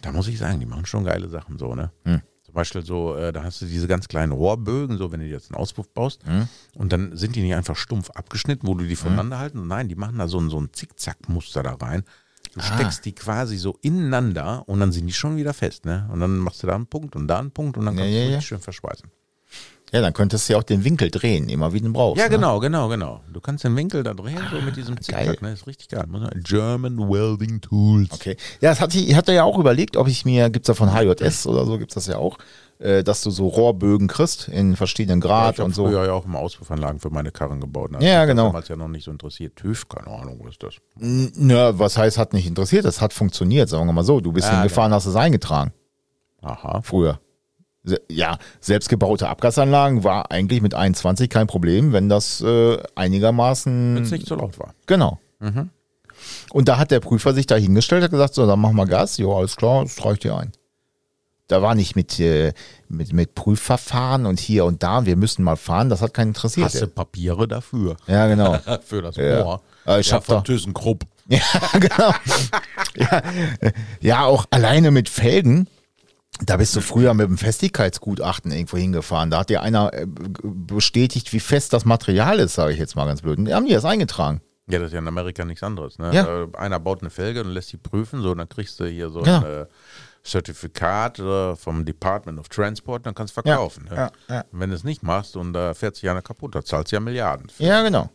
[SPEAKER 2] Da muss ich sagen, die machen schon geile Sachen so, ne?
[SPEAKER 3] Hm.
[SPEAKER 2] Zum Beispiel so, äh, da hast du diese ganz kleinen Rohrbögen, so wenn du dir jetzt einen Auspuff baust,
[SPEAKER 3] Hm.
[SPEAKER 2] und dann sind die nicht einfach stumpf abgeschnitten, wo du die voneinander halten. Nein, die machen da so ein, so ein Zickzack-Muster da rein. Du
[SPEAKER 3] Ah.
[SPEAKER 2] steckst die quasi so ineinander und dann sind die schon wieder fest, ne? Und dann machst du da einen Punkt und da einen Punkt und dann
[SPEAKER 3] Ja,
[SPEAKER 2] kannst
[SPEAKER 3] ja,
[SPEAKER 2] du
[SPEAKER 3] ja.
[SPEAKER 2] richtig schön verschweißen.
[SPEAKER 3] Ja, dann könntest du ja auch den Winkel drehen, immer wie du ihn brauchst.
[SPEAKER 2] Ja,
[SPEAKER 3] ne? Ah,
[SPEAKER 2] genau, genau, genau. Du kannst den Winkel da drehen, so mit diesem Zickzack. Ne? Ist richtig geil. Muss man- German Welding Tools.
[SPEAKER 3] Okay. Ja, das hatte ich, ich hatte ja auch überlegt, ob ich mir, gibt's da von HJS oder so, gibt's das ja auch, äh, dass du so Rohrbögen kriegst in verschiedenen Grad
[SPEAKER 2] ich habe
[SPEAKER 3] und so.
[SPEAKER 2] früher ja auch immer Auspuffanlagen für meine Karren gebaut. ne? Hat
[SPEAKER 3] Ja,
[SPEAKER 2] mich
[SPEAKER 3] genau.
[SPEAKER 2] Damals ja noch nicht so interessiert. TÜV, keine Ahnung, was ist das?
[SPEAKER 3] N- Na, was heißt, hat nicht interessiert, das hat funktioniert, sagen wir mal so. Du bist
[SPEAKER 2] Ah,
[SPEAKER 3] hingefahren, hast es eingetragen,
[SPEAKER 2] Aha.
[SPEAKER 3] früher. Se ja, selbstgebaute Abgasanlagen war eigentlich mit 21 kein Problem, wenn das äh, einigermaßen.
[SPEAKER 2] Wenn es nicht so laut war.
[SPEAKER 3] Genau.
[SPEAKER 2] Mhm.
[SPEAKER 3] Und da hat der Prüfer sich da hingestellt, hat gesagt, so, dann machen wir Gas. Jo, alles klar, das trage ich dir ein. Da war nicht mit, äh, mit, mit Prüfverfahren und hier und da, wir müssen mal fahren, das hat keinen interessiert.
[SPEAKER 2] Hast du Papiere dafür?
[SPEAKER 3] Ja, genau.
[SPEAKER 2] Für das
[SPEAKER 3] Hm. Ja.
[SPEAKER 2] Rohr.
[SPEAKER 3] Ah, ich hab
[SPEAKER 2] von
[SPEAKER 3] da-
[SPEAKER 2] ThyssenKrupp.
[SPEAKER 3] ja, auch alleine mit Felgen. Da bist du früher mit dem Festigkeitsgutachten irgendwo hingefahren. Da hat dir einer äh, b- bestätigt, wie fest das Material ist, sage ich jetzt mal ganz blöd. Und die haben die das eingetragen.
[SPEAKER 2] Ja, das ist ja in Amerika nichts anderes. Ne?
[SPEAKER 3] Ja.
[SPEAKER 2] Äh, einer baut eine Felge und lässt sie prüfen, so, und dann kriegst du hier so
[SPEAKER 3] Ja.
[SPEAKER 2] ein äh, Zertifikat äh, vom Department of Transport, dann kannst du
[SPEAKER 3] Ja,
[SPEAKER 2] verkaufen. Ne?
[SPEAKER 3] ja, ja.
[SPEAKER 2] Und Wenn du es nicht machst und da fährt sich einer kaputt, da zahlst du ja Milliarden. für.
[SPEAKER 3] Ja, genau.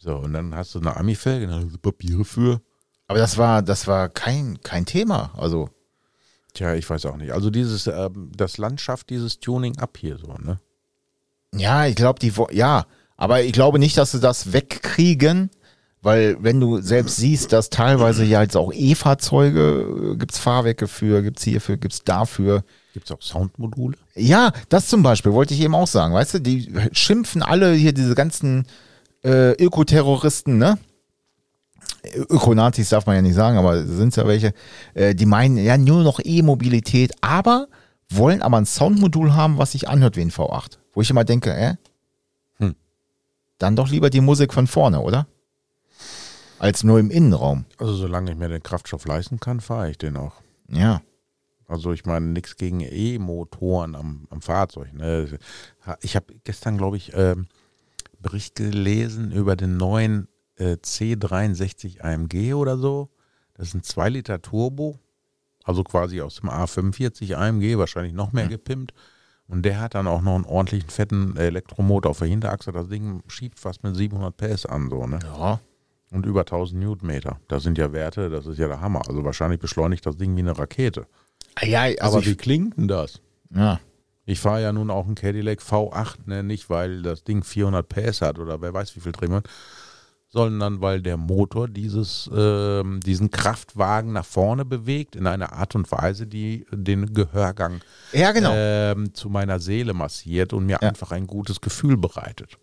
[SPEAKER 2] So, und dann hast du eine Ami-Felge, dann hast du Papiere für.
[SPEAKER 3] Aber das war, das war kein, kein Thema. Also,
[SPEAKER 2] Tja, ich weiß auch nicht. Also dieses, ähm, das Land schafft dieses Tuning ab hier so, ne?
[SPEAKER 3] Ja, ich glaube, die, wo- ja, aber ich glaube nicht, dass sie das wegkriegen, weil wenn du selbst siehst, dass teilweise ja jetzt auch E-Fahrzeuge, äh, gibt's Fahrwerke für, gibt's hierfür, gibt's dafür.
[SPEAKER 2] Gibt es auch Soundmodule?
[SPEAKER 3] Ja, das zum Beispiel wollte ich eben auch sagen, weißt du, die schimpfen alle hier diese ganzen äh, Ökoterroristen, ne? Ö- Ökonazis darf man ja nicht sagen, aber sind's ja welche, äh, die meinen ja nur noch E-Mobilität, aber wollen aber ein Soundmodul haben, was sich anhört wie ein V8. Wo ich immer denke, äh?
[SPEAKER 2] Hm.
[SPEAKER 3] Dann doch lieber die Musik von vorne, oder? Als nur im Innenraum.
[SPEAKER 2] Also solange ich mir den Kraftstoff leisten kann, fahre ich den auch.
[SPEAKER 3] Ja.
[SPEAKER 2] Also ich meine, nichts gegen E-Motoren am, am Fahrzeug. Ne? Ich habe gestern, glaube ich, ähm, Bericht gelesen über den neuen äh, C63 AMG oder so. Das ist ein 2 Liter Turbo, also quasi aus dem A45 AMG, wahrscheinlich noch mehr gepimpt. Und der hat dann auch noch einen ordentlichen fetten Elektromotor auf der Hinterachse. Das Ding schiebt fast mit 700 PS an, so, ne?
[SPEAKER 3] Ja.
[SPEAKER 2] Und über 1000 Newtonmeter. Das sind ja Werte, das ist ja der Hammer. Also wahrscheinlich beschleunigt das Ding wie eine Rakete.
[SPEAKER 3] Ja, also
[SPEAKER 2] Aber
[SPEAKER 3] ich,
[SPEAKER 2] wie klingt denn das?
[SPEAKER 3] ja.
[SPEAKER 2] Ich fahre ja nun auch einen Cadillac V8, ne? nicht weil das Ding 400 PS hat oder wer weiß wie viel Drehmoment, sondern weil der Motor dieses, ähm, diesen Kraftwagen nach vorne bewegt in einer Art und Weise, die den Gehörgang
[SPEAKER 3] ja, genau.
[SPEAKER 2] ähm, zu meiner Seele massiert und mir
[SPEAKER 3] Ja.
[SPEAKER 2] einfach ein gutes Gefühl bereitet.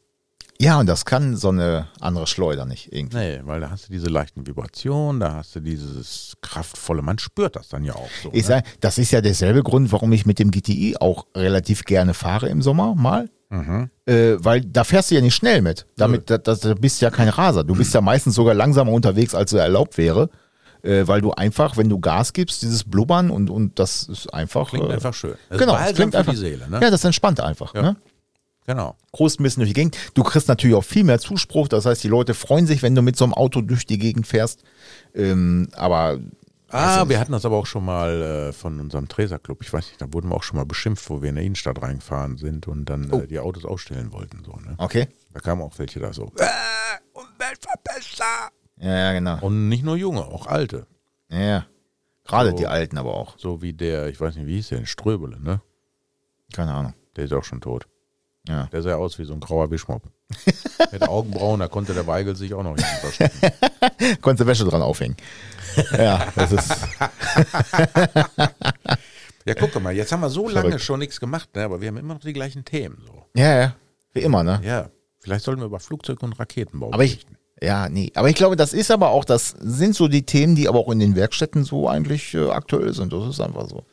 [SPEAKER 3] Ja, und das kann so eine andere Schleuder nicht irgendwie.
[SPEAKER 2] Nee, weil da hast du diese leichten Vibrationen, da hast du dieses kraftvolle, man spürt das dann ja auch so.
[SPEAKER 3] Ich
[SPEAKER 2] ne?
[SPEAKER 3] sag, das ist ja derselbe Grund, warum ich mit dem GTI auch relativ gerne fahre im Sommer mal.
[SPEAKER 2] Mhm.
[SPEAKER 3] Äh, weil da fährst du ja nicht schnell mit. Damit, da, da, da bist du ja kein Raser. Du bist ja meistens sogar langsamer unterwegs, als so erlaubt wäre. Äh, weil du einfach, wenn du Gas gibst, dieses Blubbern und, und das ist einfach.
[SPEAKER 2] Klingt
[SPEAKER 3] äh,
[SPEAKER 2] einfach schön. Das ist
[SPEAKER 3] Genau,
[SPEAKER 2] Balsam
[SPEAKER 3] es klingt
[SPEAKER 2] für
[SPEAKER 3] einfach.
[SPEAKER 2] die Seele. Ne?
[SPEAKER 3] Ja, das entspannt einfach.
[SPEAKER 2] Ja.
[SPEAKER 3] Ne?
[SPEAKER 2] Genau.
[SPEAKER 3] Groß ein bisschen durch die Gegend. Du kriegst natürlich auch viel mehr Zuspruch. Das heißt, die Leute freuen sich, wenn du mit so einem Auto durch die Gegend fährst. Ähm, aber
[SPEAKER 2] Ah, wir hatten das aber auch schon mal äh, von unserem Treser-Club. Ich weiß nicht, da wurden wir auch schon mal beschimpft, wo wir in der Innenstadt reingefahren sind und dann
[SPEAKER 3] Oh.
[SPEAKER 2] äh, die Autos ausstellen wollten. So, ne?
[SPEAKER 3] okay.
[SPEAKER 2] Da kamen auch welche da so. Umweltverbesser!
[SPEAKER 3] Ja, ja genau.
[SPEAKER 2] Und nicht nur Junge, auch Alte.
[SPEAKER 3] Ja, ja. Gerade
[SPEAKER 2] So.
[SPEAKER 3] die Alten aber auch.
[SPEAKER 2] So wie der, ich weiß nicht, wie hieß der, Ströbele, ne?
[SPEAKER 3] Keine Ahnung.
[SPEAKER 2] Der ist auch schon tot.
[SPEAKER 3] Ja.
[SPEAKER 2] Der sah aus wie so ein grauer Bischmopp. Mit Augenbrauen, da konnte der Weigel sich auch noch hinten verstecken.
[SPEAKER 3] Konntest du Wäsche dran aufhängen. ja, das ist.
[SPEAKER 2] Ja, guck mal, jetzt haben wir so lange
[SPEAKER 3] Verrückt.
[SPEAKER 2] schon nichts gemacht, ne? aber wir haben immer noch die gleichen Themen. So.
[SPEAKER 3] Ja, ja. Wie immer, ne?
[SPEAKER 2] Ja, vielleicht sollten wir über Flugzeug und Raketenbau
[SPEAKER 3] Aber ich. Ja, nee. Aber ich glaube, das ist aber auch, das sind so die Themen, die aber auch in den Werkstätten so eigentlich äh, aktuell sind. Das ist einfach so.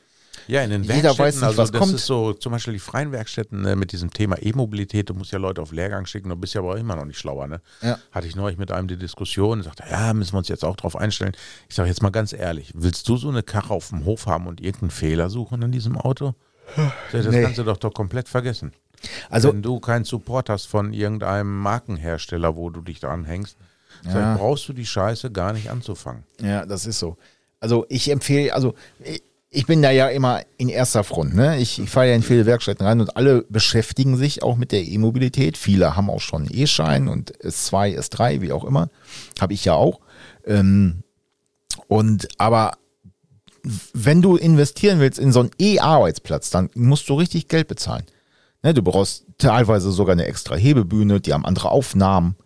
[SPEAKER 2] Ja, in den
[SPEAKER 3] Jeder
[SPEAKER 2] Werkstätten,
[SPEAKER 3] weiß nicht,
[SPEAKER 2] also
[SPEAKER 3] was
[SPEAKER 2] das
[SPEAKER 3] kommt.
[SPEAKER 2] ist so, zum Beispiel die freien Werkstätten ne, mit diesem Thema E-Mobilität, du musst ja Leute auf Lehrgang schicken, du bist ja aber immer noch nicht schlauer, ne?
[SPEAKER 3] Ja.
[SPEAKER 2] Hatte ich neulich mit einem die Diskussion, sagte, ja, müssen wir uns jetzt auch drauf einstellen. Ich sage jetzt mal ganz ehrlich, willst du so eine Karre auf dem Hof haben und irgendeinen Fehler suchen an diesem Auto? Das
[SPEAKER 3] Nee.
[SPEAKER 2] kannst du doch, doch komplett vergessen.
[SPEAKER 3] Also,
[SPEAKER 2] Wenn du keinen Support hast von irgendeinem Markenhersteller, wo du dich da anhängst, dann brauchst du die Scheiße gar nicht anzufangen.
[SPEAKER 3] ja, das ist so. Also, ich empfehle, also, ich- ich bin da ja immer in erster Front. Ne? Ich, ich fahre ja in viele Werkstätten rein und alle beschäftigen sich auch mit der E-Mobilität. Viele haben auch schon einen E-Schein und S2, S3, wie auch immer. Habe ich ja auch. Ähm, und aber wenn du investieren willst in so einen E-Arbeitsplatz, dann musst du richtig Geld bezahlen. Ne, du brauchst teilweise sogar eine extra Hebebühne, die haben andere Aufnahmen.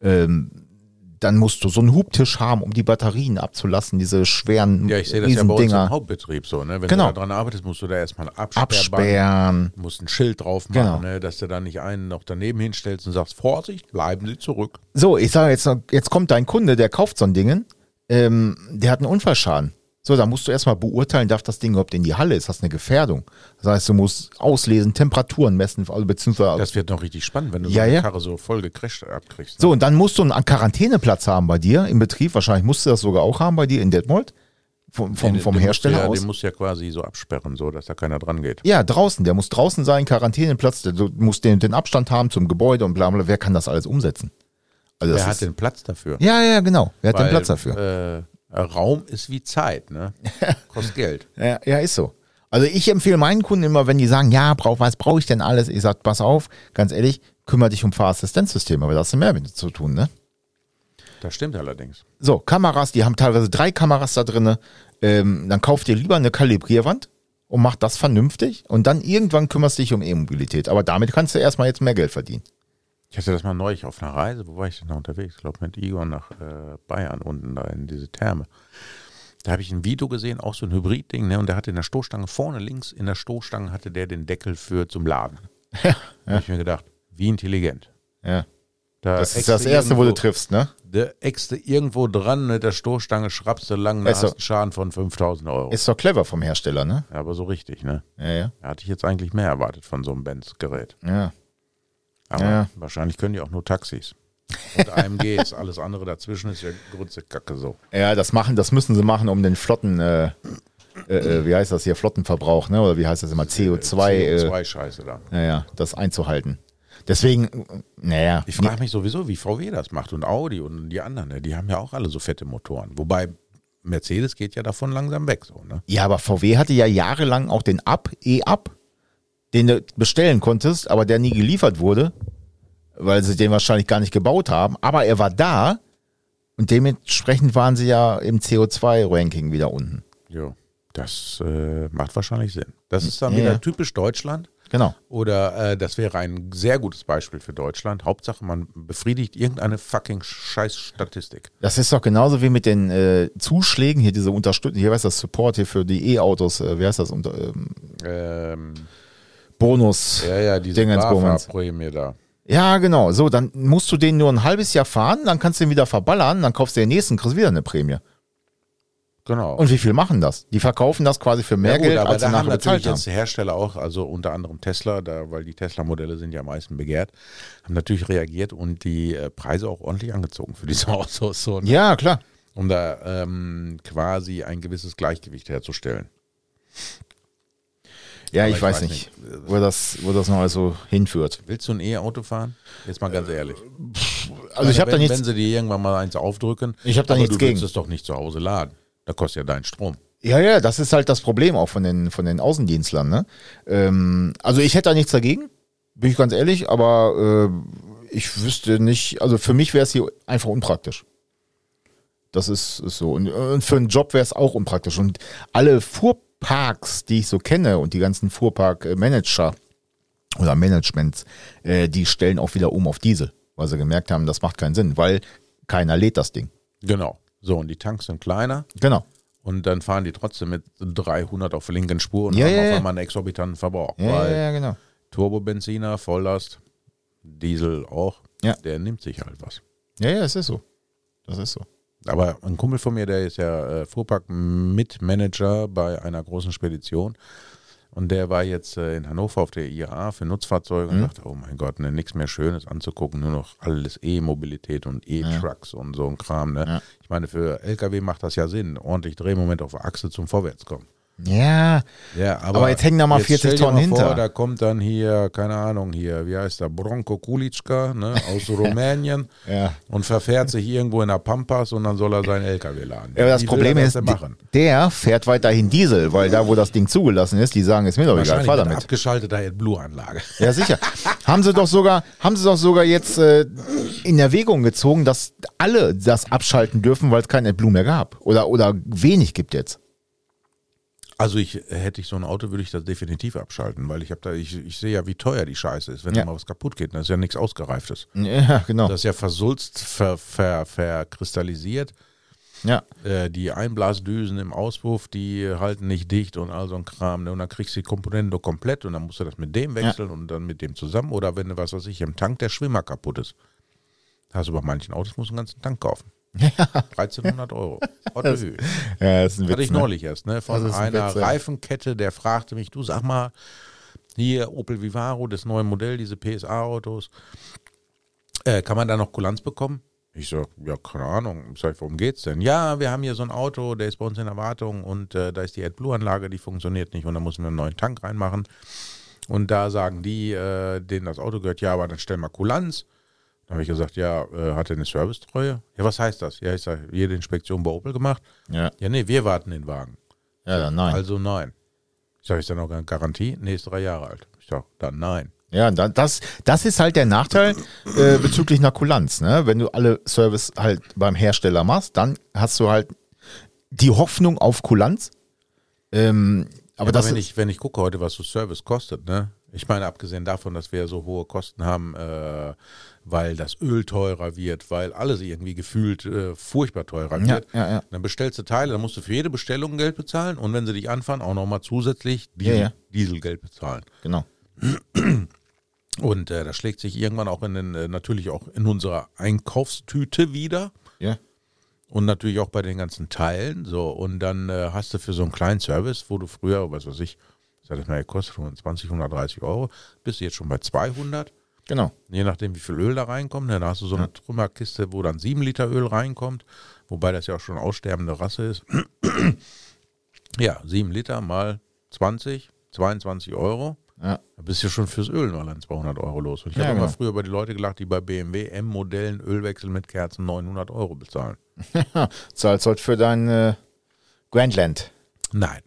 [SPEAKER 3] Ähm, dann musst du so einen Hubtisch haben, um die Batterien abzulassen, diese schweren
[SPEAKER 2] Ja, ich sehe das ja bei uns
[SPEAKER 3] Riesendinger.
[SPEAKER 2] im Hauptbetrieb so. Ne? Wenn
[SPEAKER 3] Genau.
[SPEAKER 2] du da dran arbeitest, musst du da erstmal absperren.
[SPEAKER 3] Absperren.
[SPEAKER 2] Musst ein Schild drauf machen,
[SPEAKER 3] Genau.
[SPEAKER 2] ne? dass du da nicht einen noch daneben hinstellst und sagst, Vorsicht, bleiben Sie zurück.
[SPEAKER 3] So, ich sage jetzt, jetzt kommt dein Kunde, der kauft so ein Ding, ähm, der hat einen Unfallschaden. So, da musst du erstmal beurteilen, darf das Ding überhaupt in die Halle? Ist das eine Gefährdung? Das heißt, du musst auslesen, Temperaturen messen, also beziehungsweise.
[SPEAKER 2] Das wird noch richtig spannend, wenn du
[SPEAKER 3] Ja,
[SPEAKER 2] so eine
[SPEAKER 3] ja.
[SPEAKER 2] Karre so voll gecrasht abkriegst. ne?
[SPEAKER 3] so, und dann musst du einen Quarantäneplatz haben bei dir im Betrieb. Wahrscheinlich musst du das sogar auch haben bei dir in Detmold. Vom, vom,
[SPEAKER 2] Den-
[SPEAKER 3] vom
[SPEAKER 2] den musst du
[SPEAKER 3] Hersteller
[SPEAKER 2] ja,
[SPEAKER 3] aus.
[SPEAKER 2] Den musst du ja quasi so absperren, so dass da keiner dran geht.
[SPEAKER 3] Ja, draußen. Der muss draußen sein, Quarantäneplatz. Der du- muss den, den Abstand haben zum Gebäude und bla bla. Wer kann das alles umsetzen? Also das
[SPEAKER 2] Wer hat
[SPEAKER 3] ist,
[SPEAKER 2] den Platz dafür?
[SPEAKER 3] ja, ja, genau. Wer hat den
[SPEAKER 2] Weil,
[SPEAKER 3] Platz dafür?
[SPEAKER 2] Äh, Raum ist wie Zeit, ne? Kostet Geld.
[SPEAKER 3] Ja, ja, ist so. Also ich empfehle meinen Kunden immer, wenn die sagen, ja, brauch, was brauche ich denn alles? Ich sage, pass auf, ganz ehrlich, kümmere dich um Fahrassistenzsysteme, aber da hast du mehr mit zu tun, ne?
[SPEAKER 2] Das stimmt allerdings.
[SPEAKER 3] So, Kameras, die haben teilweise drei Kameras da drin. Ähm, dann kauft ihr lieber eine Kalibrierwand und macht das vernünftig und dann irgendwann kümmerst du dich um E-Mobilität. Aber damit kannst du erstmal jetzt mehr Geld verdienen.
[SPEAKER 2] Ich hatte das mal neulich auf einer Reise, wo war ich denn noch unterwegs? Ich glaube mit Igor nach äh, Bayern unten da in diese Therme. Da habe ich ein Video gesehen, auch so ein Hybrid-Ding, ne? Und der hatte in der Stoßstange vorne links in der Stoßstange hatte der den Deckel für zum Laden. Da habe ich mir gedacht, wie intelligent.
[SPEAKER 3] Ja.
[SPEAKER 2] Da
[SPEAKER 3] Das ist
[SPEAKER 2] eckst
[SPEAKER 3] das Erste, wo du
[SPEAKER 2] irgendwo-
[SPEAKER 3] triffst, ne?
[SPEAKER 2] Da eckst du irgendwo dran mit der Stoßstange, schraubst du lang, da
[SPEAKER 3] Ist
[SPEAKER 2] hast
[SPEAKER 3] so.
[SPEAKER 2] du einen Schaden von 5000 Euro.
[SPEAKER 3] Ist doch clever vom Hersteller, ne?
[SPEAKER 2] Ja, aber so richtig, ne?
[SPEAKER 3] Ja, ja.
[SPEAKER 2] Da hatte ich jetzt eigentlich mehr erwartet von so einem Benz-Gerät.
[SPEAKER 3] ja.
[SPEAKER 2] Aber
[SPEAKER 3] Ja.
[SPEAKER 2] wahrscheinlich können die auch nur Taxis. Und AMG ist alles andere dazwischen, ist ja grütze Kacke so.
[SPEAKER 3] Ja, das machen, das müssen sie machen, um den Flotten, äh, äh, äh, wie heißt das hier, Flottenverbrauch, ne? Oder wie heißt das immer? CO2, Äh,
[SPEAKER 2] scheiße da.
[SPEAKER 3] naja, das einzuhalten. Deswegen, äh, naja,
[SPEAKER 2] Ich frage mich sowieso, wie VW das macht und Audi und die anderen, ne? die haben ja auch alle so fette Motoren. Wobei Mercedes geht ja davon langsam weg, so, ne?
[SPEAKER 3] ja, aber VW hatte ja jahrelang auch den Up, E-Up, den du bestellen konntest, aber der nie geliefert wurde, weil sie den wahrscheinlich gar nicht gebaut haben. Aber er war da und dementsprechend waren sie ja im CO2-Ranking wieder unten.
[SPEAKER 2] Jo. Das äh, macht wahrscheinlich Sinn. Das ist dann
[SPEAKER 3] Ja,
[SPEAKER 2] wieder
[SPEAKER 3] ja.
[SPEAKER 2] typisch Deutschland.
[SPEAKER 3] Genau.
[SPEAKER 2] Oder äh, das wäre ein sehr gutes Beispiel für Deutschland. Hauptsache, man befriedigt irgendeine fucking Scheiß-Statistik.
[SPEAKER 3] Das ist doch genauso wie mit den äh, Zuschlägen, hier diese Unterstützung, hier heißt das Support hier für die E-Autos, äh, wie heißt das, unter, ähm,
[SPEAKER 2] Ähm,
[SPEAKER 3] Bonus.
[SPEAKER 2] ja, ja, diese
[SPEAKER 3] Dingens, Bumens.
[SPEAKER 2] BAFA-Prämie da.
[SPEAKER 3] Ja, genau. So, dann musst du den nur ein halbes Jahr fahren, dann kannst du den wieder verballern, dann kaufst du den nächsten, kriegst wieder eine Prämie.
[SPEAKER 2] Genau.
[SPEAKER 3] Und wie viel machen das? Die verkaufen das quasi für mehr
[SPEAKER 2] Ja, gut,
[SPEAKER 3] Geld,
[SPEAKER 2] aber
[SPEAKER 3] als
[SPEAKER 2] da
[SPEAKER 3] sie
[SPEAKER 2] haben
[SPEAKER 3] nachher
[SPEAKER 2] natürlich
[SPEAKER 3] bezahlt haben.
[SPEAKER 2] jetzt die Hersteller auch, also unter anderem Tesla, da, weil die Tesla-Modelle sind ja am meisten begehrt, haben natürlich reagiert und die äh, Preise auch ordentlich angezogen für diese Autos, so, ne?
[SPEAKER 3] Ja, klar.
[SPEAKER 2] um da ähm, quasi ein gewisses Gleichgewicht herzustellen.
[SPEAKER 3] Ja,
[SPEAKER 2] Aber
[SPEAKER 3] ich, weiß, nicht, wo das, wo das noch alles so hinführt.
[SPEAKER 2] Willst du ein E-Auto fahren? Jetzt mal ganz ehrlich.
[SPEAKER 3] Äh, Also
[SPEAKER 2] Meine,
[SPEAKER 3] ich habe da
[SPEAKER 2] wenn, Wenn
[SPEAKER 3] nichts,
[SPEAKER 2] sie dir irgendwann mal eins aufdrücken,
[SPEAKER 3] Ich hab da
[SPEAKER 2] aber
[SPEAKER 3] nichts
[SPEAKER 2] du willst
[SPEAKER 3] gegen.
[SPEAKER 2] es doch nicht zu Hause laden. Da kostet ja dein Strom.
[SPEAKER 3] Ja, ja, das ist halt das Problem auch von den, von den Außendienstlern. Ne? Ähm, also ich hätte da nichts dagegen, bin ich ganz ehrlich, aber äh, ich wüsste nicht, also für mich wäre es hier einfach unpraktisch. Das ist, ist so. Und, und für einen Job wäre es auch unpraktisch. Und alle Fuhrparks, die ich so kenne und die ganzen Fuhrpark-Manager oder Managements, äh, die stellen auch wieder um auf Diesel, weil sie gemerkt haben, das macht keinen Sinn, weil keiner lädt das Ding.
[SPEAKER 2] Genau. So, und die Tanks sind kleiner.
[SPEAKER 3] Genau.
[SPEAKER 2] Und dann fahren die trotzdem mit 300 auf der linken Spur und
[SPEAKER 3] Ja,
[SPEAKER 2] haben
[SPEAKER 3] ja,
[SPEAKER 2] auf
[SPEAKER 3] ja.
[SPEAKER 2] einmal einen exorbitanten Verbrauch.
[SPEAKER 3] Ja,
[SPEAKER 2] weil
[SPEAKER 3] ja, ja, genau.
[SPEAKER 2] Turbobenziner, Volllast, Diesel auch,
[SPEAKER 3] Ja.
[SPEAKER 2] der nimmt sich halt was.
[SPEAKER 3] Ja, ja, es ist so. Das ist so.
[SPEAKER 2] Aber ein Kumpel von mir, der ist ja äh, Fuhrpark-Mitmanager bei einer großen Spedition. Und der war jetzt äh, in Hannover auf der IAA für Nutzfahrzeuge und dachte, oh mein Gott, ne, nichts mehr Schönes anzugucken, nur noch alles E-Mobilität und E-Trucks und so ein Kram. Ne? Ich meine, für Lkw macht das ja Sinn, ordentlich Drehmoment auf der Achse zum Vorwärtskommen.
[SPEAKER 3] Ja,
[SPEAKER 2] Ja, aber,
[SPEAKER 3] Aber jetzt hängen da mal 40
[SPEAKER 2] stell dir
[SPEAKER 3] Tonnen
[SPEAKER 2] vor,
[SPEAKER 3] hinter.
[SPEAKER 2] Da kommt dann hier, keine Ahnung, hier, wie heißt der, Bronco Kulitschka ne, aus Rumänien
[SPEAKER 3] Ja.
[SPEAKER 2] und verfährt sich irgendwo in der Pampas und dann soll er seinen LKW laden.
[SPEAKER 3] Ja, aber das
[SPEAKER 2] Wie will
[SPEAKER 3] Problem
[SPEAKER 2] er das
[SPEAKER 3] ist,
[SPEAKER 2] denn machen?
[SPEAKER 3] der fährt weiterhin Diesel, weil da, wo das Ding zugelassen ist, die sagen, ist mir doch egal,
[SPEAKER 2] Wahrscheinlich
[SPEAKER 3] fahr
[SPEAKER 2] mit
[SPEAKER 3] damit.
[SPEAKER 2] abgeschalteter AdBlue-Anlage.
[SPEAKER 3] Ja, sicher. haben sie doch sogar, haben sie doch sogar jetzt äh, in Erwägung gezogen, dass alle das abschalten dürfen, weil es kein AdBlue mehr gab. Oder, oder wenig gibt jetzt.
[SPEAKER 2] Also ich hätte ich so ein Auto, würde ich das definitiv abschalten, weil ich habe da, ich, ich sehe ja, wie teuer die Scheiße ist, wenn
[SPEAKER 3] Ja.
[SPEAKER 2] da mal was kaputt geht. Das ist ja nichts Ausgereiftes.
[SPEAKER 3] Ja, genau.
[SPEAKER 2] Das ist ja versulzt, ver, ver, verkristallisiert.
[SPEAKER 3] ja.
[SPEAKER 2] äh, die Einblasdüsen im Auspuff, die halten nicht dicht und all so ein Kram. Ne? Und dann kriegst du die Komponenten doch komplett und dann musst du das mit dem wechseln und dann mit dem zusammen. Oder wenn du, was weiß ich, im Tank der Schwimmer kaputt ist. Hast du bei manchen Autos, musst du einen ganzen Tank kaufen. 1300 Euro. Otto Hü.
[SPEAKER 3] Ja, das ist ein Witz,
[SPEAKER 2] Hatte ich
[SPEAKER 3] ne?
[SPEAKER 2] neulich erst, ne? Von
[SPEAKER 3] Das ist ein
[SPEAKER 2] einer
[SPEAKER 3] Witz, ja.
[SPEAKER 2] Reifenkette, der fragte mich, du sag mal, hier Opel Vivaro, das neue Modell, diese PSA-Autos, äh, kann man da noch Kulanz bekommen? Ich sag, ja, keine Ahnung. Sag ich, worum geht's denn? Ja, wir haben hier so ein Auto, der ist bei uns in Erwartung und äh, da ist die AdBlue-Anlage, die funktioniert nicht und da müssen wir einen neuen Tank reinmachen. Und da sagen die, äh, denen das Auto gehört, ja, aber dann stell mal Kulanz. Da habe ich gesagt, ja, äh, hat er eine Servicetreue? Ja, was heißt das? Ja, ich sage, jede Inspektion bei Opel gemacht.
[SPEAKER 3] Ja,
[SPEAKER 2] Ja, nee, wir warten den Wagen.
[SPEAKER 3] ja dann nein.
[SPEAKER 2] Also nein. Ich sage, ist dann noch gar- Garantie? Nee, ist drei Jahre alt. Ich sage, dann nein.
[SPEAKER 3] Ja, da- das, das ist halt der Nachteil äh, bezüglich einer Kulanz. Ne? Wenn du alle Service halt beim Hersteller machst, dann hast du halt die Hoffnung auf Kulanz. Ähm, aber
[SPEAKER 2] Aber
[SPEAKER 3] das
[SPEAKER 2] wenn,
[SPEAKER 3] ist,
[SPEAKER 2] ich, wenn ich gucke heute, was so Service kostet, ne? Ich meine, abgesehen davon, dass wir so hohe Kosten haben, äh, weil das Öl teurer wird, weil alles irgendwie gefühlt äh, furchtbar teurer
[SPEAKER 3] Ja,
[SPEAKER 2] wird.
[SPEAKER 3] ja, ja.
[SPEAKER 2] Dann bestellst du Teile, dann musst du für jede Bestellung Geld bezahlen und wenn sie dich anfahren, auch nochmal zusätzlich
[SPEAKER 3] Ja,
[SPEAKER 2] Diesel,
[SPEAKER 3] ja.
[SPEAKER 2] Dieselgeld bezahlen.
[SPEAKER 3] genau.
[SPEAKER 2] Und äh, das schlägt sich irgendwann auch in den, äh, natürlich auch in unserer Einkaufstüte wieder.
[SPEAKER 3] Ja.
[SPEAKER 2] Und natürlich auch bei den ganzen Teilen. So, und dann äh, hast du für so einen kleinen Service, wo du früher, was weiß ich, das hat das mal gekostet, 120, 130 Euro, bist du jetzt schon bei 200.
[SPEAKER 3] Genau.
[SPEAKER 2] Je nachdem, wie viel Öl da reinkommt. ne, Da hast du so eine Trümmerkiste, wo dann 7 Liter Öl reinkommt. Wobei das ja auch schon aussterbende Rasse ist. ja, 7 Liter mal 20, 22 Euro.
[SPEAKER 3] Ja.
[SPEAKER 2] Da bist du schon fürs Öl mal an 200 Euro los. Und ich
[SPEAKER 3] Ja,
[SPEAKER 2] habe
[SPEAKER 3] genau.
[SPEAKER 2] immer früher über die Leute gelacht, die bei BMW M-Modellen Ölwechsel mit Kerzen 900 Euro bezahlen.
[SPEAKER 3] Zahlst halt für dein äh, Grandland.
[SPEAKER 2] Nein.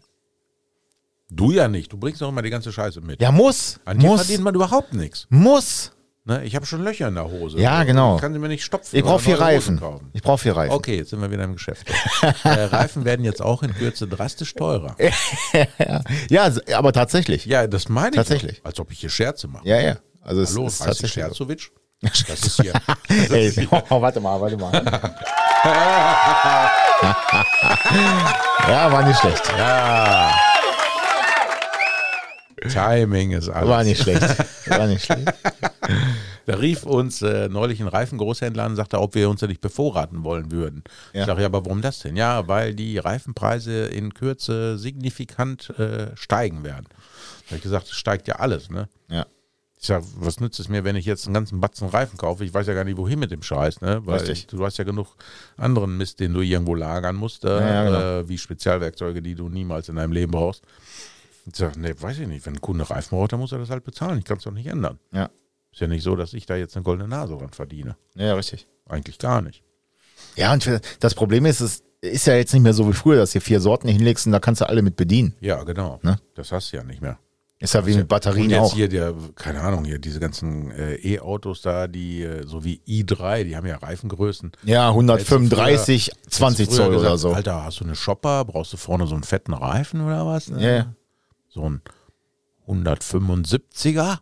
[SPEAKER 2] Du ja nicht. Du bringst doch immer die ganze Scheiße mit.
[SPEAKER 3] Ja, muss.
[SPEAKER 2] An dir
[SPEAKER 3] muss.
[SPEAKER 2] verdient man überhaupt nichts.
[SPEAKER 3] Muss.
[SPEAKER 2] Ne? Ich habe schon Löcher in der Hose.
[SPEAKER 3] Ja, genau.
[SPEAKER 2] Ich kann sie mir nicht stopfen.
[SPEAKER 3] Ich brauche
[SPEAKER 2] oder
[SPEAKER 3] vier
[SPEAKER 2] neue Hosen
[SPEAKER 3] Reifen.
[SPEAKER 2] kaufen.
[SPEAKER 3] Ich brauche vier Reifen.
[SPEAKER 2] Okay, jetzt sind wir wieder im Geschäft. äh, Reifen werden jetzt auch in Kürze drastisch teurer.
[SPEAKER 3] Ja, s- aber tatsächlich.
[SPEAKER 2] Ja, das meine ich.
[SPEAKER 3] Tatsächlich.
[SPEAKER 2] doch. Als ob ich hier Scherze mache.
[SPEAKER 3] Ja, ja. Also es
[SPEAKER 2] Hallo,
[SPEAKER 3] ist
[SPEAKER 2] heißt ich
[SPEAKER 3] tatsächlich. so.
[SPEAKER 2] Scherzowitsch? Das ist hier.
[SPEAKER 3] Ey, oh, warte mal, warte mal. ja, war nicht schlecht.
[SPEAKER 2] Timing ist alles.
[SPEAKER 3] War nicht schlecht. War nicht schlecht.
[SPEAKER 2] Da rief uns äh, neulich ein Reifengroßhändler an und sagte, ob wir uns ja nicht bevorraten wollen würden.
[SPEAKER 3] Ja.
[SPEAKER 2] Ich sage, ja, aber warum das denn? Ja, weil die Reifenpreise in Kürze signifikant äh, steigen werden. Da habe ich gesagt, es steigt ja alles, ne?
[SPEAKER 3] Ja.
[SPEAKER 2] Ich sage, was nützt es mir, wenn ich jetzt einen ganzen Batzen Reifen kaufe? Ich weiß ja gar nicht, wohin mit dem Scheiß, ne? Weil
[SPEAKER 3] Richtig.
[SPEAKER 2] du hast ja genug anderen Mist, den du irgendwo lagern musst, äh,
[SPEAKER 3] Ja, ja, genau.
[SPEAKER 2] äh, wie Spezialwerkzeuge, die du niemals in deinem Leben brauchst. Ich sage, ne, weiß ich nicht, wenn ein Kunde Reifen braucht, dann muss er das halt bezahlen. Ich kann es doch nicht ändern.
[SPEAKER 3] Ja.
[SPEAKER 2] Ist ja nicht so, dass ich da jetzt eine goldene Nase dran verdiene.
[SPEAKER 3] Ja, richtig.
[SPEAKER 2] Eigentlich gar nicht.
[SPEAKER 3] Ja, und für- das Problem ist, es ist ja jetzt nicht mehr so wie früher, dass du hier vier Sorten hinlegst und da kannst du alle mit bedienen.
[SPEAKER 2] Ja, genau.
[SPEAKER 3] Ne?
[SPEAKER 2] Das hast du ja nicht mehr.
[SPEAKER 3] Ist ja wie mit
[SPEAKER 2] Also, Und
[SPEAKER 3] Batterien
[SPEAKER 2] jetzt
[SPEAKER 3] auch.
[SPEAKER 2] hier der, keine Ahnung, hier diese ganzen äh, E-Autos da, die äh, so wie i3, die haben ja Reifengrößen.
[SPEAKER 3] Ja, 135,
[SPEAKER 2] Hättest du
[SPEAKER 3] 20
[SPEAKER 2] früher
[SPEAKER 3] Zoll oder
[SPEAKER 2] gesagt, halt-
[SPEAKER 3] so.
[SPEAKER 2] Alter, hast du eine Shopper? Brauchst du vorne so einen fetten Reifen oder was?
[SPEAKER 3] Ja, ja.
[SPEAKER 2] So ein 175er?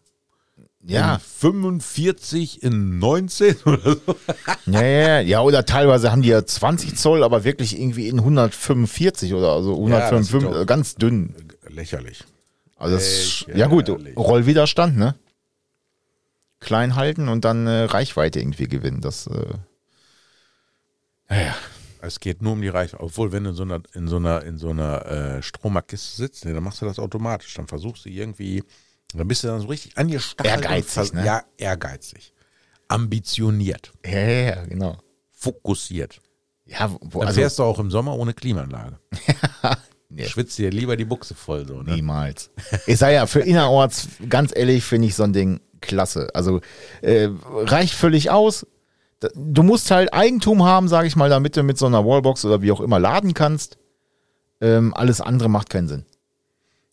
[SPEAKER 3] Ja,
[SPEAKER 2] In 45 in 19 oder so?
[SPEAKER 3] ja, ja, ja. Oder teilweise haben die ja 20 Zoll, aber wirklich irgendwie in 145 oder so,
[SPEAKER 2] Ja, das ist
[SPEAKER 3] 155,
[SPEAKER 2] doch-
[SPEAKER 3] ganz dünn.
[SPEAKER 2] Lächerlich.
[SPEAKER 3] Also das,
[SPEAKER 2] Lächerlich.
[SPEAKER 3] ja gut, Rollwiderstand, ne? Klein halten und dann äh, Reichweite irgendwie gewinnen. Das, äh,
[SPEAKER 2] Es geht nur um die Reichweite. Obwohl, wenn du in so einer, in so einer, in so einer äh, Stromerkiste sitzt, ne, dann machst du das automatisch. Dann versuchst du irgendwie, dann bist du dann so richtig angestachelt.
[SPEAKER 3] Ehrgeizig,
[SPEAKER 2] und vers-
[SPEAKER 3] ne?
[SPEAKER 2] Ja, ehrgeizig. Ambitioniert.
[SPEAKER 3] ja, ja, ja, genau.
[SPEAKER 2] Fokussiert.
[SPEAKER 3] Ja, wo,
[SPEAKER 2] Dann
[SPEAKER 3] also,
[SPEAKER 2] fährst du auch im Sommer ohne Klimaanlage.
[SPEAKER 3] Nee.
[SPEAKER 2] Schwitzt dir lieber die Buchse voll so, ne?
[SPEAKER 3] Niemals. Ich sage ja, für innerorts, ganz ehrlich, finde ich so ein Ding klasse. Also äh, reicht völlig aus. Da- Du musst halt Eigentum haben, sage ich mal, damit du mit so einer Wallbox oder wie auch immer laden kannst. Ähm, alles andere macht keinen Sinn.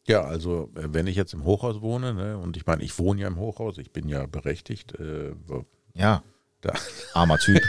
[SPEAKER 2] Ja, also äh, wenn ich jetzt im Hochhaus wohne, ne, und ich meine, ich wohne ja im Hochhaus, ich bin ja berechtigt, äh, wo-
[SPEAKER 3] Ja,
[SPEAKER 2] da,
[SPEAKER 3] armer Typ.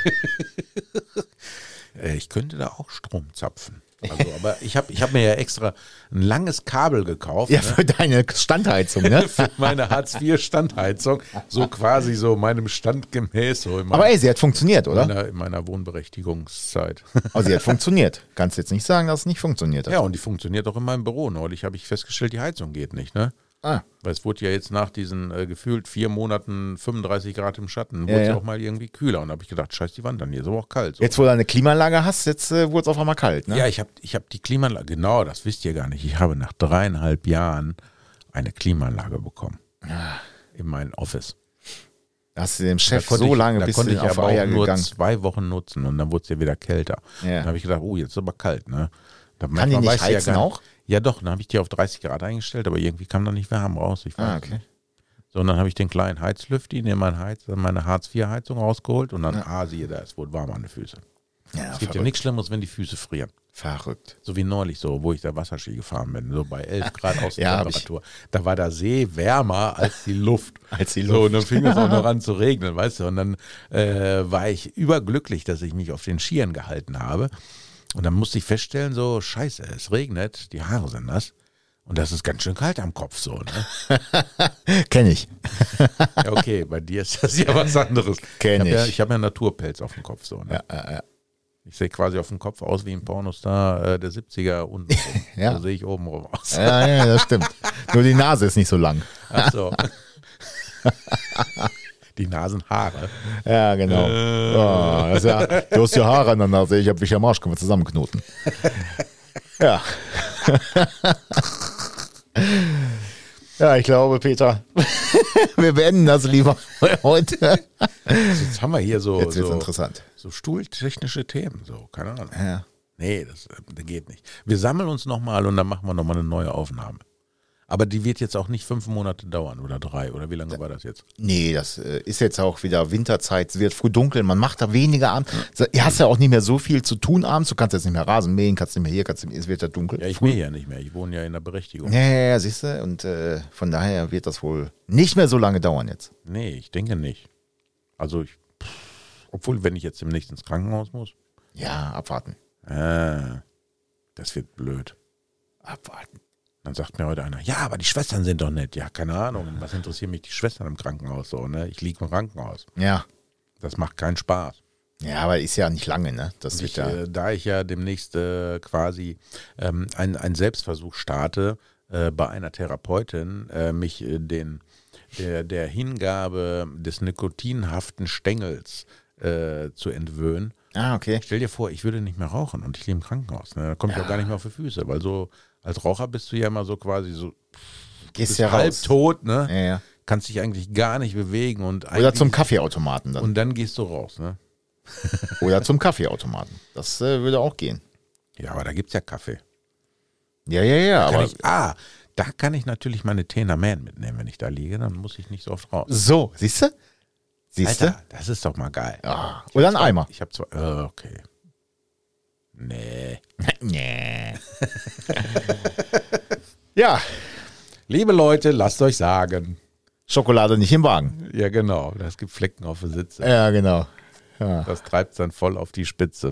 [SPEAKER 2] äh, ich könnte da auch Strom zapfen. Also, aber ich habe ich hab mir ja extra ein langes Kabel gekauft.
[SPEAKER 3] ja,
[SPEAKER 2] ne?
[SPEAKER 3] für deine Standheizung, ne?
[SPEAKER 2] für meine Hartz-IV-Standheizung. So quasi so meinem Stand gemäß. So in meiner,
[SPEAKER 3] Aber ey, sie hat funktioniert, oder?
[SPEAKER 2] meiner, in meiner Wohnberechtigungszeit.
[SPEAKER 3] Also sie hat funktioniert. Kannst jetzt nicht sagen, dass es nicht funktioniert hat.
[SPEAKER 2] ja, und die funktioniert auch in meinem Büro. Neulich habe ich festgestellt, die Heizung geht nicht. Ne?
[SPEAKER 3] Ah,
[SPEAKER 2] Weil es wurde ja jetzt nach diesen äh, gefühlt vier Monaten 35 Grad im Schatten, wurde
[SPEAKER 3] Ja,
[SPEAKER 2] es
[SPEAKER 3] ja.
[SPEAKER 2] auch mal irgendwie kühler. Und da habe ich gedacht, scheiß die Wand an, hier ist aber auch kalt. So.
[SPEAKER 3] jetzt, wo du eine Klimaanlage hast, jetzt äh, wurde es auf einmal kalt, ne?
[SPEAKER 2] Ja, ich habe ich hab die Klimaanlage, genau, das wisst ihr gar nicht. Ich habe nach dreieinhalb Jahren eine Klimaanlage bekommen. In mein Office.
[SPEAKER 3] Da hast du dem
[SPEAKER 2] Da
[SPEAKER 3] Chef
[SPEAKER 2] konnte
[SPEAKER 3] so
[SPEAKER 2] ich-
[SPEAKER 3] lange
[SPEAKER 2] da
[SPEAKER 3] bis
[SPEAKER 2] konnte
[SPEAKER 3] du
[SPEAKER 2] ich
[SPEAKER 3] auf
[SPEAKER 2] aber
[SPEAKER 3] Eier
[SPEAKER 2] auch nur
[SPEAKER 3] gegangen.
[SPEAKER 2] zwei Wochen nutzen und dann wurde es ja wieder kälter.
[SPEAKER 3] Ja.
[SPEAKER 2] Dann habe ich gedacht, oh, jetzt ist aber kalt, ne? Da
[SPEAKER 3] Kann die
[SPEAKER 2] manchmal
[SPEAKER 3] nicht
[SPEAKER 2] weiß ich
[SPEAKER 3] heizen
[SPEAKER 2] gar
[SPEAKER 3] auch?
[SPEAKER 2] Ja doch, dann habe ich die auf 30 Grad eingestellt, aber irgendwie kam da nicht warm raus. Ich weiß
[SPEAKER 3] Ah,
[SPEAKER 2] nicht.
[SPEAKER 3] okay.
[SPEAKER 2] So, und dann habe ich den kleinen Heizlüfti, in mein Heiz, meine Hartz-IV-Heizung rausgeholt und dann, ah, siehe da, es wurde warm an den Füßen.
[SPEAKER 3] Ja,
[SPEAKER 2] es gibt ja nichts Schlimmeres, wenn die Füße frieren.
[SPEAKER 3] Verrückt.
[SPEAKER 2] So wie neulich, so, wo ich da Wasserski gefahren bin, so bei 11 Grad
[SPEAKER 3] Ja, hab ich-
[SPEAKER 2] Außentemperatur. Da war der See wärmer als die Luft.
[SPEAKER 3] Als die
[SPEAKER 2] So,
[SPEAKER 3] Luft.
[SPEAKER 2] und dann fing es auch noch an zu regnen, weißt du. Und dann äh, war ich überglücklich, dass ich mich auf den Skiern gehalten habe. Und dann musste ich feststellen, so, scheiße, es regnet, die Haare sind nass. Und das ist ganz schön kalt am Kopf so. Ne?
[SPEAKER 3] Kenne ich.
[SPEAKER 2] Ja, okay, bei dir ist das ja was anderes.
[SPEAKER 3] Kenn
[SPEAKER 2] ich. Hab ja,
[SPEAKER 3] ich.
[SPEAKER 2] ich habe ja einen Naturpelz auf dem Kopf so. Ne? Ich sehe quasi auf dem Kopf aus wie ein Pornostar äh, der 70er unten. rum.
[SPEAKER 3] Ja.
[SPEAKER 2] So sehe ich oben rum aus.
[SPEAKER 3] Ja, ja, das stimmt. Nur die Nase ist nicht so lang.
[SPEAKER 2] Ach so. Die Nasenhaare.
[SPEAKER 3] Ja, genau.
[SPEAKER 2] Äh.
[SPEAKER 3] Ah, das ist ja, du hast ja Haare an der Nase. Ich habe mich am Arsch, können wir zusammenknoten. Ja. Ja, ich glaube, Peter, wir beenden das lieber heute.
[SPEAKER 2] Jetzt haben wir hier so,
[SPEAKER 3] Jetzt wird's
[SPEAKER 2] so,
[SPEAKER 3] interessant.
[SPEAKER 2] so stuhltechnische Themen. So, keine Ahnung.
[SPEAKER 3] Ja.
[SPEAKER 2] Nee, das, äh, das geht nicht. Wir sammeln uns nochmal und dann machen wir nochmal eine neue Aufnahme. Aber die wird jetzt auch nicht fünf Monate dauern oder drei. Oder wie lange war das jetzt?
[SPEAKER 3] Nee, das äh, ist jetzt auch wieder Winterzeit, es wird früh dunkel, man macht da weniger abends. Du hast ja auch nicht mehr so viel zu tun abends, du kannst jetzt nicht mehr Rasen mähen, kannst nicht mehr hier, kannst nicht mehr, es wird ja dunkel.
[SPEAKER 2] Ja, ich will ja nicht mehr. Ich wohne ja in der Berechtigung.
[SPEAKER 3] Ja, ja, ja, siehst du, und äh, von daher wird das wohl nicht mehr so lange dauern jetzt.
[SPEAKER 2] Nee, ich denke nicht. Also ich, pff, obwohl, wenn ich jetzt demnächst ins Krankenhaus muss,
[SPEAKER 3] Ja, abwarten.
[SPEAKER 2] äh, das wird blöd.
[SPEAKER 3] Abwarten.
[SPEAKER 2] Dann sagt mir heute einer, ja, aber die Schwestern sind doch nett. Ja, keine Ahnung, was interessieren mich die Schwestern im Krankenhaus so, ne? Ich liege im Krankenhaus.
[SPEAKER 3] Ja.
[SPEAKER 2] Das macht keinen Spaß.
[SPEAKER 3] Ja, aber ist ja nicht lange, ne? Das wird
[SPEAKER 2] Ich,
[SPEAKER 3] ja.
[SPEAKER 2] äh, da ich ja demnächst äh, quasi ähm, einen einen Selbstversuch starte, äh, bei einer Therapeutin, äh, mich äh, den, der, der Hingabe des nikotinhaften Stängels äh, zu entwöhnen,
[SPEAKER 3] ah, okay.
[SPEAKER 2] Stell dir vor, ich würde nicht mehr rauchen und ich lebe im Krankenhaus. Ne? Da komme ich auch gar nicht mehr auf die Füße, weil so als Raucher bist du ja immer so quasi so
[SPEAKER 3] Gehst
[SPEAKER 2] bist
[SPEAKER 3] ja
[SPEAKER 2] halb
[SPEAKER 3] raus.
[SPEAKER 2] tot, ne?
[SPEAKER 3] Ja, ja.
[SPEAKER 2] Kannst dich eigentlich gar nicht bewegen und
[SPEAKER 3] Oder
[SPEAKER 2] eigentlich-
[SPEAKER 3] zum Kaffeeautomaten dann.
[SPEAKER 2] und dann gehst du raus, ne?
[SPEAKER 3] Oder zum Kaffeeautomaten. Das äh, würde auch gehen.
[SPEAKER 2] Ja, aber da gibt's ja Kaffee.
[SPEAKER 3] Ja, ja, ja,
[SPEAKER 2] Kann
[SPEAKER 3] aber.
[SPEAKER 2] ich, ah, da kann ich natürlich meine Tena Man mitnehmen, wenn ich da liege, dann muss ich nicht so oft raus.
[SPEAKER 3] So, siehst du? Siehst du?
[SPEAKER 2] Alter, das ist doch mal geil.
[SPEAKER 3] Ah, oder ein Eimer.
[SPEAKER 2] Ich habe zwei. Äh, okay. Nee.
[SPEAKER 3] Nee. ja,
[SPEAKER 2] Liebe Leute, lasst euch sagen.
[SPEAKER 3] Schokolade nicht im Wagen.
[SPEAKER 2] Ja, genau. Das gibt Flecken auf der Sitze.
[SPEAKER 3] Ja, genau.
[SPEAKER 2] Das treibt es dann voll auf die Spitze.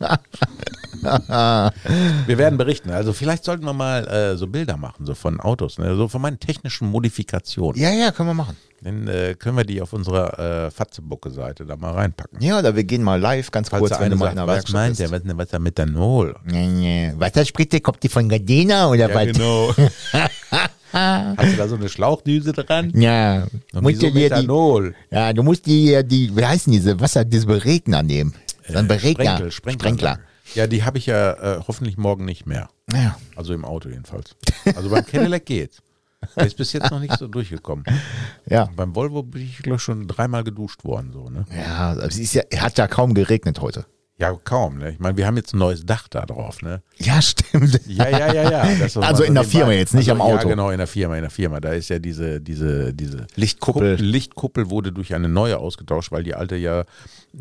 [SPEAKER 2] wir werden berichten. Also vielleicht sollten wir mal äh, so Bilder machen, so von Autos, ne? so von meinen technischen Modifikationen.
[SPEAKER 3] Ja, ja, können wir machen.
[SPEAKER 2] Dann äh, können wir die auf unserer äh, Fatzebucke-Seite da mal reinpacken.
[SPEAKER 3] Ja, oder wir gehen mal live ganz
[SPEAKER 2] Falls
[SPEAKER 3] kurz,
[SPEAKER 2] der
[SPEAKER 3] wenn du
[SPEAKER 2] eine
[SPEAKER 3] mal
[SPEAKER 2] sagt,
[SPEAKER 3] in der
[SPEAKER 2] was
[SPEAKER 3] Werkstatt
[SPEAKER 2] meint der,
[SPEAKER 3] bist.
[SPEAKER 2] was, was ist da Methanol?
[SPEAKER 3] Nee, nee. Wasserspritze, kommt die von Gardena oder was?
[SPEAKER 2] genau. Hast du da so eine Schlauchdüse dran?
[SPEAKER 3] Ja, musst
[SPEAKER 2] wieso
[SPEAKER 3] du dir die,
[SPEAKER 2] Methanol?
[SPEAKER 3] ja, du musst dir die, wie heißen diese Wasser, diese Beregner nehmen. So
[SPEAKER 2] Äh,
[SPEAKER 3] ein Beregner.
[SPEAKER 2] Sprenkler, Sprenkler. Ja, die habe ich ja äh, hoffentlich morgen nicht mehr.
[SPEAKER 3] Ja.
[SPEAKER 2] Also im Auto jedenfalls. Also beim Cadillac geht's. Der ist bis jetzt noch nicht so durchgekommen.
[SPEAKER 3] Ja.
[SPEAKER 2] Beim Volvo bin ich, glaube ich, schon dreimal geduscht worden. So, ne?
[SPEAKER 3] Ja, es ist ja, hat ja kaum geregnet heute.
[SPEAKER 2] Ja, kaum. Ne? Ich meine, wir haben jetzt ein neues Dach da drauf. Ne?
[SPEAKER 3] Ja, stimmt.
[SPEAKER 2] Ja, ja, ja, ja. Das ist
[SPEAKER 3] Also
[SPEAKER 2] mal
[SPEAKER 3] in der
[SPEAKER 2] nebenbei.
[SPEAKER 3] Firma jetzt, nicht am Auto.
[SPEAKER 2] Ja, genau, in der Firma, in der Firma. Da ist ja diese, diese, diese
[SPEAKER 3] Lichtkuppel.
[SPEAKER 2] Kupp- Lichtkuppel wurde durch eine neue ausgetauscht, weil die alte ja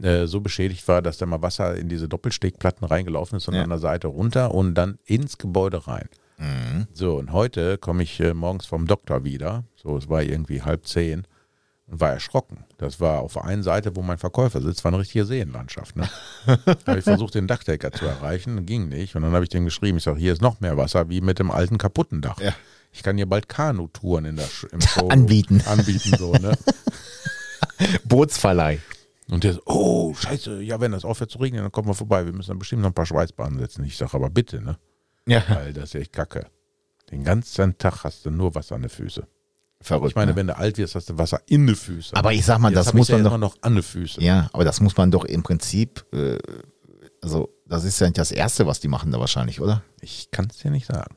[SPEAKER 2] äh, so beschädigt war, dass da mal Wasser in diese Doppelstegplatten reingelaufen ist und
[SPEAKER 3] Ja.
[SPEAKER 2] an der Seite runter und dann ins Gebäude rein.
[SPEAKER 3] Mhm.
[SPEAKER 2] So, und heute komme ich äh, morgens vom Doktor wieder. So, es war irgendwie halb zehn und war erschrocken. Das war auf der einen Seite, wo mein Verkäufer sitzt, war eine richtige Seenlandschaft. Ne? habe ich versucht, den Dachdecker zu erreichen, ging nicht. Und dann habe ich dem geschrieben, ich sage, hier ist noch mehr Wasser, wie mit dem alten kaputten Dach.
[SPEAKER 3] Ja.
[SPEAKER 2] Ich kann hier bald Kanutouren in der Sch im Show
[SPEAKER 3] Anbieten.
[SPEAKER 2] Anbieten so, ne?
[SPEAKER 3] Bootsverleih.
[SPEAKER 2] Und der so, oh, scheiße, ja, wenn das aufhört zu regnen, dann kommen wir vorbei. Wir müssen dann bestimmt noch ein paar Schweißbahnen setzen. Ich sage, aber bitte, ne?
[SPEAKER 3] Ja.
[SPEAKER 2] Weil das ist echt kacke. Den ganzen Tag hast du nur Wasser an den Füßen.
[SPEAKER 3] Verrückt.
[SPEAKER 2] Ich meine,
[SPEAKER 3] ne?
[SPEAKER 2] wenn du alt wirst, hast du Wasser in den Füßen.
[SPEAKER 3] aber ich sag mal,
[SPEAKER 2] Jetzt
[SPEAKER 3] das
[SPEAKER 2] hab
[SPEAKER 3] muss
[SPEAKER 2] ich ja
[SPEAKER 3] man doch.
[SPEAKER 2] immer noch an den Füßen.
[SPEAKER 3] Ja, aber das muss man doch im Prinzip, äh, also das ist ja nicht das Erste, was die machen da wahrscheinlich, oder?
[SPEAKER 2] Ich kann es dir nicht sagen.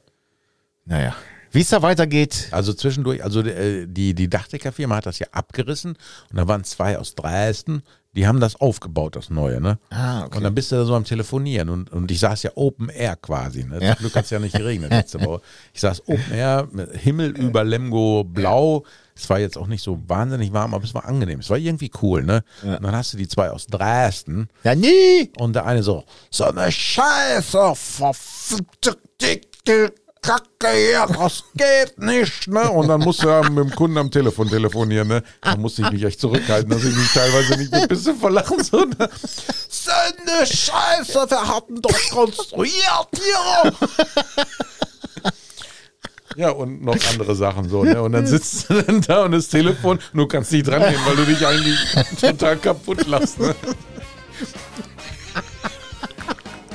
[SPEAKER 3] Naja. Wie es da weitergeht,
[SPEAKER 2] Also zwischendurch, also äh, die, die Dachdeckerfirma hat das ja abgerissen und da waren zwei aus Dresden, die haben das aufgebaut, das Neue, ne?
[SPEAKER 3] Ah, okay.
[SPEAKER 2] Und dann bist du da so am Telefonieren und, und ich saß ja Open Air quasi, ne? Zum
[SPEAKER 3] Ja.
[SPEAKER 2] Glück hat es ja nicht geregnet letzte Woche. Ich saß Open Air, mit Himmel über Lemgo blau. Es war jetzt auch nicht so wahnsinnig warm, aber es war angenehm. Es war irgendwie cool, ne? Und dann hast du die zwei aus Dresden
[SPEAKER 3] ja nie,
[SPEAKER 2] und der eine so, so eine Scheiße, verfickte dicke Kacke hier, das geht nicht, ne? Und dann musste er mit dem Kunden am Telefon telefonieren, ne? Da musste ich mich echt zurückhalten, dass ich mich teilweise nicht ein bisschen verlachen so, ne? So eine Scheiße, wir hatten doch konstruiert hier. Ja, und noch andere Sachen so, ne? Und dann sitzt du dann da und das Telefon, und du kannst nicht dran gehen, weil du dich eigentlich total kaputt lachst, ne?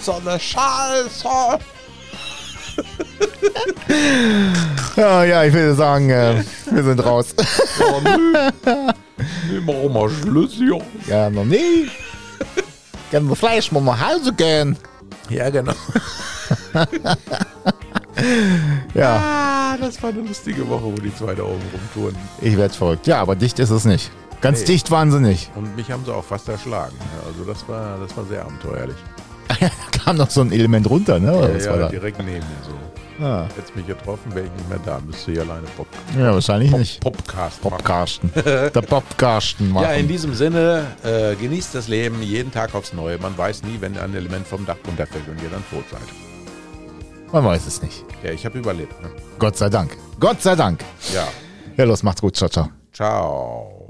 [SPEAKER 2] So eine Scheiße.
[SPEAKER 3] Ja, ja, ich würde sagen, äh, wir sind raus.
[SPEAKER 2] Ja, nö. Nee, machen wir Schluss hier.
[SPEAKER 3] ja, noch nie. Können wir Fleisch mal nach Hause gehen?
[SPEAKER 2] Ja, genau.
[SPEAKER 3] Ja,
[SPEAKER 2] Ah, das war eine lustige Woche, wo die zwei da oben rumtouren.
[SPEAKER 3] ich werde verrückt. Ja, aber dicht ist es nicht. Ganz
[SPEAKER 2] Nee.
[SPEAKER 3] dicht waren sie nicht.
[SPEAKER 2] Und mich haben sie auch fast erschlagen. Ja, Also das war, das war sehr abenteuerlich.
[SPEAKER 3] da kam noch so ein Element runter, ne? Oder was
[SPEAKER 2] ja,
[SPEAKER 3] war
[SPEAKER 2] ja
[SPEAKER 3] da?
[SPEAKER 2] direkt neben mir so.
[SPEAKER 3] Ja.
[SPEAKER 2] Hättest mich getroffen, wäre ich nicht mehr da. Müsste ich alleine Pop
[SPEAKER 3] ja, wahrscheinlich nicht.
[SPEAKER 2] Popcast machen.
[SPEAKER 3] Popkarsten. Der Popkarsten machen.
[SPEAKER 2] Ja, in diesem Sinne, äh, genießt das Leben jeden Tag aufs Neue. Man weiß nie, wenn ein Element vom Dach runterfällt und ihr dann tot seid.
[SPEAKER 3] Man weiß es nicht.
[SPEAKER 2] Ja, ich habe überlebt. Ne?
[SPEAKER 3] Gott sei Dank. Gott sei Dank.
[SPEAKER 2] Ja,
[SPEAKER 3] Ja, los, macht's gut. Ciao, ciao.
[SPEAKER 2] ciao.